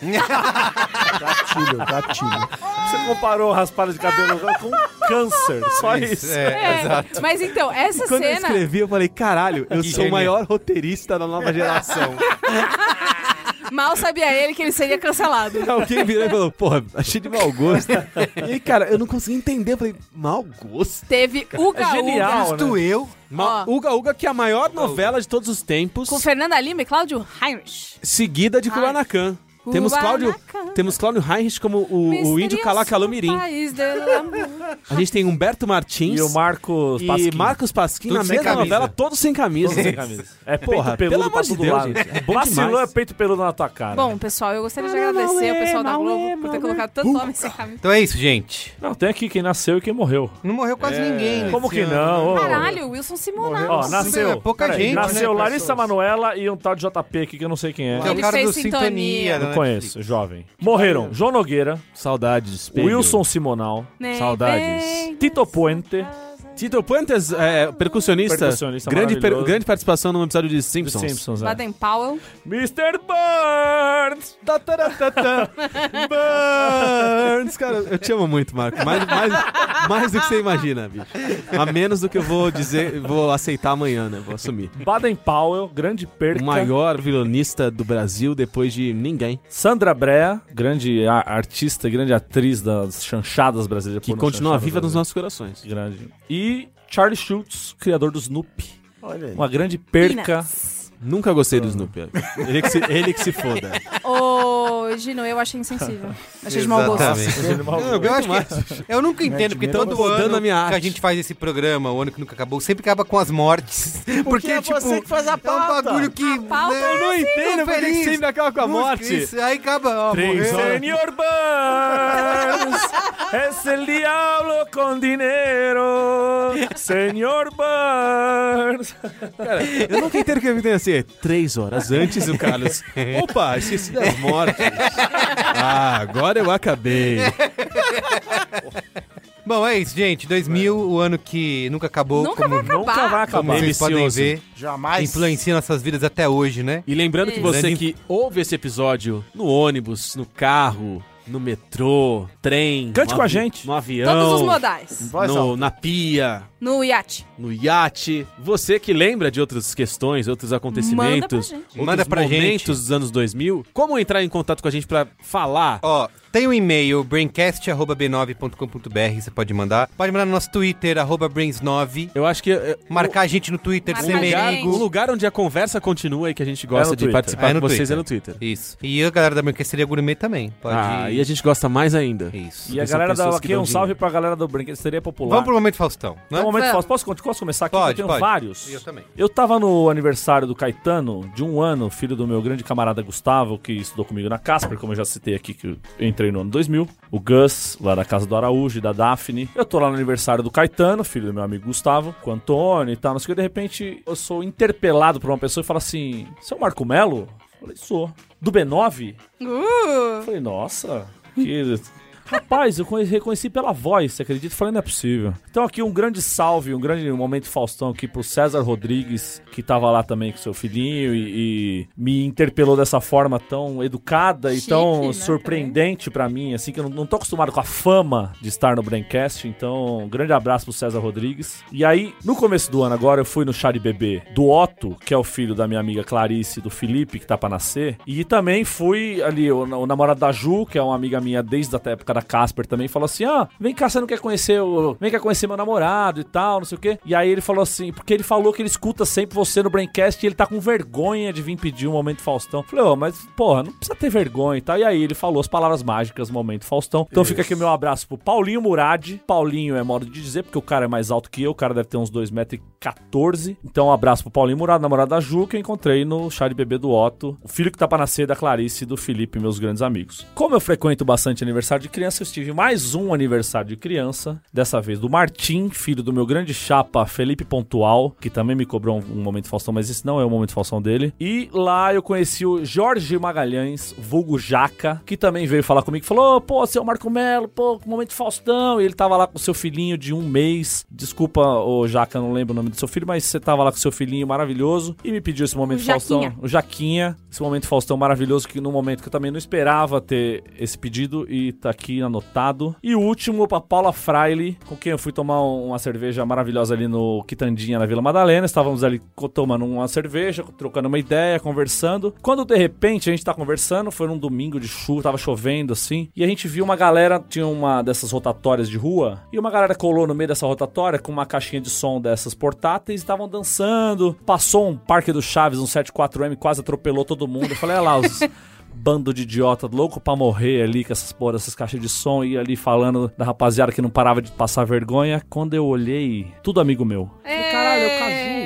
Speaker 4: Gatilho, gatilho.
Speaker 3: Você comparou raspada de cabelo com câncer. Só isso.
Speaker 2: Isso, é,
Speaker 6: É,
Speaker 2: exato.
Speaker 6: Mas então, essa
Speaker 5: Quando eu
Speaker 6: cena.
Speaker 5: escrevi, eu falei, caralho, eu
Speaker 2: Que
Speaker 5: sou o
Speaker 2: gênio.
Speaker 5: maior roteirista da nova geração.
Speaker 6: Mal sabia ele que ele seria cancelado.
Speaker 5: Alguém virou e falou, porra, achei de mau gosto. E aí, cara, eu não consegui entender. Eu falei, mau gosto?
Speaker 6: Teve o Gaúga
Speaker 3: genial.
Speaker 5: né?
Speaker 2: Isto eu.
Speaker 5: Ma Uga Uga, que é a maior novela de todos os tempos,
Speaker 6: com Fernanda Lima e Cláudio Heinrich.
Speaker 5: seguida de Kubanacan. Temos Cláudio,
Speaker 6: Kubanacan.
Speaker 5: temos Cláudio Heinrich como o, o índio
Speaker 6: Misterioso
Speaker 5: Calacalomirim.
Speaker 6: país del amor.
Speaker 5: A gente tem Humberto Martins
Speaker 3: E o Marcos
Speaker 5: e
Speaker 3: Pasquim.
Speaker 5: Marcos Pasquim
Speaker 2: Tudo
Speaker 5: na
Speaker 2: sem
Speaker 5: mesma
Speaker 2: camisa.
Speaker 5: novela, todos sem camisa.
Speaker 3: Todos sem camisa. É peito
Speaker 5: Porra,
Speaker 3: peludo
Speaker 5: pelo
Speaker 3: pra
Speaker 5: amor de
Speaker 3: todo
Speaker 5: Deus,
Speaker 3: lado.
Speaker 5: gente. É bom
Speaker 3: Vacilou
Speaker 5: demais.
Speaker 3: é peito peludo na tua cara.
Speaker 6: Bom, pessoal, eu gostaria de agradecer ao pessoal da Globo por ter colocado tanto homem sem camisa.
Speaker 2: Então é isso, gente.
Speaker 3: Não, tem aqui quem nasceu e quem morreu.
Speaker 2: Não morreu quase ninguém. nesse
Speaker 3: É. Como que
Speaker 2: ano,
Speaker 3: não?
Speaker 2: né?
Speaker 3: Ô,
Speaker 6: Caralho, Wilson Simonato.
Speaker 3: Ó,
Speaker 2: Sim,
Speaker 3: nasceu.
Speaker 2: é pouca
Speaker 3: peraí,
Speaker 2: gente, né,
Speaker 3: Nasceu
Speaker 2: pessoas?
Speaker 3: Larissa Manuela e um tal de JP aqui que eu não sei quem é.
Speaker 2: Que é
Speaker 6: Ele
Speaker 2: o cara
Speaker 6: fez
Speaker 2: do
Speaker 6: sintonia.
Speaker 2: Sintonia. da
Speaker 3: Não
Speaker 2: Netflix.
Speaker 3: conheço, jovem. Morreram João Nogueira,
Speaker 5: Saudades, Pedro.
Speaker 3: Wilson Simonal,
Speaker 6: Nem
Speaker 5: né? Saudades.
Speaker 6: vem
Speaker 3: Tito Puente,
Speaker 5: Tito Puentes, é, percussionista,
Speaker 3: Percussionista
Speaker 5: grande, per-
Speaker 3: maravilhoso.
Speaker 5: grande participação no episódio de Simpsons.
Speaker 3: Simpsons, é.
Speaker 6: Baden Powell.
Speaker 3: Mr. Burns!
Speaker 5: Tá, tá, tá, tá, tá. Burns, cara, eu te amo muito, Marco. Mais, mais, mais do que você imagina, bicho. A menos do que eu vou dizer, vou aceitar amanhã, né? Vou assumir.
Speaker 3: Baden Powell, grande perca.
Speaker 5: O maior violonista do Brasil depois de ninguém.
Speaker 3: Sandra Brea, grande a- artista, e grande atriz das chanchadas brasileiras.
Speaker 5: Que
Speaker 3: porno
Speaker 5: continua
Speaker 3: chanchada
Speaker 5: viva nos
Speaker 3: brasileira.
Speaker 5: nossos corações.
Speaker 3: Grande. E Charlie Schultz, criador do Snoopy.
Speaker 4: Olha aí.
Speaker 3: Uma grande perca.
Speaker 6: Peanuts.
Speaker 5: Nunca gostei do Snoopy. Ele que se, ele que se foda.
Speaker 6: Ô, Gino, eu achei insensível. Achei de mau gosto.
Speaker 2: Exatamente.
Speaker 5: Não,
Speaker 2: Eu acho que. Eu nunca entendo, porque
Speaker 4: mesmo,
Speaker 5: eu
Speaker 2: todo
Speaker 5: tô dando
Speaker 2: ano
Speaker 5: a minha
Speaker 2: que a
Speaker 5: arte.
Speaker 2: gente faz esse programa, o ano que nunca acabou, sempre acaba com as mortes. Porque,
Speaker 4: é
Speaker 2: tipo,
Speaker 4: você que faz a
Speaker 2: é um
Speaker 4: pauta.
Speaker 2: bagulho que.
Speaker 6: pauta
Speaker 2: né,
Speaker 6: é
Speaker 5: Eu não entendo por que que
Speaker 2: feliz.
Speaker 5: sempre acaba com a
Speaker 2: Música,
Speaker 5: morte.
Speaker 2: isso, aí acaba, ó,
Speaker 3: Três
Speaker 2: morreu.
Speaker 3: Senhor Burns, es el diablo con dinero. Senhor Burns.
Speaker 5: Eu nunca entendo que ele tem assim, três horas antes o Carlos. Opa, esqueci das mortes. Ah, agora eu acabei.
Speaker 2: Bom, é isso, gente. 2000, o ano que nunca acabou.
Speaker 6: Nunca
Speaker 2: como,
Speaker 6: vai acabar.
Speaker 3: Nunca vai
Speaker 2: como
Speaker 3: acabar.
Speaker 2: vocês podem
Speaker 5: Delicioso.
Speaker 2: ver,
Speaker 4: Jamais.
Speaker 2: influencia nossas vidas até hoje, né?
Speaker 5: E lembrando que você que ouve esse episódio no ônibus, no carro, no metrô, trem.
Speaker 3: Cante
Speaker 5: no
Speaker 3: com a
Speaker 5: avi-
Speaker 3: gente.
Speaker 5: No avião.
Speaker 6: Todos os modais.
Speaker 4: Voz
Speaker 5: no-
Speaker 4: alta.
Speaker 5: na pia,
Speaker 6: No iate.
Speaker 5: no iate. Você que lembra de outras questões, outros acontecimentos,
Speaker 6: gente.
Speaker 5: outros
Speaker 2: Manda pra gente.
Speaker 5: momentos dos anos 2000, como entrar em contato com a gente pra falar?
Speaker 2: Ó, tem um e-mail, braincast.b9.com.br, você pode mandar. Pode mandar no nosso Twitter, arroba brains9.
Speaker 5: Eu acho que é,
Speaker 2: Marcar a gente no Twitter,
Speaker 6: Marcar
Speaker 2: ser
Speaker 5: um lugar,
Speaker 6: gente.
Speaker 2: merigo.
Speaker 5: um lugar onde a conversa continua e que a gente gosta
Speaker 3: É no
Speaker 5: de
Speaker 3: Twitter.
Speaker 5: participar
Speaker 2: É no
Speaker 5: com vocês
Speaker 2: Twitter.
Speaker 5: é no Twitter.
Speaker 2: Isso. E a galera da Branquesteria Gourmet também. Pode
Speaker 5: Ah, e a gente gosta mais ainda.
Speaker 2: Isso.
Speaker 3: E a
Speaker 5: Porque são
Speaker 3: galera da
Speaker 5: pessoas que
Speaker 3: aqui
Speaker 5: dão
Speaker 3: um
Speaker 5: dinheiro.
Speaker 3: salve pra galera do Brinquedo. Seria popular.
Speaker 2: Vamos pro momento Faustão,
Speaker 3: Tem
Speaker 2: né?
Speaker 3: um momento
Speaker 6: Vamos.
Speaker 3: falso. Posso, con- posso começar aqui?
Speaker 2: Pode,
Speaker 3: eu tenho
Speaker 2: pode.
Speaker 3: vários.
Speaker 2: E eu também.
Speaker 3: Eu tava no aniversário do Caetano, de um ano, filho do meu grande camarada Gustavo, que estudou comigo na Casper, como eu já citei aqui, que eu entrei no ano 2000. O Gus, lá da casa do Araújo e da Daphne. Eu tô lá no aniversário do Caetano, filho do meu amigo Gustavo, com o Antônio e tal, não sei o que. De repente, eu sou interpelado por uma pessoa e fala assim, você é o Marco Melo? Eu Falei, sou. Do B9? Eu Falei, nossa, que... Rapaz, eu conhe- reconheci pela voz, você acredita? Eu Falei, não é possível. Então aqui um grande salve, um grande momento Faustão aqui pro César Rodrigues, que tava lá também com seu filhinho e, e me interpelou dessa forma tão educada e
Speaker 6: Chique,
Speaker 3: tão
Speaker 6: né,
Speaker 3: surpreendente pra mim, assim, que eu não, não tô acostumado com a fama de estar no Braincast, então um grande abraço pro César Rodrigues. E aí, no começo do ano agora, eu fui no chá de bebê do Otto, que é o filho da minha amiga Clarice, e do Felipe, que tá pra nascer, e também fui ali, o, o namorado da Ju, que é uma amiga minha desde a época da era Casper também, falou assim: ah, vem cá, você não quer conhecer o. Vem cá conhecer meu namorado e tal, não sei o quê. E aí ele falou assim, porque ele falou que ele escuta sempre você no Braincast e ele tá com vergonha de vir pedir um momento Faustão. Falei, ô, mas porra, não precisa ter vergonha e tal. E aí ele falou as palavras mágicas, momento Faustão. Então fica aqui o meu abraço pro Paulinho Murad. Paulinho é modo de dizer, porque o cara é mais alto que eu, o cara deve ter uns 2,14m. Então um abraço pro Paulinho Murad, namorado da Ju, que eu encontrei no chá de bebê do Otto. O filho que tá pra nascer da Clarice e do Felipe, meus grandes amigos. Como eu frequento bastante aniversário de criança, eu estive em mais um aniversário de criança, dessa vez do Martim, filho do meu grande chapa Felipe Pontual, que também me cobrou um, um momento Faustão, mas esse não é o momento Faustão dele. E lá eu conheci o Jorge Magalhães, vulgo Jaca, que também veio falar comigo e falou: "Ô, pô, seu Marco Melo, pô, que momento Faustão. E ele tava lá com seu filhinho de um mês. Desculpa, ô Jaca, não lembro o nome do seu filho, mas você tava lá com seu filhinho maravilhoso e me pediu esse momento
Speaker 6: O
Speaker 3: Faustão.
Speaker 6: Jaquinha.
Speaker 3: O Jaquinha, esse momento Faustão maravilhoso, que no momento que eu também não esperava ter esse pedido e tá aqui anotado. E o último pra Paula Fraile, com quem eu fui tomar um- uma cerveja maravilhosa ali no Quitandinha, na Vila Madalena. Estávamos ali co- tomando uma cerveja, trocando uma ideia, conversando. Quando de repente a gente tá conversando, foi num domingo de chuva, tava chovendo assim, e a gente viu uma galera, tinha uma dessas rotatórias de rua, e uma galera colou no meio dessa rotatória com uma caixinha de som dessas portáteis, estavam dançando. Passou um Parque do Chaves, um 74M, quase atropelou todo mundo. Eu falei, olha lá, os. bando de idiota louco pra morrer ali com essas porra, essas caixas de som e ali falando da rapaziada que não parava de passar vergonha. Quando eu olhei, tudo amigo meu. Falei, caralho, é o Caju.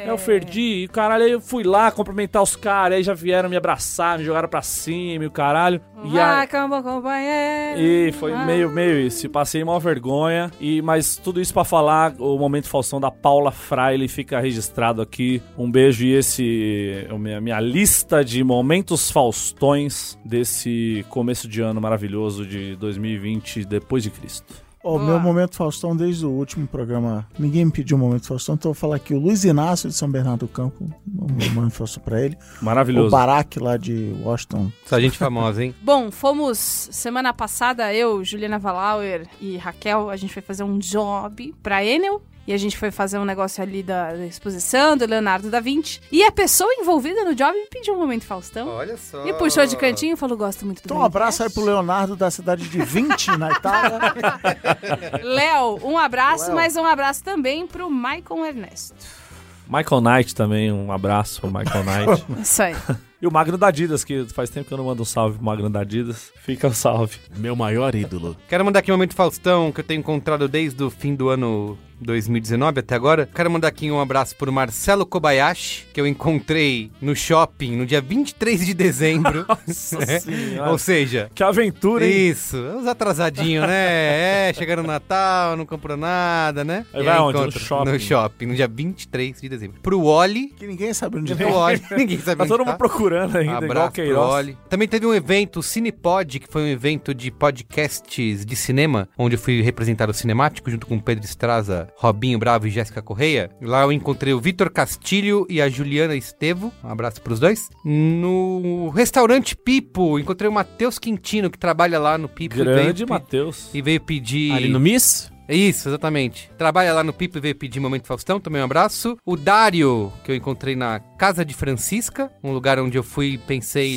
Speaker 3: É o Ferdi, e caralho, aí eu fui lá cumprimentar os caras, aí já vieram me abraçar, me jogaram pra cima, e o caralho. E aí-
Speaker 6: Ah, calma, companheiro.
Speaker 3: e foi
Speaker 6: Ah.
Speaker 3: meio, meio isso. Passei maior vergonha. E, mas tudo isso pra falar, o momento Faustão da Paula Fraile fica registrado aqui. Um beijo e esse. a Minha, minha lista de momentos Faustões desse começo de ano maravilhoso de 2020 depois de Cristo.
Speaker 4: Ó, O meu momento Faustão desde o último programa. Ninguém me pediu o momento Faustão, então eu vou falar aqui. O Luiz Inácio de São Bernardo do Campo, um momento Faustão pra ele. O
Speaker 3: Maravilhoso.
Speaker 4: Barack lá de Washington.
Speaker 2: Só gente famosa, hein?
Speaker 6: Bom, fomos semana passada, eu, Juliana Valauer e Raquel, a gente foi fazer um job pra Enel. E a gente foi fazer um negócio ali da, da exposição do Leonardo da Vinci. E a pessoa envolvida no job me pediu um momento Faustão.
Speaker 2: Olha só.
Speaker 6: E puxou de cantinho e falou: gosto muito do
Speaker 4: Então um
Speaker 6: Braincast."
Speaker 4: abraço aí pro Leonardo da cidade de 20, na Itália.
Speaker 6: Léo, um abraço,
Speaker 4: Léo.
Speaker 6: mas um abraço também pro Maicon Ernesto.
Speaker 3: Michael Knight também, um abraço pro Michael Knight.
Speaker 6: Isso aí.
Speaker 3: e o Magno da Adidas, que faz tempo que eu não mando um salve pro Magno da Adidas.
Speaker 5: um
Speaker 3: Fica o salve.
Speaker 5: Meu maior ídolo.
Speaker 2: Quero mandar aqui um momento Faustão que eu tenho encontrado desde o fim do ano 2019 até agora. Quero mandar aqui um abraço pro Marcelo Kobayashi, que eu encontrei no shopping no dia 23 de dezembro. É.
Speaker 3: Nossa senhora.
Speaker 2: Ou seja,
Speaker 3: Que aventura, hein?
Speaker 2: isso, os atrasadinhos, né? É, chegando no Natal, não comprou nada, né?
Speaker 3: Aí
Speaker 2: E
Speaker 3: vai onde? No
Speaker 2: encontro
Speaker 3: shopping.
Speaker 2: No shopping, no dia 23 de dezembro. Pro Oli,
Speaker 4: Que ninguém sabe onde
Speaker 2: pro
Speaker 4: é.
Speaker 2: Oli, ninguém sabe
Speaker 3: Tá
Speaker 2: onde
Speaker 3: todo mundo procurando ainda, igual
Speaker 2: Abraço pro
Speaker 3: Queiroz.
Speaker 2: Oli. Também teve um evento, o Cinepod, que foi um evento de podcasts de cinema, onde eu fui representar o Cinemático, junto com Pedro Estraza, Robinho Bravo e Jéssica Correia. Lá eu encontrei o Vitor Castilho e a Juliana Estevo. Um abraço pros dois. No restaurante Pipo, encontrei o Matheus Quintino, que trabalha lá no Pipo. e
Speaker 3: Grande
Speaker 2: veio-
Speaker 3: Matheus. Tá
Speaker 2: E veio pedir...
Speaker 5: Ali no Miss?
Speaker 2: É Isso, exatamente. Trabalha lá no Pipo e veio pedir Momento Faustão, também um abraço. O Dário, que eu encontrei na Casa de Francisca, um lugar onde eu fui, pensei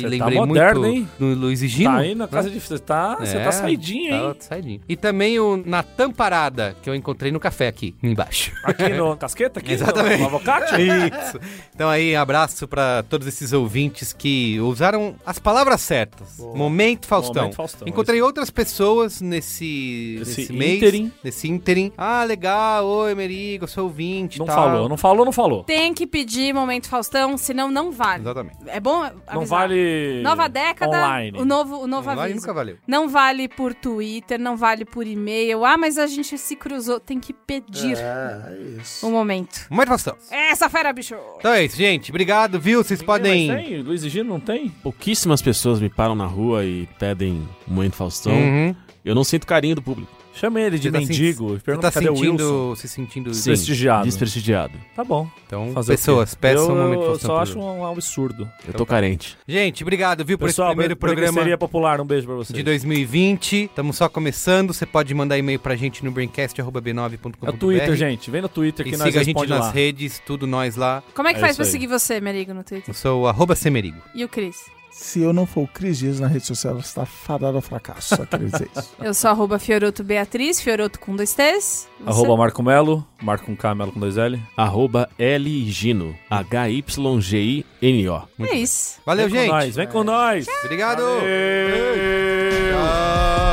Speaker 3: Cê
Speaker 2: e
Speaker 3: tá
Speaker 2: lembrei
Speaker 3: moderno,
Speaker 2: muito
Speaker 3: hein?
Speaker 2: do Luiz e Gino.
Speaker 3: Tá aí na casa de. Você tá, você
Speaker 2: É,
Speaker 3: tá saidinho, hein?
Speaker 2: Tá saidinho. E também o Natan Parada, que eu encontrei no café aqui embaixo.
Speaker 3: Aqui no É, casqueta, aqui
Speaker 2: Tá Exatamente.
Speaker 3: no avocado.
Speaker 2: Isso. Então aí, abraço pra todos esses ouvintes que usaram as palavras certas. Momento Faustão.
Speaker 3: Momento Faustão,
Speaker 2: Encontrei outras pessoas nesse,
Speaker 3: Esse
Speaker 2: nesse mês.
Speaker 3: ínterim.
Speaker 2: Nesse ínterim. Ah, legal. Oi, Merigo, eu sou ouvinte. e
Speaker 3: Não
Speaker 2: tal.
Speaker 3: falou, não falou, não falou.
Speaker 6: Tem que pedir momento Faustão, senão não vale.
Speaker 2: Exatamente.
Speaker 6: É bom
Speaker 3: Não
Speaker 6: avisar.
Speaker 3: vale.
Speaker 6: Nova década,
Speaker 3: Online.
Speaker 6: o novo, o novo
Speaker 2: Online
Speaker 6: aviso.
Speaker 2: nunca valeu.
Speaker 6: Não vale por Twitter, não vale por e-mail. Ah, mas a gente se cruzou. Tem que pedir
Speaker 4: É, é isso.
Speaker 6: o momento.
Speaker 2: Muito Faustão.
Speaker 1: É.
Speaker 6: Essa fera, bicho!
Speaker 2: Então é isso, gente. Obrigado, viu? Vocês
Speaker 3: Ninguém mais
Speaker 2: podem.
Speaker 3: Tem? Luiz e Gino não tem?
Speaker 5: Pouquíssimas pessoas me param na rua e pedem um momento
Speaker 3: Então,
Speaker 5: Faustão.
Speaker 2: Uhum.
Speaker 5: Eu não sinto carinho do público.
Speaker 3: Chama ele de
Speaker 2: Você tá
Speaker 3: mendigo.
Speaker 2: Você
Speaker 3: pergunta
Speaker 2: tá
Speaker 3: cadê o Wilson.
Speaker 2: sentindo, se sentindo
Speaker 5: Sim.
Speaker 3: Prestigiado.
Speaker 5: Desprestigiado.
Speaker 3: Tá bom.
Speaker 2: Então,
Speaker 3: Fazer o
Speaker 2: pessoas,
Speaker 3: quê?
Speaker 2: peçam
Speaker 3: eu,
Speaker 2: um momento
Speaker 3: Eu
Speaker 2: Faustão.
Speaker 3: só
Speaker 2: pro
Speaker 3: acho
Speaker 2: Ju.
Speaker 3: um absurdo.
Speaker 5: Eu tô carente.
Speaker 2: Gente, obrigado, viu, por
Speaker 3: Pessoal,
Speaker 2: esse primeiro programa.
Speaker 3: seria popular. Um beijo pra vocês.
Speaker 2: de 2020. Estamos só começando. Você pode mandar e-mail pra gente no braincast.b9.com.br.
Speaker 3: É o Twitter, gente. Vem no Twitter que
Speaker 2: E
Speaker 3: nós
Speaker 2: siga a gente
Speaker 3: responde
Speaker 2: nas
Speaker 3: lá.
Speaker 2: redes, tudo nós lá.
Speaker 6: Como é que
Speaker 3: É
Speaker 6: faz
Speaker 3: isso
Speaker 6: pra
Speaker 3: aí.
Speaker 6: seguir você, Merigo, no Twitter?
Speaker 2: Eu sou o arroba Semerigo.
Speaker 6: E o Cris?
Speaker 4: Se eu não for o Cris Dias na rede social, ela está fadada ao fracasso. Só queria dizer isso.
Speaker 1: Eu sou arroba Fioroto Beatriz, Fioroto com dois T's. Você-
Speaker 3: Arroba Marco Melo, Marco com K, Melo com dois L.
Speaker 5: Arroba Lgino. H-Y-G-I-N-O.
Speaker 1: É isso.
Speaker 2: Valeu,
Speaker 3: Vem
Speaker 2: gente.
Speaker 3: com nós, vem com nós.
Speaker 2: Obrigado.
Speaker 3: Valeu.
Speaker 2: Tchau.